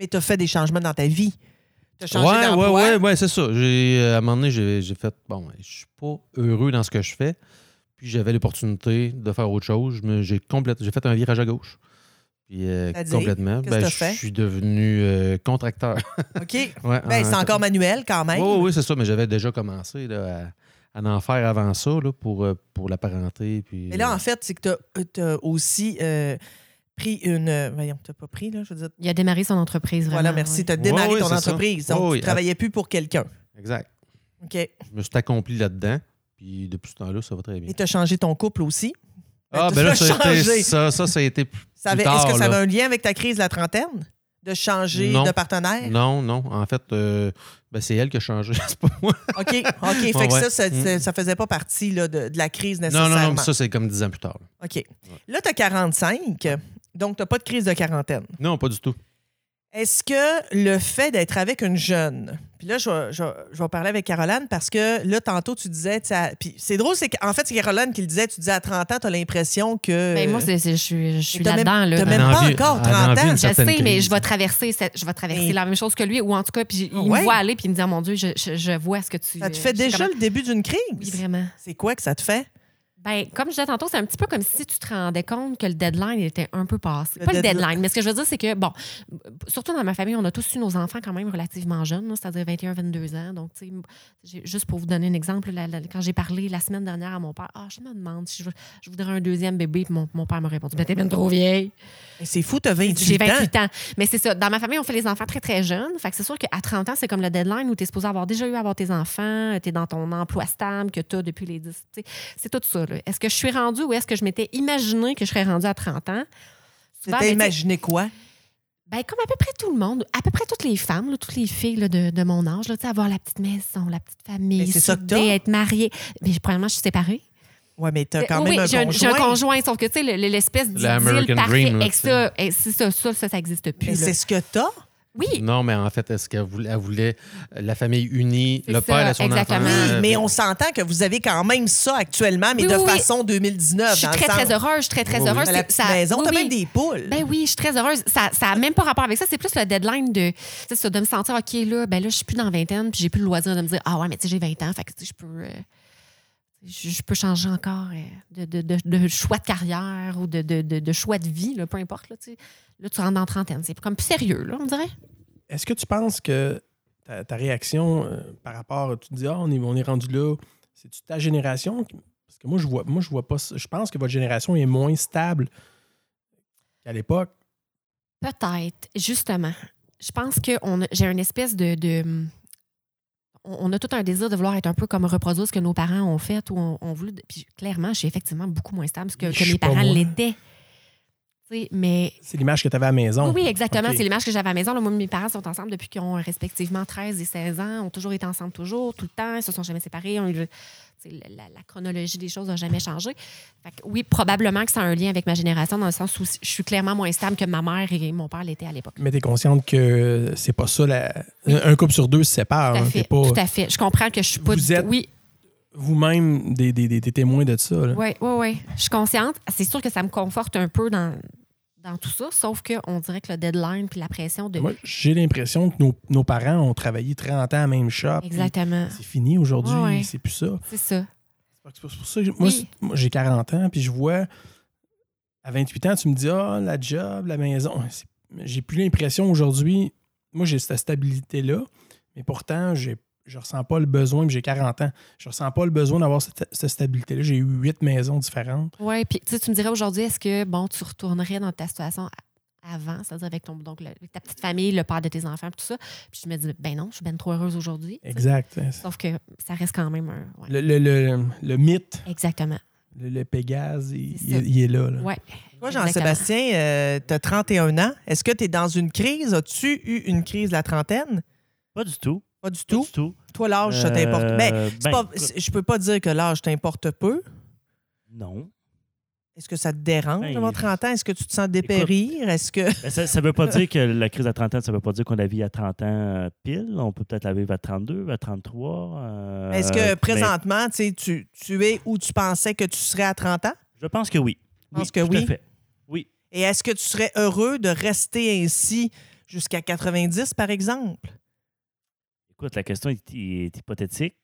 Speaker 1: Mais tu as fait des changements dans ta vie. Tu as changé
Speaker 5: ouais, ouais,
Speaker 1: d'emploi.
Speaker 5: ouais, ouais, c'est ça. J'ai, euh, à un moment donné, j'ai, j'ai fait, bon, ben, je suis pas heureux dans ce que je fais. Puis j'avais l'opportunité de faire autre chose. Je me- j'ai, complète, j'ai fait un virage à gauche. Puis euh,
Speaker 1: C'est-à-dire?
Speaker 5: complètement,
Speaker 1: Qu'est-ce
Speaker 5: ben,
Speaker 1: que t'as
Speaker 5: je
Speaker 1: fait?
Speaker 5: suis devenu euh, contracteur.
Speaker 1: OK.
Speaker 5: Ouais,
Speaker 1: Ben,
Speaker 5: en-
Speaker 1: c'est encore manuel quand même.
Speaker 5: Oui, oui, c'est ça, mais j'avais déjà commencé là, à, à en faire avant ça là, pour, euh, pour la parenté. Puis,
Speaker 1: Mais là, en fait, c'est que tu as, aussi euh, pris une. euh, Voyons, tu pas pris, là, je veux dire.
Speaker 3: Il a démarré son entreprise. Vraiment,
Speaker 1: voilà, merci.
Speaker 3: ouais.
Speaker 1: Tu as démarré
Speaker 5: Ouais,
Speaker 1: ton
Speaker 5: ouais, c'est ça.
Speaker 1: entreprise.
Speaker 5: Ouais,
Speaker 1: Donc,
Speaker 5: ouais,
Speaker 1: tu travaillais plus pour quelqu'un.
Speaker 5: Exact.
Speaker 1: OK. Et
Speaker 5: Je me suis accompli là-dedans. Puis depuis ce temps-là, ça va très bien.
Speaker 1: tu as changé ton couple aussi.
Speaker 5: Ah,
Speaker 1: tout
Speaker 5: ben là,
Speaker 1: ça
Speaker 5: ça,
Speaker 1: a
Speaker 5: a été-
Speaker 1: changé.
Speaker 5: ça, ça, ça a été. plus-
Speaker 1: Ça avait-
Speaker 5: tard,
Speaker 1: Est-ce que ça
Speaker 5: là.
Speaker 1: avait un lien avec ta crise de la trentaine? De changer
Speaker 5: Non.
Speaker 1: de partenaire?
Speaker 5: Non, non. En fait, euh, ben, c'est elle qui a changé. c'est pas moi.
Speaker 1: OK, OK. fait que ça,
Speaker 5: ouais.
Speaker 1: ça,
Speaker 5: Mm.
Speaker 1: ça- ça faisait pas partie là, de, de la crise
Speaker 5: Non,
Speaker 1: nécessairement.
Speaker 5: non, non. mais Ça, c'est comme 10 ans plus tard. là.
Speaker 1: OK. Là, tu as 45, donc tu pas de crise de quarantaine.
Speaker 5: Non, pas du tout.
Speaker 1: Est-ce que le fait d'être avec une jeune, puis là, je vais, je vais- je vais parler avec Caroline parce que là, tantôt, tu disais, tu sais, à- puis c'est drôle, c'est qu'en fait, c'est Caroline qui le disait, tu disais à 30 ans, tu as l'impression que.
Speaker 3: Ben, moi, c'est- c'est- je suis, je suis
Speaker 1: euh, t'as même-
Speaker 3: là-dedans. là.
Speaker 1: t'as même
Speaker 5: Elle
Speaker 1: pas
Speaker 5: envie-
Speaker 1: encore
Speaker 5: elle
Speaker 1: 30
Speaker 5: envie
Speaker 1: ans.
Speaker 5: une
Speaker 1: Je
Speaker 3: Je sais,
Speaker 5: certaine
Speaker 3: mais
Speaker 5: crise.
Speaker 3: je vais traverser, cette- je vais traverser
Speaker 1: Et-
Speaker 3: la même chose que lui, ou en tout cas, puis il
Speaker 1: Ouais.
Speaker 3: me voit aller, puis il me dit, Ah, mon Dieu, je, je- je vois ce que tu...
Speaker 1: Ça te
Speaker 3: euh,
Speaker 1: fait
Speaker 3: je sais
Speaker 1: déjà
Speaker 3: comment-
Speaker 1: le début d'une
Speaker 3: Oui,
Speaker 1: crise?
Speaker 3: vraiment.
Speaker 1: c'est quoi que ça te fait?
Speaker 3: Ben, comme je disais tantôt, c'est un petit peu comme si tu te rendais compte que le deadline était un peu passé.
Speaker 1: Le
Speaker 3: Pas le
Speaker 1: deadline.
Speaker 3: deadline, mais ce que je veux dire, c'est que, bon, surtout dans ma famille, on a tous eu nos enfants quand même relativement jeunes, là, c'est-à-dire 21, 22 ans. Donc, tu sais, j'ai- juste pour vous donner un exemple, la- la- quand j'ai parlé la semaine dernière à mon père, ah, je me demande si je, veux- je voudrais un deuxième bébé, puis mon, mon père m'a répondu, ben, t'es bien trop vieille.
Speaker 1: Et C'est fou, t'as 28,
Speaker 3: J'ai
Speaker 1: ans.
Speaker 3: 28 ans. Mais c'est ça. Dans ma famille, on fait les enfants très, très jeunes. Fait que c'est sûr qu'à 30 ans, c'est comme le deadline où tu es supposé avoir déjà eu à avoir tes enfants, tu es dans ton emploi stable que tu as depuis les 10. tu sais. C'est tout ça. là. Est-ce que je suis rendue ou est-ce que je m'étais imaginé que je serais rendue à 30 ans?
Speaker 1: Tu
Speaker 3: Souvent,
Speaker 1: t'es
Speaker 3: ben, tu sais,
Speaker 1: imaginé quoi?
Speaker 3: ben, comme à peu près tout le monde, à peu près toutes les femmes, là, toutes les filles là, de, de mon âge, là, tu sais, avoir la petite maison, la petite
Speaker 1: Mais
Speaker 3: famille,
Speaker 1: c'est ça que t'as.
Speaker 3: soudée, être mariée. Mais premièrement, je suis séparée.
Speaker 1: Ouais, mais t'as quand
Speaker 3: Euh, Oui,
Speaker 1: même
Speaker 3: oui,
Speaker 1: un
Speaker 3: j'ai j'ai un
Speaker 1: conjoint.
Speaker 3: conjoint, sauf que tu sais, le- le- l'espèce
Speaker 5: American
Speaker 3: d'idylle parfait,
Speaker 5: dream, là,
Speaker 3: avec
Speaker 5: tu sais.
Speaker 3: ça, et c'est ça, ça, ça, ça n'existe plus.
Speaker 1: Mais
Speaker 3: là.
Speaker 1: c'est ce que t'as?
Speaker 3: Oui,
Speaker 5: Non, mais en fait, est-ce qu'elle voulait, elle voulait la famille unie,
Speaker 3: C'est
Speaker 5: le
Speaker 3: ça,
Speaker 5: père à son
Speaker 3: exactement.
Speaker 5: enfant?
Speaker 1: Oui,
Speaker 5: euh,
Speaker 1: mais on s'entend que vous avez quand même ça actuellement, mais
Speaker 3: ben, Oui,
Speaker 1: de
Speaker 3: oui, oui.
Speaker 1: façon 2019.
Speaker 3: Je suis
Speaker 1: dans le
Speaker 3: très,
Speaker 1: sens-
Speaker 3: très heureuse. Je suis très, très
Speaker 5: Oui, oui.
Speaker 3: heureuse.
Speaker 1: T'as la
Speaker 3: C'est-
Speaker 1: petite
Speaker 3: ça-
Speaker 1: maison,
Speaker 3: oui,
Speaker 1: t'as
Speaker 3: oui.
Speaker 1: même des poules.
Speaker 3: Ben oui, je suis très heureuse. Ça n'a même pas rapport avec ça. C'est plus le deadline de, c'est ça, de me sentir, OK, là, ben là, je suis plus dans la vingtaine, puis j'ai plus le loisir de me dire, ah ouais, mais tu sais, j'ai 20 ans, fait que tu sais, je peux, euh, je, je peux changer encore euh, de, de- de- de choix de carrière ou de, de- de- de choix de vie, là, peu importe. Là, tu sais. Là, tu rentres dans la trentaine. C'est comme plus sérieux, là, on dirait.
Speaker 4: Est-ce que tu penses que ta, ta réaction euh, par rapport, tu te dis, ah, on, est, on est rendu là, c'est ta génération? qui- Parce que moi, je vois, moi, je vois pas ça. Je pense que votre génération est moins stable qu'à l'époque.
Speaker 3: Peut-être, justement. Je pense que on a- j'ai une espèce de. de- on on a tout un désir de vouloir être un peu comme reproduire ce que nos parents ont fait ou ont, ont voulu. Puis clairement, je suis effectivement beaucoup moins stable que,
Speaker 4: Je
Speaker 3: que
Speaker 4: suis
Speaker 3: mes
Speaker 4: pas
Speaker 3: parents
Speaker 4: moi.
Speaker 3: l'étaient. Tu Tu sais, Mais
Speaker 4: C'est l'image que tu avais à la maison.
Speaker 3: oui, oui, exactement.
Speaker 4: OK.
Speaker 3: C'est l'image que j'avais à la maison. Là, moi, mes parents sont ensemble depuis qu'ils ont euh, respectivement 13 et 16 ans. Ils ont toujours été ensemble, toujours, tout le temps. Ils se sont jamais séparés. Ils ont eu le- tu sais, la, la chronologie des choses n'a jamais changé. Fait que oui, probablement que ça a un lien avec ma génération, dans le sens où je suis clairement moins stable que ma mère et mon père l'étaient à l'époque.
Speaker 4: Mais tu es consciente que c'est pas ça. la- Un couple sur deux se sépare.
Speaker 3: Tout à
Speaker 4: hein.
Speaker 3: fait.
Speaker 4: T'es pas
Speaker 3: Tout à fait. Je comprends que je suis pas.
Speaker 4: Vous
Speaker 3: du tout-
Speaker 4: êtes-
Speaker 3: Oui,
Speaker 4: vous-même des, des- des- des témoins de ça. là.
Speaker 3: oui, oui, oui. Je suis consciente. C'est sûr que ça me conforte un peu dans, dans tout ça, sauf qu'on dirait que le deadline puis la pression de.
Speaker 4: Moi, j'ai l'impression que nos, nos parents ont travaillé 30 ans à la même shop.
Speaker 3: Exactement.
Speaker 4: C'est fini aujourd'hui,
Speaker 3: Ouais, ouais.
Speaker 4: c'est plus ça.
Speaker 3: C'est ça.
Speaker 4: C'est pour ça que moi,
Speaker 3: Oui.
Speaker 4: c'est- moi, j'ai 40 ans, puis je vois, à 28 ans, tu me dis, ah, la job, la maison. C'est- J'ai plus l'impression aujourd'hui, moi, j'ai cette stabilité-là, mais pourtant, j'ai je ressens pas le besoin, puis j'ai 40 ans. Je ressens pas le besoin d'avoir cette, cette stabilité-là. J'ai eu huit maisons différentes.
Speaker 3: Oui, puis tu sais, tu me dirais aujourd'hui, est-ce que bon, tu retournerais dans ta situation a- avant, c'est-à-dire avec ton donc le- avec ta petite famille, le père de tes enfants, puis tout ça. Puis je me dis, ben non, je suis ben trop heureuse aujourd'hui. tu sais.
Speaker 4: Exact.
Speaker 3: Sauf que ça reste quand même un. ouais.
Speaker 4: Le, le- le- le mythe,
Speaker 3: Exactement.
Speaker 4: le, le Pégase, il,
Speaker 3: C'est
Speaker 4: il
Speaker 3: ça.
Speaker 4: est- il est là. là.
Speaker 3: Ouais.
Speaker 1: Toi,
Speaker 3: Exactement.
Speaker 1: Jean-Sébastien, euh, tu as 31 ans. Est-ce que tu es dans une crise? As-tu eu une crise de la trentaine?
Speaker 2: Pas du tout.
Speaker 1: Pas du
Speaker 2: Pas
Speaker 1: tout. Ah,
Speaker 2: du tout.
Speaker 1: Toi, l'âge, ça t'importe.
Speaker 2: Euh,
Speaker 1: Ben, c'est
Speaker 2: ben,
Speaker 1: pas-
Speaker 2: écoute,
Speaker 1: c'est- je peux pas dire que l'âge t'importe peu.
Speaker 2: Non.
Speaker 1: Est-ce que ça te dérange
Speaker 2: Ben,
Speaker 1: d'avoir 30 ans? Est-ce que tu te sens dépérir? Est-ce que.
Speaker 2: Ben, ça ne veut pas dire que la crise à 30 ans, ça ne veut pas dire qu'on la vit à 30 ans euh, pile. On peut peut-être la vivre à 32, à 33. euh,
Speaker 1: Est-ce
Speaker 2: mais
Speaker 1: que présentement, tu sais, tu, tu es où tu pensais que tu serais à 30 ans?
Speaker 2: Je pense que oui. Je
Speaker 1: pense que oui. Et est-ce que tu serais heureux de rester ainsi jusqu'à 90, par exemple?
Speaker 2: Écoute, la question est, est hypothétique.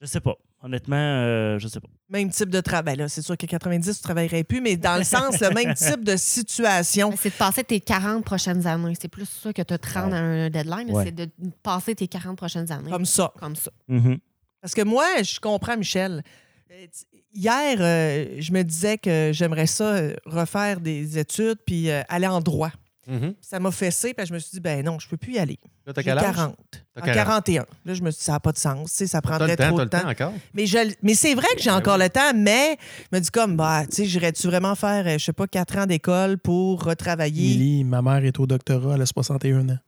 Speaker 2: Je sais pas. Honnêtement, euh, je sais pas.
Speaker 1: Même type de travail. Ben Là, c'est sûr qu'à 90, tu ne travaillerais plus, mais dans le sens, le même type de situation.
Speaker 3: Ben, C'est de passer tes 40 prochaines années. C'est plus ça que tu te rendre à un deadline. là.
Speaker 2: Ouais.
Speaker 3: C'est de passer tes 40 prochaines années
Speaker 1: Comme
Speaker 3: comme,
Speaker 1: ça.
Speaker 3: ça.
Speaker 1: Mm-hmm.
Speaker 2: Mhm.
Speaker 1: Parce que moi, je comprends, Michel. Euh, t- Hier, euh, je me disais que j'aimerais ça euh, refaire des études puis euh, aller en droit.
Speaker 5: Mhm.
Speaker 1: Ça m'a fessé, puis je me suis dit, ben non, je peux plus y aller.
Speaker 5: Là, t'as
Speaker 1: J'ai
Speaker 5: quel âge?
Speaker 1: 40.
Speaker 5: T'as
Speaker 1: En
Speaker 5: 40.
Speaker 1: 41. Là, je me suis dit, ça n'a pas de sens. tu sais, ça
Speaker 5: T'as
Speaker 1: prendrait
Speaker 5: le temps,
Speaker 1: trop
Speaker 5: t'as
Speaker 1: de
Speaker 5: le
Speaker 1: temps.
Speaker 5: temps encore.
Speaker 1: Mais, je- mais c'est vrai que j'ai
Speaker 5: Ben
Speaker 1: encore
Speaker 5: oui.
Speaker 1: le temps, mais je me dis comme, bah, tu sais, j'irais-tu vraiment faire, euh, je sais pas, quatre ans d'école pour retravailler?
Speaker 4: Émilie, ma mère est au doctorat, elle a 61 ans.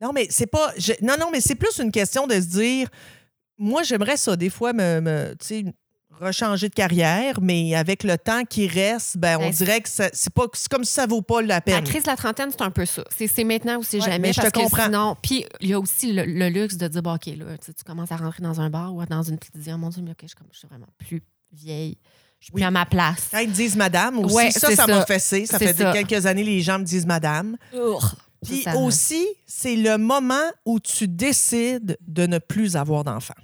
Speaker 1: Non, mais c'est pas. je- non, non, mais c'est plus une question de se dire. Moi, j'aimerais ça, des fois, me, me, tu sais, rechanger de carrière, mais avec le temps qui reste, ben, on
Speaker 3: Ben, c'est-
Speaker 1: dirait que ça- c'est pas. C'est comme si ça vaut pas la
Speaker 3: La
Speaker 1: peine.
Speaker 3: crise de la trentaine, c'est un peu ça. C'est c'est maintenant ou c'est
Speaker 1: Ouais,
Speaker 3: jamais.
Speaker 1: mais je
Speaker 3: parce
Speaker 1: te
Speaker 3: que
Speaker 1: comprends.
Speaker 3: Sinon, puis il y a aussi le, le luxe de dire, bon, OK, là, tu sais, tu commences à rentrer dans un bar ou dans une petite tu te dis, oh mon Dieu, mais OK, je, suis comme- je suis vraiment plus vieille. Je suis
Speaker 1: Oui.
Speaker 3: plus à ma place.
Speaker 1: Quand ils disent madame aussi,
Speaker 3: Ouais,
Speaker 1: ça,
Speaker 3: c'est
Speaker 1: ça m'a
Speaker 3: ça.
Speaker 1: fessé. Ça
Speaker 3: C'est
Speaker 1: fait
Speaker 3: ça.
Speaker 1: quelques années, les gens me disent madame.
Speaker 3: Urgh.
Speaker 1: Puis
Speaker 3: Ça, ça-
Speaker 1: aussi, c'est le moment où tu décides de ne plus avoir d'enfants.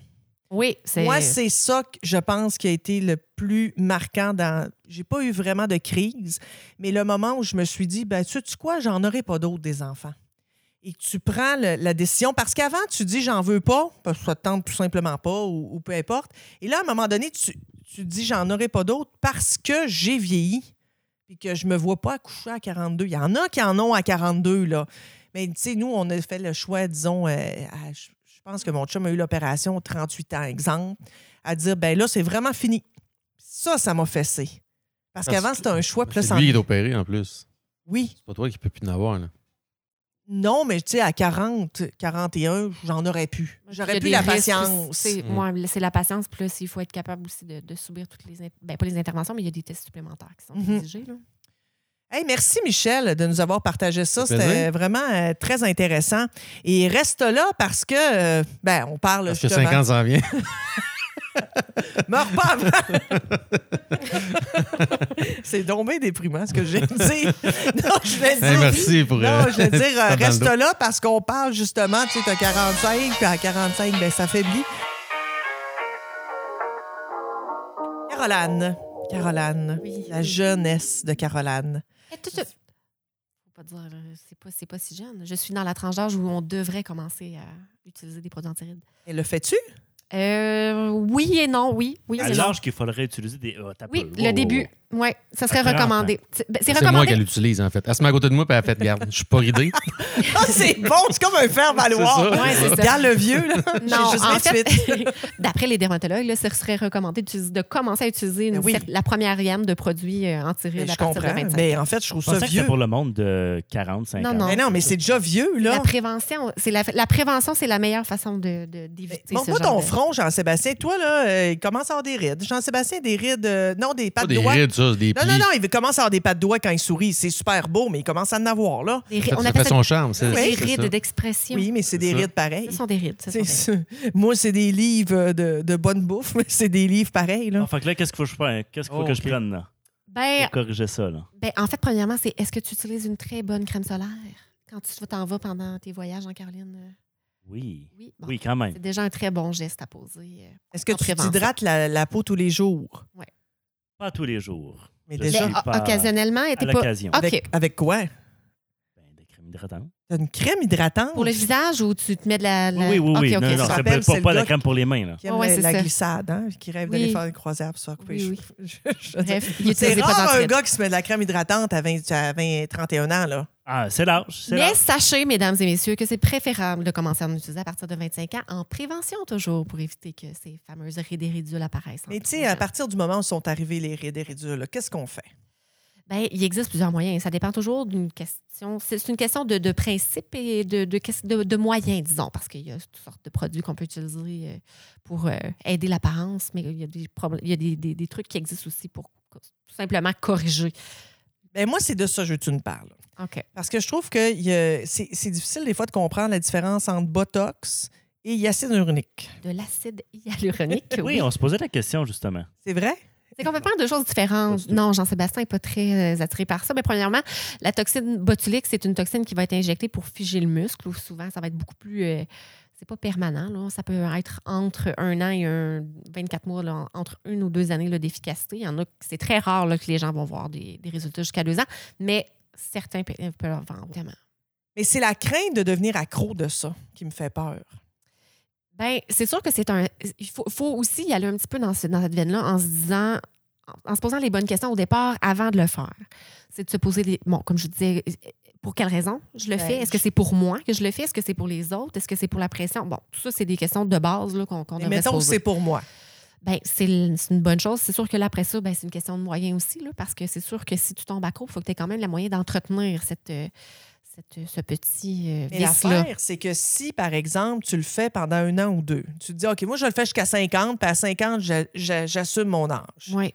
Speaker 3: Oui, c'est.
Speaker 1: Moi, c'est ça que je pense qui a été le plus marquant dans. J'ai pas eu vraiment de crise, mais le moment où je me suis dit, ben, tu sais quoi, j'en aurai pas d'autres des enfants. Et que tu prends le- la décision, parce qu'avant, tu dis, j'en veux pas, parce que ça te tente tout simplement pas, ou, ou peu importe. Et là, à un moment donné, tu, tu dis, j'en aurai pas d'autres parce que j'ai vieilli, puis que je me vois pas accoucher à 42. Il y en a qui en ont à 42, là. Mais tu sais, nous, on a fait le choix, disons, euh, à- je je pense que mon chum a eu l'opération 38 ans, exemple, à dire, ben là, c'est vraiment fini. Ça, ça m'a fessé. Parce,
Speaker 5: Parce
Speaker 1: qu'avant,
Speaker 5: que-
Speaker 1: c'était un choix, puis là,
Speaker 5: C'est
Speaker 1: c'en
Speaker 5: lui qui
Speaker 1: est-
Speaker 5: est opéré en plus.
Speaker 1: Oui.
Speaker 5: C'est pas toi qui peux plus en avoir. Là.
Speaker 1: Non, mais tu sais, à 40, 41, j'en aurais pu. J'aurais pu la patience.
Speaker 3: C'est
Speaker 5: Mm.
Speaker 3: ouais, c'est la patience, plus il faut être capable aussi de, de subir toutes les. in- Ben, pas les interventions, mais il y a des tests supplémentaires qui sont
Speaker 1: Mhm.
Speaker 3: exigés. là.
Speaker 1: Hey, merci Michel de nous avoir partagé ça.
Speaker 5: Ça fait plaisir.
Speaker 1: C'était vraiment euh, très intéressant. Et reste là parce que, euh, ben, on parle
Speaker 5: Parce que
Speaker 1: justement.
Speaker 5: 50 s'en vient.
Speaker 1: Meurs pas avant. C'est dommé déprimant ce que j'ai dit. Non, je vais
Speaker 5: Hey,
Speaker 1: dire.
Speaker 5: merci pour. euh,
Speaker 1: Non, je vais dire, euh,
Speaker 5: Pas dans le
Speaker 1: reste
Speaker 5: dos.
Speaker 1: là parce qu'on parle justement, tu sais, t'as 45, puis à 45, ben ça faiblit. Caroline, Caroline,
Speaker 3: Oui.
Speaker 1: la jeunesse de Caroline.
Speaker 3: Eh, tout de suite. Faut pas dire, euh, c'est pas, c'est pas si jeune. Je suis dans la tranche d'âge où on devrait commencer à utiliser des produits antirides.
Speaker 1: Et le fais-tu?
Speaker 3: Euh, oui et non, oui. oui
Speaker 2: À
Speaker 3: et non.
Speaker 2: l'âge qu'il faudrait utiliser des. oh, t'as
Speaker 3: Oui,
Speaker 2: peu.
Speaker 3: le
Speaker 2: Wow,
Speaker 3: début. Oui, ça serait
Speaker 2: 30 ans.
Speaker 3: recommandé. C'est ben, c'est
Speaker 5: C'est moi
Speaker 3: recommandé.
Speaker 5: qu'elle l'utilise, en fait. Elle se met à côté de moi, puis elle fait Garde, je suis pas ridée.
Speaker 1: Ah, c'est bon, c'est comme un faire-valoir.
Speaker 5: C'est
Speaker 3: ça. Ouais, c'est ça.
Speaker 1: Regarde le vieux, là.
Speaker 3: Non,
Speaker 1: J'ai juste
Speaker 3: en
Speaker 1: les
Speaker 3: fait,
Speaker 1: suites.
Speaker 3: d'après les dermatologues, là, ce serait recommandé d'utiliser- de commencer à utiliser une
Speaker 1: Ben oui.
Speaker 3: cer- la première gamme de produits euh,
Speaker 1: Mais
Speaker 3: antirides à
Speaker 1: je
Speaker 3: partir de
Speaker 1: comprends.
Speaker 3: 25.
Speaker 1: Mais en fait, je trouve
Speaker 2: Je
Speaker 1: ça
Speaker 2: pensais que
Speaker 1: vieux.
Speaker 2: c'était pour le monde de 40, 50.
Speaker 3: Non, non.
Speaker 1: Mais non, mais c'est déjà vieux,
Speaker 3: La
Speaker 1: là.
Speaker 3: prévention, c'est la, la prévention, c'est la meilleure façon de de- d'éviter ce
Speaker 1: Ben, Montre-moi
Speaker 3: genre
Speaker 1: ton
Speaker 3: de-
Speaker 1: front, Jean-Sébastien. Toi, là, euh, il commence à avoir des rides. Jean-Sébastien, des rides, euh, non, des
Speaker 5: Pas
Speaker 1: pattes de
Speaker 5: des
Speaker 1: doigts.
Speaker 5: rides, ça, c'est des
Speaker 1: Non,
Speaker 5: plis.
Speaker 1: non, non, il commence à avoir des pattes de doigts quand il sourit. C'est super beau, mais il commence à en avoir, là.
Speaker 3: Des ri-
Speaker 5: Ça
Speaker 3: on
Speaker 5: fait
Speaker 3: appelle ça
Speaker 5: son charme. c'est-
Speaker 3: des
Speaker 5: c'est
Speaker 3: rides
Speaker 5: ça.
Speaker 3: d'expression.
Speaker 1: Oui, mais c'est des
Speaker 5: ça.
Speaker 1: rides pareilles.
Speaker 3: Ce sont des rides. ce sont
Speaker 1: C'est-
Speaker 3: des rides.
Speaker 1: c'est- Moi, c'est des livres euh, de, de bonne bouffe, mais c'est des livres pareils, là.
Speaker 2: Ah, fait que là, qu'est-ce qu'il faut que je prenne? Qu'est-ce qu'il faut
Speaker 5: Oh,
Speaker 2: que je
Speaker 5: ok.
Speaker 2: prenne là,
Speaker 3: Ben,
Speaker 2: pour corriger ça? Là?
Speaker 3: ben, en fait, premièrement, c'est est-ce que tu utilises une très bonne crème solaire quand tu t'en vas pendant tes voyages en Caroline?
Speaker 2: Oui.
Speaker 3: Euh, Oui, bon,
Speaker 2: Oui, quand
Speaker 3: c'est
Speaker 2: même.
Speaker 3: déjà un très bon geste à poser. euh.
Speaker 1: Est-ce que
Speaker 3: en
Speaker 1: tu
Speaker 3: prévention.
Speaker 1: t'hydrates la, la peau tous les jours?
Speaker 2: Pas tous les jours.
Speaker 1: Mais
Speaker 2: Je
Speaker 1: déjà,
Speaker 2: suis
Speaker 3: Mais o-
Speaker 2: pas-
Speaker 3: occasionnellement,
Speaker 2: À
Speaker 3: était pas.
Speaker 2: l'occasion.
Speaker 3: Ah,
Speaker 1: avec,
Speaker 3: OK.
Speaker 1: avec quoi?
Speaker 2: Ben, des crèmes hydratantes.
Speaker 1: T'as une crème hydratante?
Speaker 3: Pour le visage ou tu te mets de la. la-
Speaker 2: Oui, oui, oui.
Speaker 3: Ok,
Speaker 2: oui. non, non,
Speaker 3: ok,
Speaker 1: ça
Speaker 3: c'est-
Speaker 2: c'est
Speaker 1: rappelle,
Speaker 2: pas,
Speaker 1: c'est
Speaker 2: pas,
Speaker 1: le
Speaker 2: pas la
Speaker 1: gars
Speaker 2: crème pour les mains. Là.
Speaker 1: Qui aime
Speaker 3: Ouais,
Speaker 1: la-
Speaker 3: c'est
Speaker 1: la
Speaker 3: ça.
Speaker 1: glissade, hein, qui rêve
Speaker 3: Oui.
Speaker 1: d'aller faire une croisière pour se faire couper les
Speaker 3: Oui,
Speaker 1: cheveux. Je- je- je-
Speaker 3: Bref, il
Speaker 1: C'est
Speaker 3: utilisait pas
Speaker 1: rare un
Speaker 3: d'entraide.
Speaker 1: gars qui se met de la crème hydratante à 20, à 20 31 ans, là.
Speaker 2: Ah, c'est large. C'est
Speaker 3: Mais
Speaker 2: large.
Speaker 3: sachez, mesdames et messieurs, que c'est préférable de commencer à en utiliser à partir de 25 ans, en prévention toujours, pour éviter que ces fameuses rides et ridules apparaissent. en
Speaker 1: Mais tu sais,
Speaker 3: trop
Speaker 1: à
Speaker 3: jeune.
Speaker 1: partir du moment où sont arrivés les rides et ridules, là, qu'est-ce qu'on fait?
Speaker 3: Ben, il existe plusieurs moyens. Ça dépend toujours d'une question. C'est c'est une question de, de principe et de, de, ques- de- de moyens, disons, parce qu'il y a toutes sortes de produits qu'on peut utiliser euh, pour euh, aider l'apparence, mais il y a, des, problèmes- il y a des, des- des trucs qui existent aussi pour co- tout simplement corriger.
Speaker 1: Ben moi, c'est de ça que je veux que tu me parles.
Speaker 3: OK.
Speaker 1: Parce que je trouve que il y a- c'est c'est difficile des fois de comprendre la différence entre Botox et hyacine urinique.
Speaker 3: De l'acide hyaluronique.
Speaker 2: Oui, on se posait la question, justement.
Speaker 1: C'est vrai?
Speaker 3: C'est complètement deux choses différentes. Non, Jean-Sébastien n'est pas très euh, attiré par ça. Mais premièrement, la toxine botulique, c'est une toxine qui va être injectée pour figer le muscle. Ou souvent, ça va être beaucoup plus. euh, c'est pas permanent. là. Ça peut être entre un an et un 24 mois, là, entre une ou deux années là, d'efficacité. Il y en a, que- c'est très rare là, que les gens vont voir des, des résultats jusqu'à deux ans, mais certains pe- peuvent en vendre. vraiment.
Speaker 1: Mais c'est la crainte de devenir accro de ça qui me fait peur.
Speaker 3: Ben, c'est sûr que c'est un. Il faut, faut aussi y aller un petit peu dans, ce- dans cette veine-là en se disant, en, en se posant les bonnes questions au départ avant de le faire. C'est de se poser des. Bon, comme je disais, pour quelle raison je le
Speaker 1: Ben,
Speaker 3: fais? Est-ce que
Speaker 1: je-
Speaker 3: c'est pour moi que je le fais? Est-ce que c'est pour les autres? Est-ce que c'est pour la pression? Bon, tout ça, c'est des questions de base là, qu'on qu'on
Speaker 1: Mais
Speaker 3: devrait se
Speaker 1: mettons,
Speaker 3: poser.
Speaker 1: c'est pour moi.
Speaker 3: Ben, c'est l- c'est une bonne chose. C'est sûr que là, après ça, ben, c'est une question de moyens aussi, là, parce que c'est sûr que si tu tombes accro, il faut que tu aies quand même le moyen d'entretenir cette, euh, cette, ce petit euh,
Speaker 1: Mais
Speaker 3: vice-là.
Speaker 1: l'affaire, c'est que si, par exemple, tu le fais pendant un an ou deux, tu te dis, OK, moi, je le fais jusqu'à 50, puis à 50, j'a- j'a- j'assume mon âge.
Speaker 3: Oui.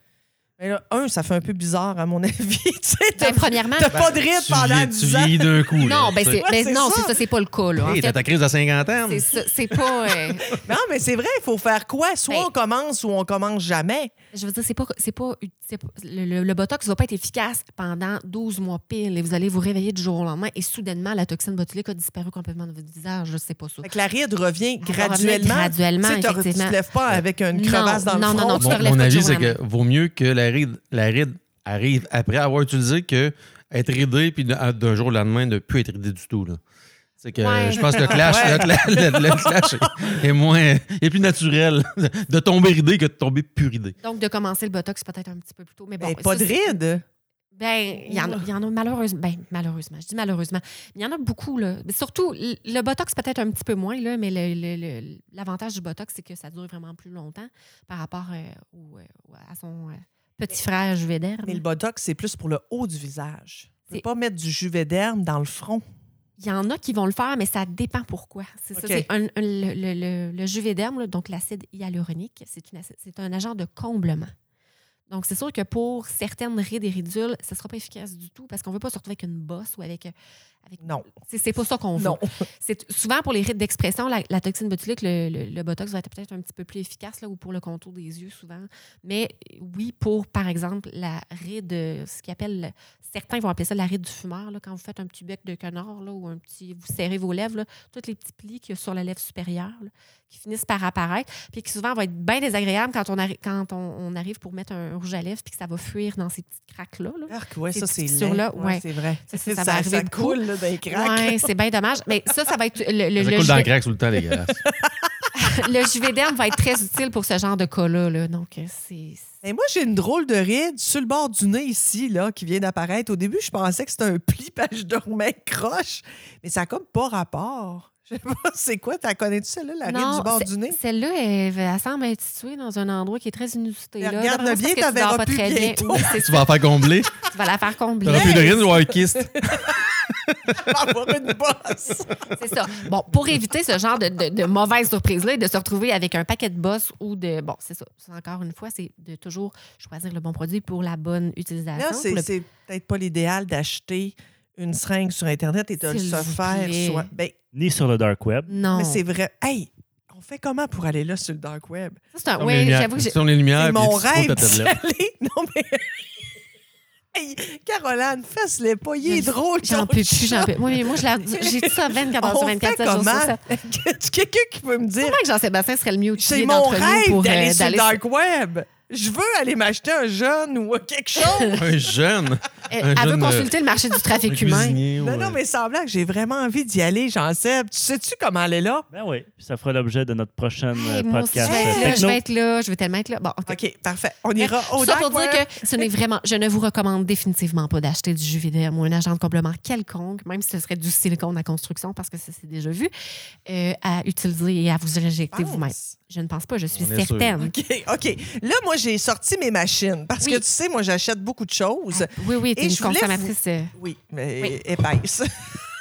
Speaker 1: Mais là, un, ça fait un peu bizarre, à mon avis. tu sais, t'as
Speaker 3: Ben, premièrement,
Speaker 1: t'as pas de ride
Speaker 5: Tu
Speaker 1: pendant
Speaker 5: vieillis- Tu
Speaker 1: 10 ans.
Speaker 5: vieillis d'un coup.
Speaker 3: non, ben, c'est
Speaker 1: Ouais,
Speaker 3: ben,
Speaker 1: c'est
Speaker 3: non,
Speaker 1: ça.
Speaker 3: c'est ça, c'est pas le cas. Là. En
Speaker 5: Hey,
Speaker 3: fait,
Speaker 5: t'as ta crise de 50 ans.
Speaker 3: C'est ça, c'est pas. euh,
Speaker 1: Non, mais c'est vrai, il faut faire quoi? Soit
Speaker 3: Ben-
Speaker 1: on commence ou on commence jamais.
Speaker 3: je veux dire, c'est pas, c'est pas, c'est pas- le, le- le botox va pas être efficace pendant 12 mois pile et vous allez vous réveiller du jour au lendemain et soudainement la toxine botulique a disparu complètement de votre visage. Je sais pas ça.
Speaker 1: Fait que la ride revient
Speaker 3: Elle va revenir
Speaker 1: graduellement.
Speaker 3: graduellement,
Speaker 1: Tu sais, t'as- tu
Speaker 3: effectivement.
Speaker 1: te lèves pas avec une
Speaker 3: Non,
Speaker 1: crevasse dans
Speaker 3: non,
Speaker 1: le
Speaker 3: non,
Speaker 1: front.
Speaker 3: non, tu te
Speaker 5: Mon,
Speaker 3: relèves
Speaker 5: mon
Speaker 3: pas du
Speaker 5: avis,
Speaker 3: jour au
Speaker 5: c'est
Speaker 3: lendemain.
Speaker 5: que vaut mieux que la ride, la ride arrive après avoir utilisé que être ridé puis d'un d'un jour au lendemain ne plus être ridé du tout. Là. C'est que
Speaker 3: Ouais.
Speaker 5: je pense que le clash,
Speaker 1: Ouais.
Speaker 5: le, cla- le- le clash est- est moins est plus naturel de tomber ridé que de tomber plus ridé.
Speaker 3: Donc, de commencer le botox peut-être un petit peu plus tôt. Mais bon,
Speaker 1: Ben, pas de
Speaker 3: ça, c'est-
Speaker 1: ride.
Speaker 3: Ben, il y, en a- il y en a malheureusement. Ben, malheureusement, je dis malheureusement. Il y en a beaucoup, là. Mais Surtout, le le botox peut-être un petit peu moins, là, mais le- le- le- l'avantage du botox, c'est que ça dure vraiment plus longtemps par rapport euh, au, euh, à son euh, petit frère juvéderme.
Speaker 1: Mais le botox, c'est plus pour le haut du visage. Tu peux
Speaker 3: C'est-
Speaker 1: pas mettre du juvet d'herbe dans le front.
Speaker 3: Il y en a qui vont le faire, mais ça dépend pourquoi. C'est ça,
Speaker 1: OK.
Speaker 3: c'est un- un- le, le, le- le juvéderme, là, donc l'acide hyaluronique, c'est une acide- c'est un agent de comblement. Donc, c'est sûr que pour certaines rides et ridules, ça ne sera pas efficace du tout parce qu'on ne veut pas se retrouver avec une bosse ou avec. avec
Speaker 1: Non.
Speaker 3: c'est c'est pas ça qu'on veut.
Speaker 1: Non.
Speaker 3: C'est souvent pour les rides d'expression, la, la toxine botulique, le, le- le botox va être peut-être un petit peu plus efficace là, ou pour le contour des yeux souvent. Mais euh, oui, pour par exemple la ride, euh, ce qu'ils appellent, certains vont appeler ça la ride du fumeur. là, quand vous faites un petit bec de canard là, ou un petit, vous serrez vos lèvres, là, tous les petits plis qu'il y a sur la lèvre supérieure là, qui finissent par apparaître, puis qui souvent vont être bien désagréables quand on, arri- quand on, on arrive pour mettre un rouge à lèvres puis que ça va fuir dans ces petites craques là.
Speaker 1: Arc, ouais,
Speaker 3: Ces
Speaker 1: ça, c'est
Speaker 3: petites fissures-là,
Speaker 1: laid.
Speaker 3: ouais.
Speaker 1: C'est vrai.
Speaker 3: Ça, ça, ça va arriver beaucoup.
Speaker 1: coule là, dans les craques.
Speaker 3: Ouais, c'est bien dommage. Mais ça, ça va être le, le-
Speaker 5: Ça
Speaker 3: le
Speaker 5: coule
Speaker 3: jeu-
Speaker 5: dans le crack tout le temps, les gars.
Speaker 3: le Juvéderm va être très utile pour ce genre de cas-là. là. Donc, euh, c'est.
Speaker 1: Et moi, j'ai une drôle de ride sur le bord du nez ici, là, qui vient d'apparaître. Au début, je pensais que c'était un pli, parce que je dormais croche. Mais ça n'a comme pas rapport. Je sais pas, c'est quoi? T'as connais-tu celle-là, la ride du bord
Speaker 3: c'est-
Speaker 1: du nez?
Speaker 3: celle-là, elle, elle semble être située dans un endroit qui est très inusité.
Speaker 1: Mais
Speaker 3: là.
Speaker 1: regarde-la
Speaker 3: D'après moi, c'est
Speaker 1: bien, t'en verras
Speaker 3: parce que tu dors pas
Speaker 1: plus
Speaker 3: très bien.
Speaker 1: bientôt.
Speaker 3: Oui, c'est
Speaker 5: Tu
Speaker 3: ça.
Speaker 5: vas la faire combler.
Speaker 3: Tu vas la faire combler.
Speaker 5: T'auras plus de rire, un kyste.
Speaker 1: avoir une bosse.
Speaker 3: C'est ça. Bon, pour éviter ce genre de, de, de mauvaise surprise-là et de se retrouver avec un paquet de boss ou de. Bon, c'est ça. C'est Encore une fois, c'est de toujours choisir le bon produit pour la bonne utilisation.
Speaker 1: Là,
Speaker 3: pour
Speaker 1: c'est
Speaker 3: le-
Speaker 1: c'est peut-être pas l'idéal d'acheter une seringue sur Internet et de le
Speaker 3: S'il
Speaker 1: se
Speaker 3: vous
Speaker 1: faire.
Speaker 3: plaît.
Speaker 1: Soit... Ben,
Speaker 2: Ni sur le dark web.
Speaker 3: Non.
Speaker 1: mais c'est vrai. Hey, on fait comment pour aller là sur le dark web?
Speaker 3: Ça, c'est un-
Speaker 5: Ferme les
Speaker 3: Oui,
Speaker 5: lumières.
Speaker 3: j'avoue que j'ai-
Speaker 5: Ferme les lumières.
Speaker 1: C'est
Speaker 5: puis
Speaker 1: mon
Speaker 5: Ah, tu te poses
Speaker 1: rêve
Speaker 5: ta
Speaker 1: d'y
Speaker 5: tablette.
Speaker 1: aller. Non, mais... Hey, Caroline, fais-le pas. Il est
Speaker 3: J'en-
Speaker 1: drôle.
Speaker 3: J'en
Speaker 1: ton
Speaker 3: peux plus,
Speaker 1: chat.
Speaker 3: j'en peux. Oui, mais moi, je la- j'ai tout ça 24 heures sur
Speaker 1: On fait
Speaker 3: 24, 7 jours sur
Speaker 1: comment?
Speaker 3: 7.
Speaker 1: As-tu quelqu'un qui peut me dire
Speaker 3: Sûrement que Jean-Sébastien serait le mieux
Speaker 1: c'est
Speaker 3: outillé
Speaker 1: mon
Speaker 3: d'entre nous
Speaker 1: rêve
Speaker 3: pour euh,
Speaker 1: d'aller sur le
Speaker 3: d'aller
Speaker 1: dark web? Je veux aller m'acheter un jeune ou quelque chose.
Speaker 5: Un jeune.
Speaker 3: Elle,
Speaker 5: Un
Speaker 3: elle veut
Speaker 5: jeune, euh,
Speaker 3: consulter le marché du
Speaker 5: un
Speaker 3: trafic humain.
Speaker 5: cuisinier,
Speaker 1: non,
Speaker 5: ouais.
Speaker 1: non, mais semblant que j'ai vraiment envie d'y aller, j'en sais. Tu sais-tu comment elle est là?
Speaker 2: Ben oui, puis ça fera l'objet de notre prochaine euh,
Speaker 3: Hey, moi aussi,
Speaker 2: podcast.
Speaker 3: je vais être là,
Speaker 2: euh, techno.
Speaker 3: je vais être là, je vais tellement être là. Bon, OK.
Speaker 1: OK, parfait. On ira
Speaker 3: Tout
Speaker 1: au
Speaker 3: ça
Speaker 1: dark
Speaker 3: pour dire
Speaker 1: web.
Speaker 3: que ce n'est vraiment, je ne vous recommande définitivement pas d'acheter du jus vidéo ou un agent de complément quelconque, même si ce serait du silicone à construction, parce que ça c'est déjà vu, euh, à utiliser et à vous injecter
Speaker 1: Pense.
Speaker 3: vous-même. Je ne pense pas, je suis
Speaker 5: On est sûr.
Speaker 3: certaine.
Speaker 1: OK, OK. Là, moi, j'ai sorti mes machines parce
Speaker 3: Oui.
Speaker 1: que tu sais, moi, j'achète beaucoup de choses.
Speaker 3: Ah, oui, oui, tu
Speaker 1: Et
Speaker 3: es une
Speaker 1: je voulais
Speaker 3: consommatrice euh,
Speaker 1: Oui, mais
Speaker 3: Oui.
Speaker 1: épaisse.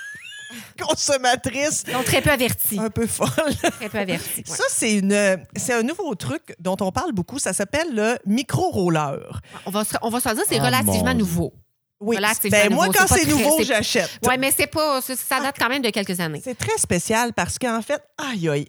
Speaker 1: Consommatrice
Speaker 3: non, très peu avertie.
Speaker 1: un peu folle.
Speaker 3: Très peu avertie. ouais.
Speaker 1: Ça, c'est une, c'est un nouveau truc dont on parle beaucoup. Ça s'appelle le micro-roller.
Speaker 3: On va se, on va se dire, c'est
Speaker 2: Ah, mon
Speaker 3: relativement
Speaker 2: Dieu.
Speaker 3: nouveau.
Speaker 1: Oui.
Speaker 3: Relativement
Speaker 1: Ben, moi,
Speaker 3: nouveau,
Speaker 1: quand
Speaker 3: c'est pas
Speaker 1: c'est
Speaker 3: très-
Speaker 1: nouveau,
Speaker 3: c'est-
Speaker 1: j'achète.
Speaker 3: Oui, mais c'est pas. ça- Ça date quand même de quelques années.
Speaker 1: C'est très spécial parce qu'en fait, aïe, aïe.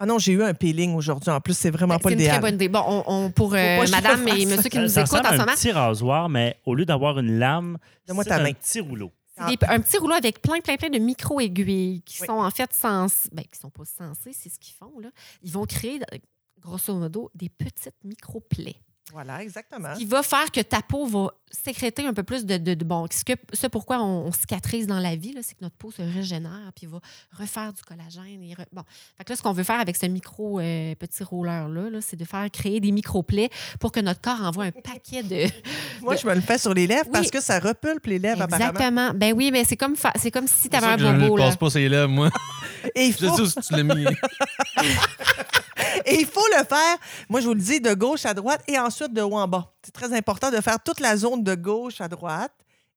Speaker 1: Ah non, j'ai eu un peeling aujourd'hui. En plus, c'est vraiment
Speaker 3: Ben, C'est
Speaker 1: pas
Speaker 3: une très
Speaker 1: l'idéal.
Speaker 3: bonne idée. Bon, on, on- pour euh,
Speaker 1: Faut pas que je
Speaker 3: madame
Speaker 1: fasse
Speaker 3: et monsieur qui
Speaker 2: Ça,
Speaker 3: nous
Speaker 2: ça
Speaker 3: écoutent
Speaker 2: ressemble
Speaker 3: en ce
Speaker 2: à un
Speaker 3: moment,
Speaker 2: petit rasoir, mais au lieu d'avoir une lame,
Speaker 1: Donne-moi
Speaker 2: c'est
Speaker 1: ta
Speaker 2: un
Speaker 1: main.
Speaker 2: petit rouleau.
Speaker 3: c'est des- un petit rouleau avec plein, plein, plein de micro-aiguilles qui
Speaker 1: Oui.
Speaker 3: sont en fait sens, ben, qui sont pas censées, c'est ce qu'ils font. Là. Ils vont créer, euh, grosso modo, des petites micro-plaies
Speaker 1: Ah, Voilà, exactement.
Speaker 3: qui va faire que ta peau va sécréter un peu plus de. de, de- bon, ce, que, ce pourquoi on, on cicatrise dans la vie, là, c'est que notre peau se régénère puis va refaire du collagène. Et re- bon. Fait que là, ce qu'on veut faire avec ce micro euh, petit roller-là, là, c'est de faire créer des micro-plaies pour que notre corps envoie un paquet de.
Speaker 1: Moi, je me le fais sur les lèvres
Speaker 3: Oui.
Speaker 1: parce que ça repulpe les lèvres, Eh, apparemment.
Speaker 3: Exactement. Ben oui, mais c'est comme, fa- c'est comme si tu
Speaker 5: C'est
Speaker 3: avais
Speaker 5: ça
Speaker 3: un
Speaker 5: que Je
Speaker 3: bobo.
Speaker 5: ne
Speaker 3: Là.
Speaker 5: passe pas ses lèvres, moi.
Speaker 1: Et il
Speaker 5: Je
Speaker 1: faut,
Speaker 5: sais où tu l'as mis.
Speaker 1: et il faut le faire, moi, je vous le dis, de gauche à droite et ensuite de haut en bas. C'est très important de faire toute la zone de gauche à droite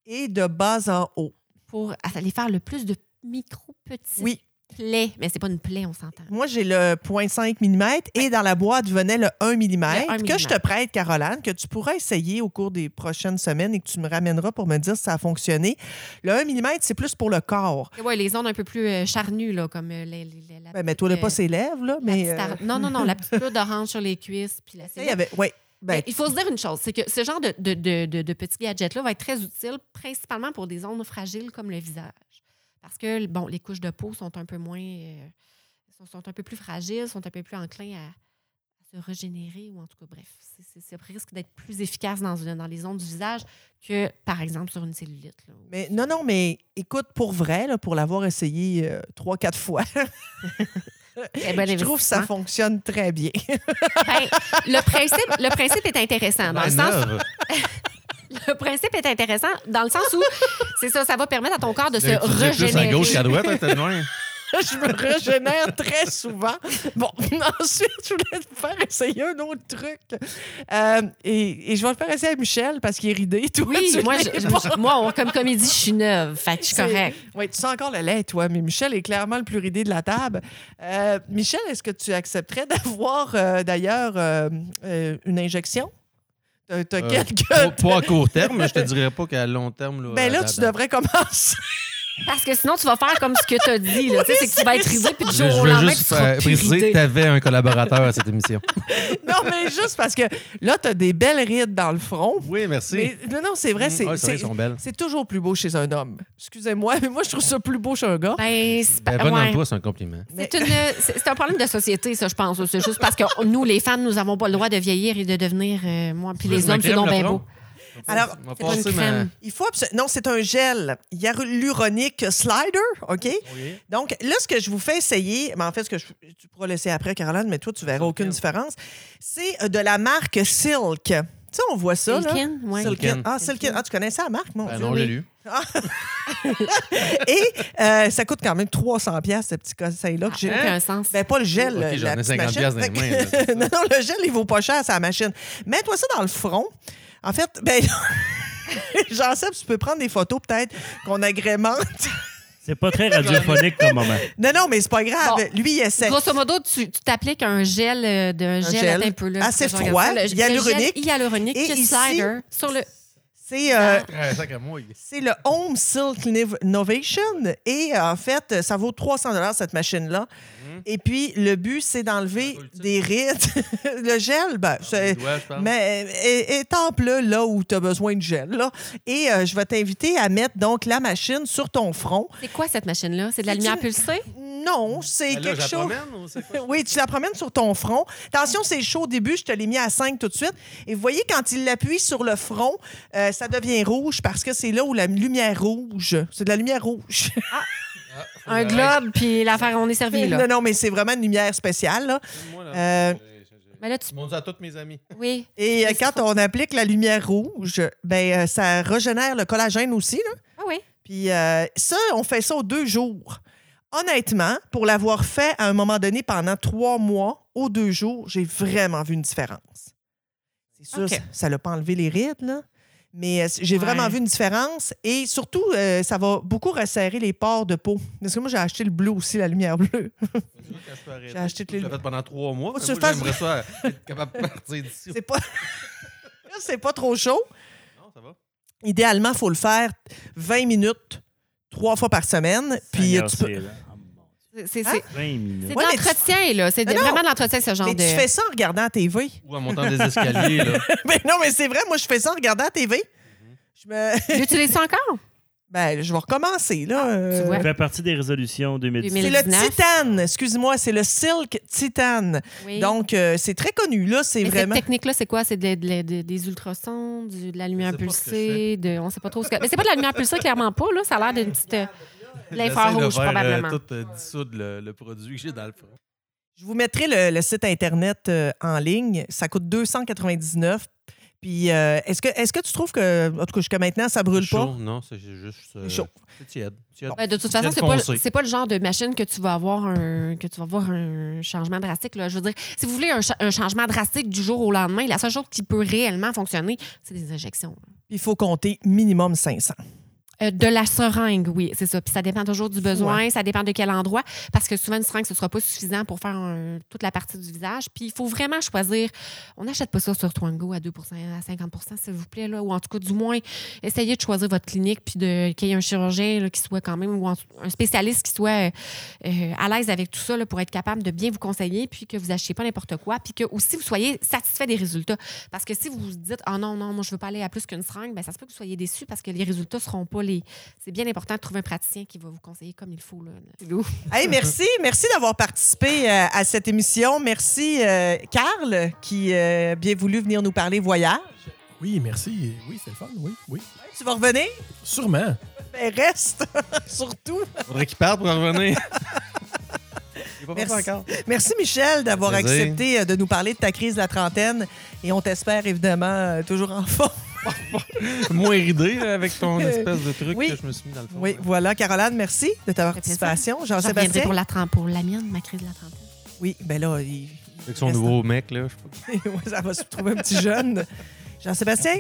Speaker 1: et de bas en haut.
Speaker 3: pour aller faire le plus de micro petites
Speaker 1: Oui.
Speaker 3: plaies. Mais c'est pas une plaie, on s'entend.
Speaker 1: Moi, j'ai le 0.5 mm et dans la boîte venait le 1
Speaker 3: Le 1
Speaker 1: mm que je te
Speaker 3: millimètre.
Speaker 1: prête, Caroline, que tu pourras essayer au cours des prochaines semaines et que tu me ramèneras pour me dire si ça a fonctionné. Le 1 mm, c'est plus pour le corps.
Speaker 3: Et Ouais, les zones un peu plus euh, charnues, là, comme euh, les, les- les-
Speaker 1: Ben,
Speaker 3: la petite,
Speaker 1: mets-toi
Speaker 3: euh,
Speaker 1: pas ses lèvres, là,
Speaker 3: la
Speaker 1: mais...
Speaker 3: petite
Speaker 1: euh,
Speaker 3: ar- Non, non, non, la petite peau d'orange sur les cuisses. Puis la
Speaker 1: il y avait... ouais, ben,
Speaker 3: Mais Il faut se dire une chose, c'est que ce genre de, de, de, de- de petits gadgets-là va être très utile, principalement pour des zones fragiles comme le visage. Parce que, bon, les couches de peau sont un peu moins. euh, sont, sont un peu plus fragiles, sont un peu plus enclins à, à se régénérer, ou en tout cas, bref, c'est- c'est- ça risque d'être plus efficace dans, une- dans les zones du visage que, par exemple, sur une cellulite. là.
Speaker 1: Mais non, non, mais écoute, pour vrai, là, pour l'avoir essayé euh, trois, quatre fois,
Speaker 3: Très bon
Speaker 1: je trouve que ça
Speaker 3: investissement.
Speaker 1: fonctionne très bien.
Speaker 3: Ben, le, principe, le principe est intéressant,
Speaker 5: Ben,
Speaker 3: dans le sens
Speaker 5: Manœuvre.
Speaker 3: Le principe est intéressant dans le sens où, c'est ça, ça va permettre à ton corps de se
Speaker 5: Tu disais plus à
Speaker 3: régénérer.
Speaker 5: gauche qu'à droite, hein, t'es loin.
Speaker 1: je me régénère très souvent. Bon, ensuite, je voulais te faire essayer un autre truc. Euh, et, et je vais le faire essayer à Michel parce qu'il est ridé. Toi,
Speaker 3: Oui,
Speaker 1: tu
Speaker 3: moi,
Speaker 1: l'es
Speaker 3: je-
Speaker 1: pas.
Speaker 3: je- moi, on- comme comédie, je suis neuve. Fait que je suis
Speaker 1: C'est-
Speaker 3: correcte.
Speaker 1: Oui, tu sens encore le lait, toi, mais Michel est clairement le plus ridé de la table. Euh, Michel, est-ce que tu accepterais d'avoir euh, d'ailleurs euh, euh, une injection? T'as t'as
Speaker 5: Euh,
Speaker 1: quelques.
Speaker 5: Pas, pas à court terme, je te dirais pas qu'à long terme. Là,
Speaker 1: Ben là,
Speaker 5: à-
Speaker 1: tu
Speaker 5: à-
Speaker 1: devrais commencer.
Speaker 3: Parce que sinon, tu vas faire comme ce que tu as dit. Là. Tu sais, c'est que tu vas être ridé, puis du
Speaker 5: Je,
Speaker 3: jour
Speaker 5: je
Speaker 3: au
Speaker 5: veux
Speaker 3: lendemain, tu
Speaker 5: juste
Speaker 3: seras
Speaker 5: euh,
Speaker 3: plus
Speaker 5: préciser que
Speaker 3: ridé.
Speaker 5: tu avais un collaborateur à cette émission.
Speaker 1: Non, mais juste parce que là, t'as des belles rides dans le front.
Speaker 5: Oui, merci.
Speaker 1: Mais, non, non, c'est vrai, c'est,
Speaker 5: Mm. Ouais,
Speaker 1: c'est,
Speaker 5: ils Ah, sont belles.
Speaker 1: c'est toujours plus beau chez un homme. Excusez-moi, mais moi, je trouve ça plus beau chez un gars.
Speaker 3: Ben, c'est pas-
Speaker 5: Ben, bon
Speaker 3: ouais.
Speaker 5: emploi, c'est un compliment.
Speaker 1: Mais-
Speaker 3: C'est une- c'est- c'est un problème de société, ça, je pense. C'est juste parce que nous, les femmes, nous n'avons pas le droit de vieillir et de devenir, euh, moi, puis
Speaker 5: Tu veux
Speaker 3: les
Speaker 5: de la
Speaker 3: hommes, c'est
Speaker 5: crème,
Speaker 3: donc
Speaker 5: le
Speaker 3: bien
Speaker 5: front?
Speaker 3: beau.
Speaker 1: Alors,
Speaker 5: on va
Speaker 3: C'est pas une
Speaker 5: passer ma...
Speaker 3: crème.
Speaker 1: Il faut abso- Non, c'est un gel hyaluronique slider, OK? Donc, là, ce que je vous fais essayer, mais en fait, ce que je, tu pourras laisser après, Caroline, mais toi, tu verras aucune différence, c'est euh, de la marque Silk. Tu sais, on voit ça, là.
Speaker 3: Silken, ouais.
Speaker 1: Silken. Ah,
Speaker 3: Silken.
Speaker 1: Silken. Ah, tu connais ça, la marque, mon
Speaker 5: Ben
Speaker 1: Dieu.
Speaker 5: non, j'ai lu.
Speaker 1: Et euh, ça coûte quand même 300 pièces ce petit conseil-là. que
Speaker 3: Ah,
Speaker 1: j'ai-
Speaker 3: aucun sens.
Speaker 1: Ben, pas le gel.
Speaker 5: Ok,
Speaker 1: euh,
Speaker 5: j'en
Speaker 1: la
Speaker 5: ai
Speaker 1: petite
Speaker 5: 50
Speaker 1: machine.
Speaker 5: piastres dans les mains,
Speaker 1: Fait que- non, non, le gel, il vaut pas cher, sa machine. Mets-toi ça dans le front. En fait, ben. J'en sais, tu peux prendre des photos peut-être qu'on agrémente.
Speaker 2: C'est pas très radiophonique comme moment.
Speaker 1: Non, non, mais c'est pas grave.
Speaker 3: Bon.
Speaker 1: Lui, il essaie.
Speaker 3: Grosso modo, tu tu t'appliques un gel, euh, d'un gel,
Speaker 1: gel
Speaker 3: attends un peu là.
Speaker 1: assez
Speaker 3: Je regarde
Speaker 1: froid,
Speaker 3: ça, le- le
Speaker 1: hyaluronique.
Speaker 3: gel Hyaluronique,
Speaker 1: Et ici-
Speaker 3: slider sur le.
Speaker 1: C'est euh,
Speaker 5: Ah, sac à moi.
Speaker 1: c'est le Home Silk Innovation. Et euh, en fait, ça vaut 300 cette machine-là.
Speaker 5: Mhm.
Speaker 1: Et puis, le but, c'est d'enlever
Speaker 5: Ça vaut le titre.
Speaker 1: des rides. le gel, ben, c'est-
Speaker 5: Les doigts, je parle.
Speaker 1: Mais euh, étampe-le là où tu as besoin de gel. Là. Et euh, je vais t'inviter à mettre donc la machine sur ton front.
Speaker 3: C'est quoi cette machine-là? C'est de la
Speaker 1: C'est
Speaker 3: lumière
Speaker 1: une-
Speaker 3: pulsée?
Speaker 1: Non, c'est
Speaker 5: Ben là,
Speaker 1: quelque
Speaker 5: je la
Speaker 1: chose.
Speaker 5: promène, ou c'est quoi?
Speaker 1: Oui, tu la promènes sur ton front. Attention, c'est chaud au début, je te l'ai mis à 5 tout de suite. Et vous voyez, quand il l'appuie sur le front, euh, ça devient rouge parce que c'est là où la lumière rouge. C'est de la lumière rouge.
Speaker 5: Ah, faut
Speaker 3: Un
Speaker 5: que
Speaker 3: globe, puis l'affaire, on est
Speaker 5: Ah,
Speaker 3: servi là.
Speaker 1: non, non, mais c'est vraiment une lumière spéciale. là.
Speaker 5: j'arrête. Moi, là,
Speaker 1: Euh,
Speaker 5: j'ai- j'ai- j'ai-
Speaker 3: Mais là, tu.
Speaker 5: Je m'en dis à tous mes amis.
Speaker 3: Oui.
Speaker 1: et euh,
Speaker 3: Mais c'est
Speaker 1: quand on applique la lumière rouge, ben euh, ça régénère le collagène aussi. là.
Speaker 3: Ah oui.
Speaker 1: Puis euh, ça, on fait ça aux deux jours. Honnêtement, pour l'avoir fait à un moment donné pendant trois mois, aux deux jours, j'ai vraiment vu une différence. C'est sûr,
Speaker 3: OK.
Speaker 1: ça- ça l'a pas enlevé les rides, là. Mais euh, j'ai
Speaker 3: Ouais.
Speaker 1: vraiment vu une différence et surtout, euh, ça va beaucoup resserrer les pores de peau. Parce que moi, j'ai acheté le bleu aussi, la lumière bleue. J'ai acheté
Speaker 5: Je l'ai fait pendant trois mois. mais
Speaker 1: Tu
Speaker 5: Moi,
Speaker 1: fasses-
Speaker 5: j'aimerais ça être capable de partir d'ici.
Speaker 1: C'est pas... C'est pas trop chaud.
Speaker 5: Non, ça va.
Speaker 1: Idéalement, il faut le faire 20 minutes, trois fois par semaine. Puis
Speaker 2: Seigneur,
Speaker 1: tu peux...
Speaker 2: c'est- ah, mon Dieu.
Speaker 3: C'est- C'est
Speaker 1: Hein?
Speaker 3: c'est-
Speaker 2: 20 minutes.
Speaker 3: c'est
Speaker 1: Ouais,
Speaker 3: de
Speaker 1: mais tu-
Speaker 3: l'entretien, là. C'est de-
Speaker 1: Mais non.
Speaker 3: vraiment de l'entretien, ce genre
Speaker 1: Mais
Speaker 3: de.
Speaker 1: tu fais ça en regardant la TV.
Speaker 5: Ou en montant des escaliers, là.
Speaker 1: Ben non, mais c'est vrai, moi, je fais ça en regardant la TV. Je me.
Speaker 3: J'utilise ça encore?
Speaker 1: Ben, je vais recommencer, là. euh.
Speaker 3: Ah, tu vois.
Speaker 2: Ça fait partie des résolutions 2017.
Speaker 1: C'est le
Speaker 3: 2019.
Speaker 1: titane, excuse-moi, c'est le silk titane.
Speaker 3: Oui.
Speaker 1: Donc, euh, c'est très connu, là, c'est
Speaker 3: Mais
Speaker 1: vraiment.
Speaker 3: cette technique-là, c'est quoi? C'est de- de- de- des ultrasons, du- de la lumière
Speaker 5: sais pas ce que
Speaker 3: pulsée, de, on sait pas trop ce que. Mais c'est pas de la lumière pulsée, clairement pas, là. Ça a l'air d'une petite. euh, de
Speaker 5: J'essaie de
Speaker 3: l'infrarouge,
Speaker 5: faire, euh,
Speaker 3: probablement.
Speaker 5: tout euh, dissoudre le, le produit que j'ai dans le front.
Speaker 1: Je vous mettrai le, le site Internet euh, en ligne. Ça coûte 299. Puis, euh, est-ce que, est que tu trouves que, en tout cas, jusqu'à maintenant, ça brûle pas?
Speaker 5: Chaud, non, c'est juste. euh,
Speaker 1: C'est chaud.
Speaker 5: C'est tiède. tiède.
Speaker 3: Ouais, Ben, de toute
Speaker 5: Tiède
Speaker 3: façon, c'est pas,
Speaker 5: foncé.
Speaker 3: c'est pas le genre de machine que tu vas avoir un, que tu vas voir un changement drastique. Là. Je veux dire, si vous voulez un, cha- un changement drastique du jour au lendemain, la seule chose qui peut réellement fonctionner, c'est des injections.
Speaker 1: Il faut compter minimum 500.
Speaker 3: Euh, de la seringue, oui, c'est ça. Puis ça dépend toujours du besoin, ça dépend de quel endroit, parce que souvent, une seringue, ce ne sera pas suffisant pour faire un- toute la partie du visage. Puis il faut vraiment choisir. On n'achète pas ça sur Twango à 2 à 50 s'il vous plaît, là, ou en tout cas, du moins, essayez de choisir votre clinique, puis de, qu'il y ait un chirurgien là, qui soit quand même, ou en- un spécialiste qui soit euh, euh, à l'aise avec tout ça là, pour être capable de bien vous conseiller, puis que vous n'achetiez pas n'importe quoi, puis que aussi vous soyez satisfait des résultats. Parce que si vous vous dites, ah non, non, moi, je veux pas aller à plus qu'une seringue, ben, ça se peut que vous soyez déçu parce que les résultats seront pas les. C'est bien important de trouver un praticien qui va vous conseiller comme il faut. Là.
Speaker 1: Hey, merci, merci d'avoir participé euh, à cette émission. Merci, euh, Carl, qui euh, a bien voulu venir nous parler voyage.
Speaker 4: Oui, merci. Oui, c'est le fun. Oui, oui.
Speaker 1: Tu vas revenir?
Speaker 4: Sûrement.
Speaker 1: Ben, reste, surtout.
Speaker 5: Faudrait qu'il parte pour en revenir. J'ai pas
Speaker 1: Merci.
Speaker 5: pensé encore.
Speaker 1: Merci, Michel, d'avoir
Speaker 5: Plaisir.
Speaker 1: accepté euh, de nous parler de ta crise de la trentaine. Et on t'espère, évidemment, euh, toujours en forme. Euh,
Speaker 5: Moins ridé là, avec ton espèce de truc
Speaker 1: Oui.
Speaker 5: que je me suis mis dans le fond.
Speaker 1: Oui, voilà. Caroline, merci de ta
Speaker 3: plaisir.
Speaker 1: participation.
Speaker 3: Je reviendrai
Speaker 1: Jean-Sébastien?
Speaker 3: pour la, tren- pour la mienne, ma crise de la trentaine.
Speaker 1: Oui, ben là, il-
Speaker 5: Avec son nouveau mec, là. Je sais pas.
Speaker 1: ça va se trouver un petit jeune. Jean-Sébastien?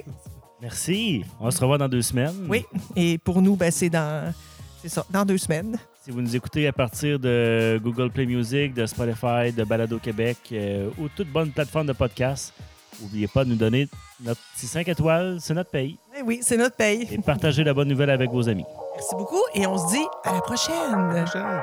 Speaker 2: Merci. On va se revoit dans deux semaines.
Speaker 1: Oui. Et pour nous, ben, c'est dans... C'est ça, dans deux semaines.
Speaker 2: Si vous nous écoutez à partir de Google Play Music, de Spotify, de Balado Québec euh, ou toute bonne plateforme de podcast, n'oubliez pas de nous donner notre petit 5 étoiles, c'est notre pays.
Speaker 1: Eh oui, c'est notre paye.
Speaker 2: Et partagez la bonne nouvelle avec vos amis.
Speaker 1: Merci beaucoup et on se dit à la prochaine.
Speaker 5: Ciao.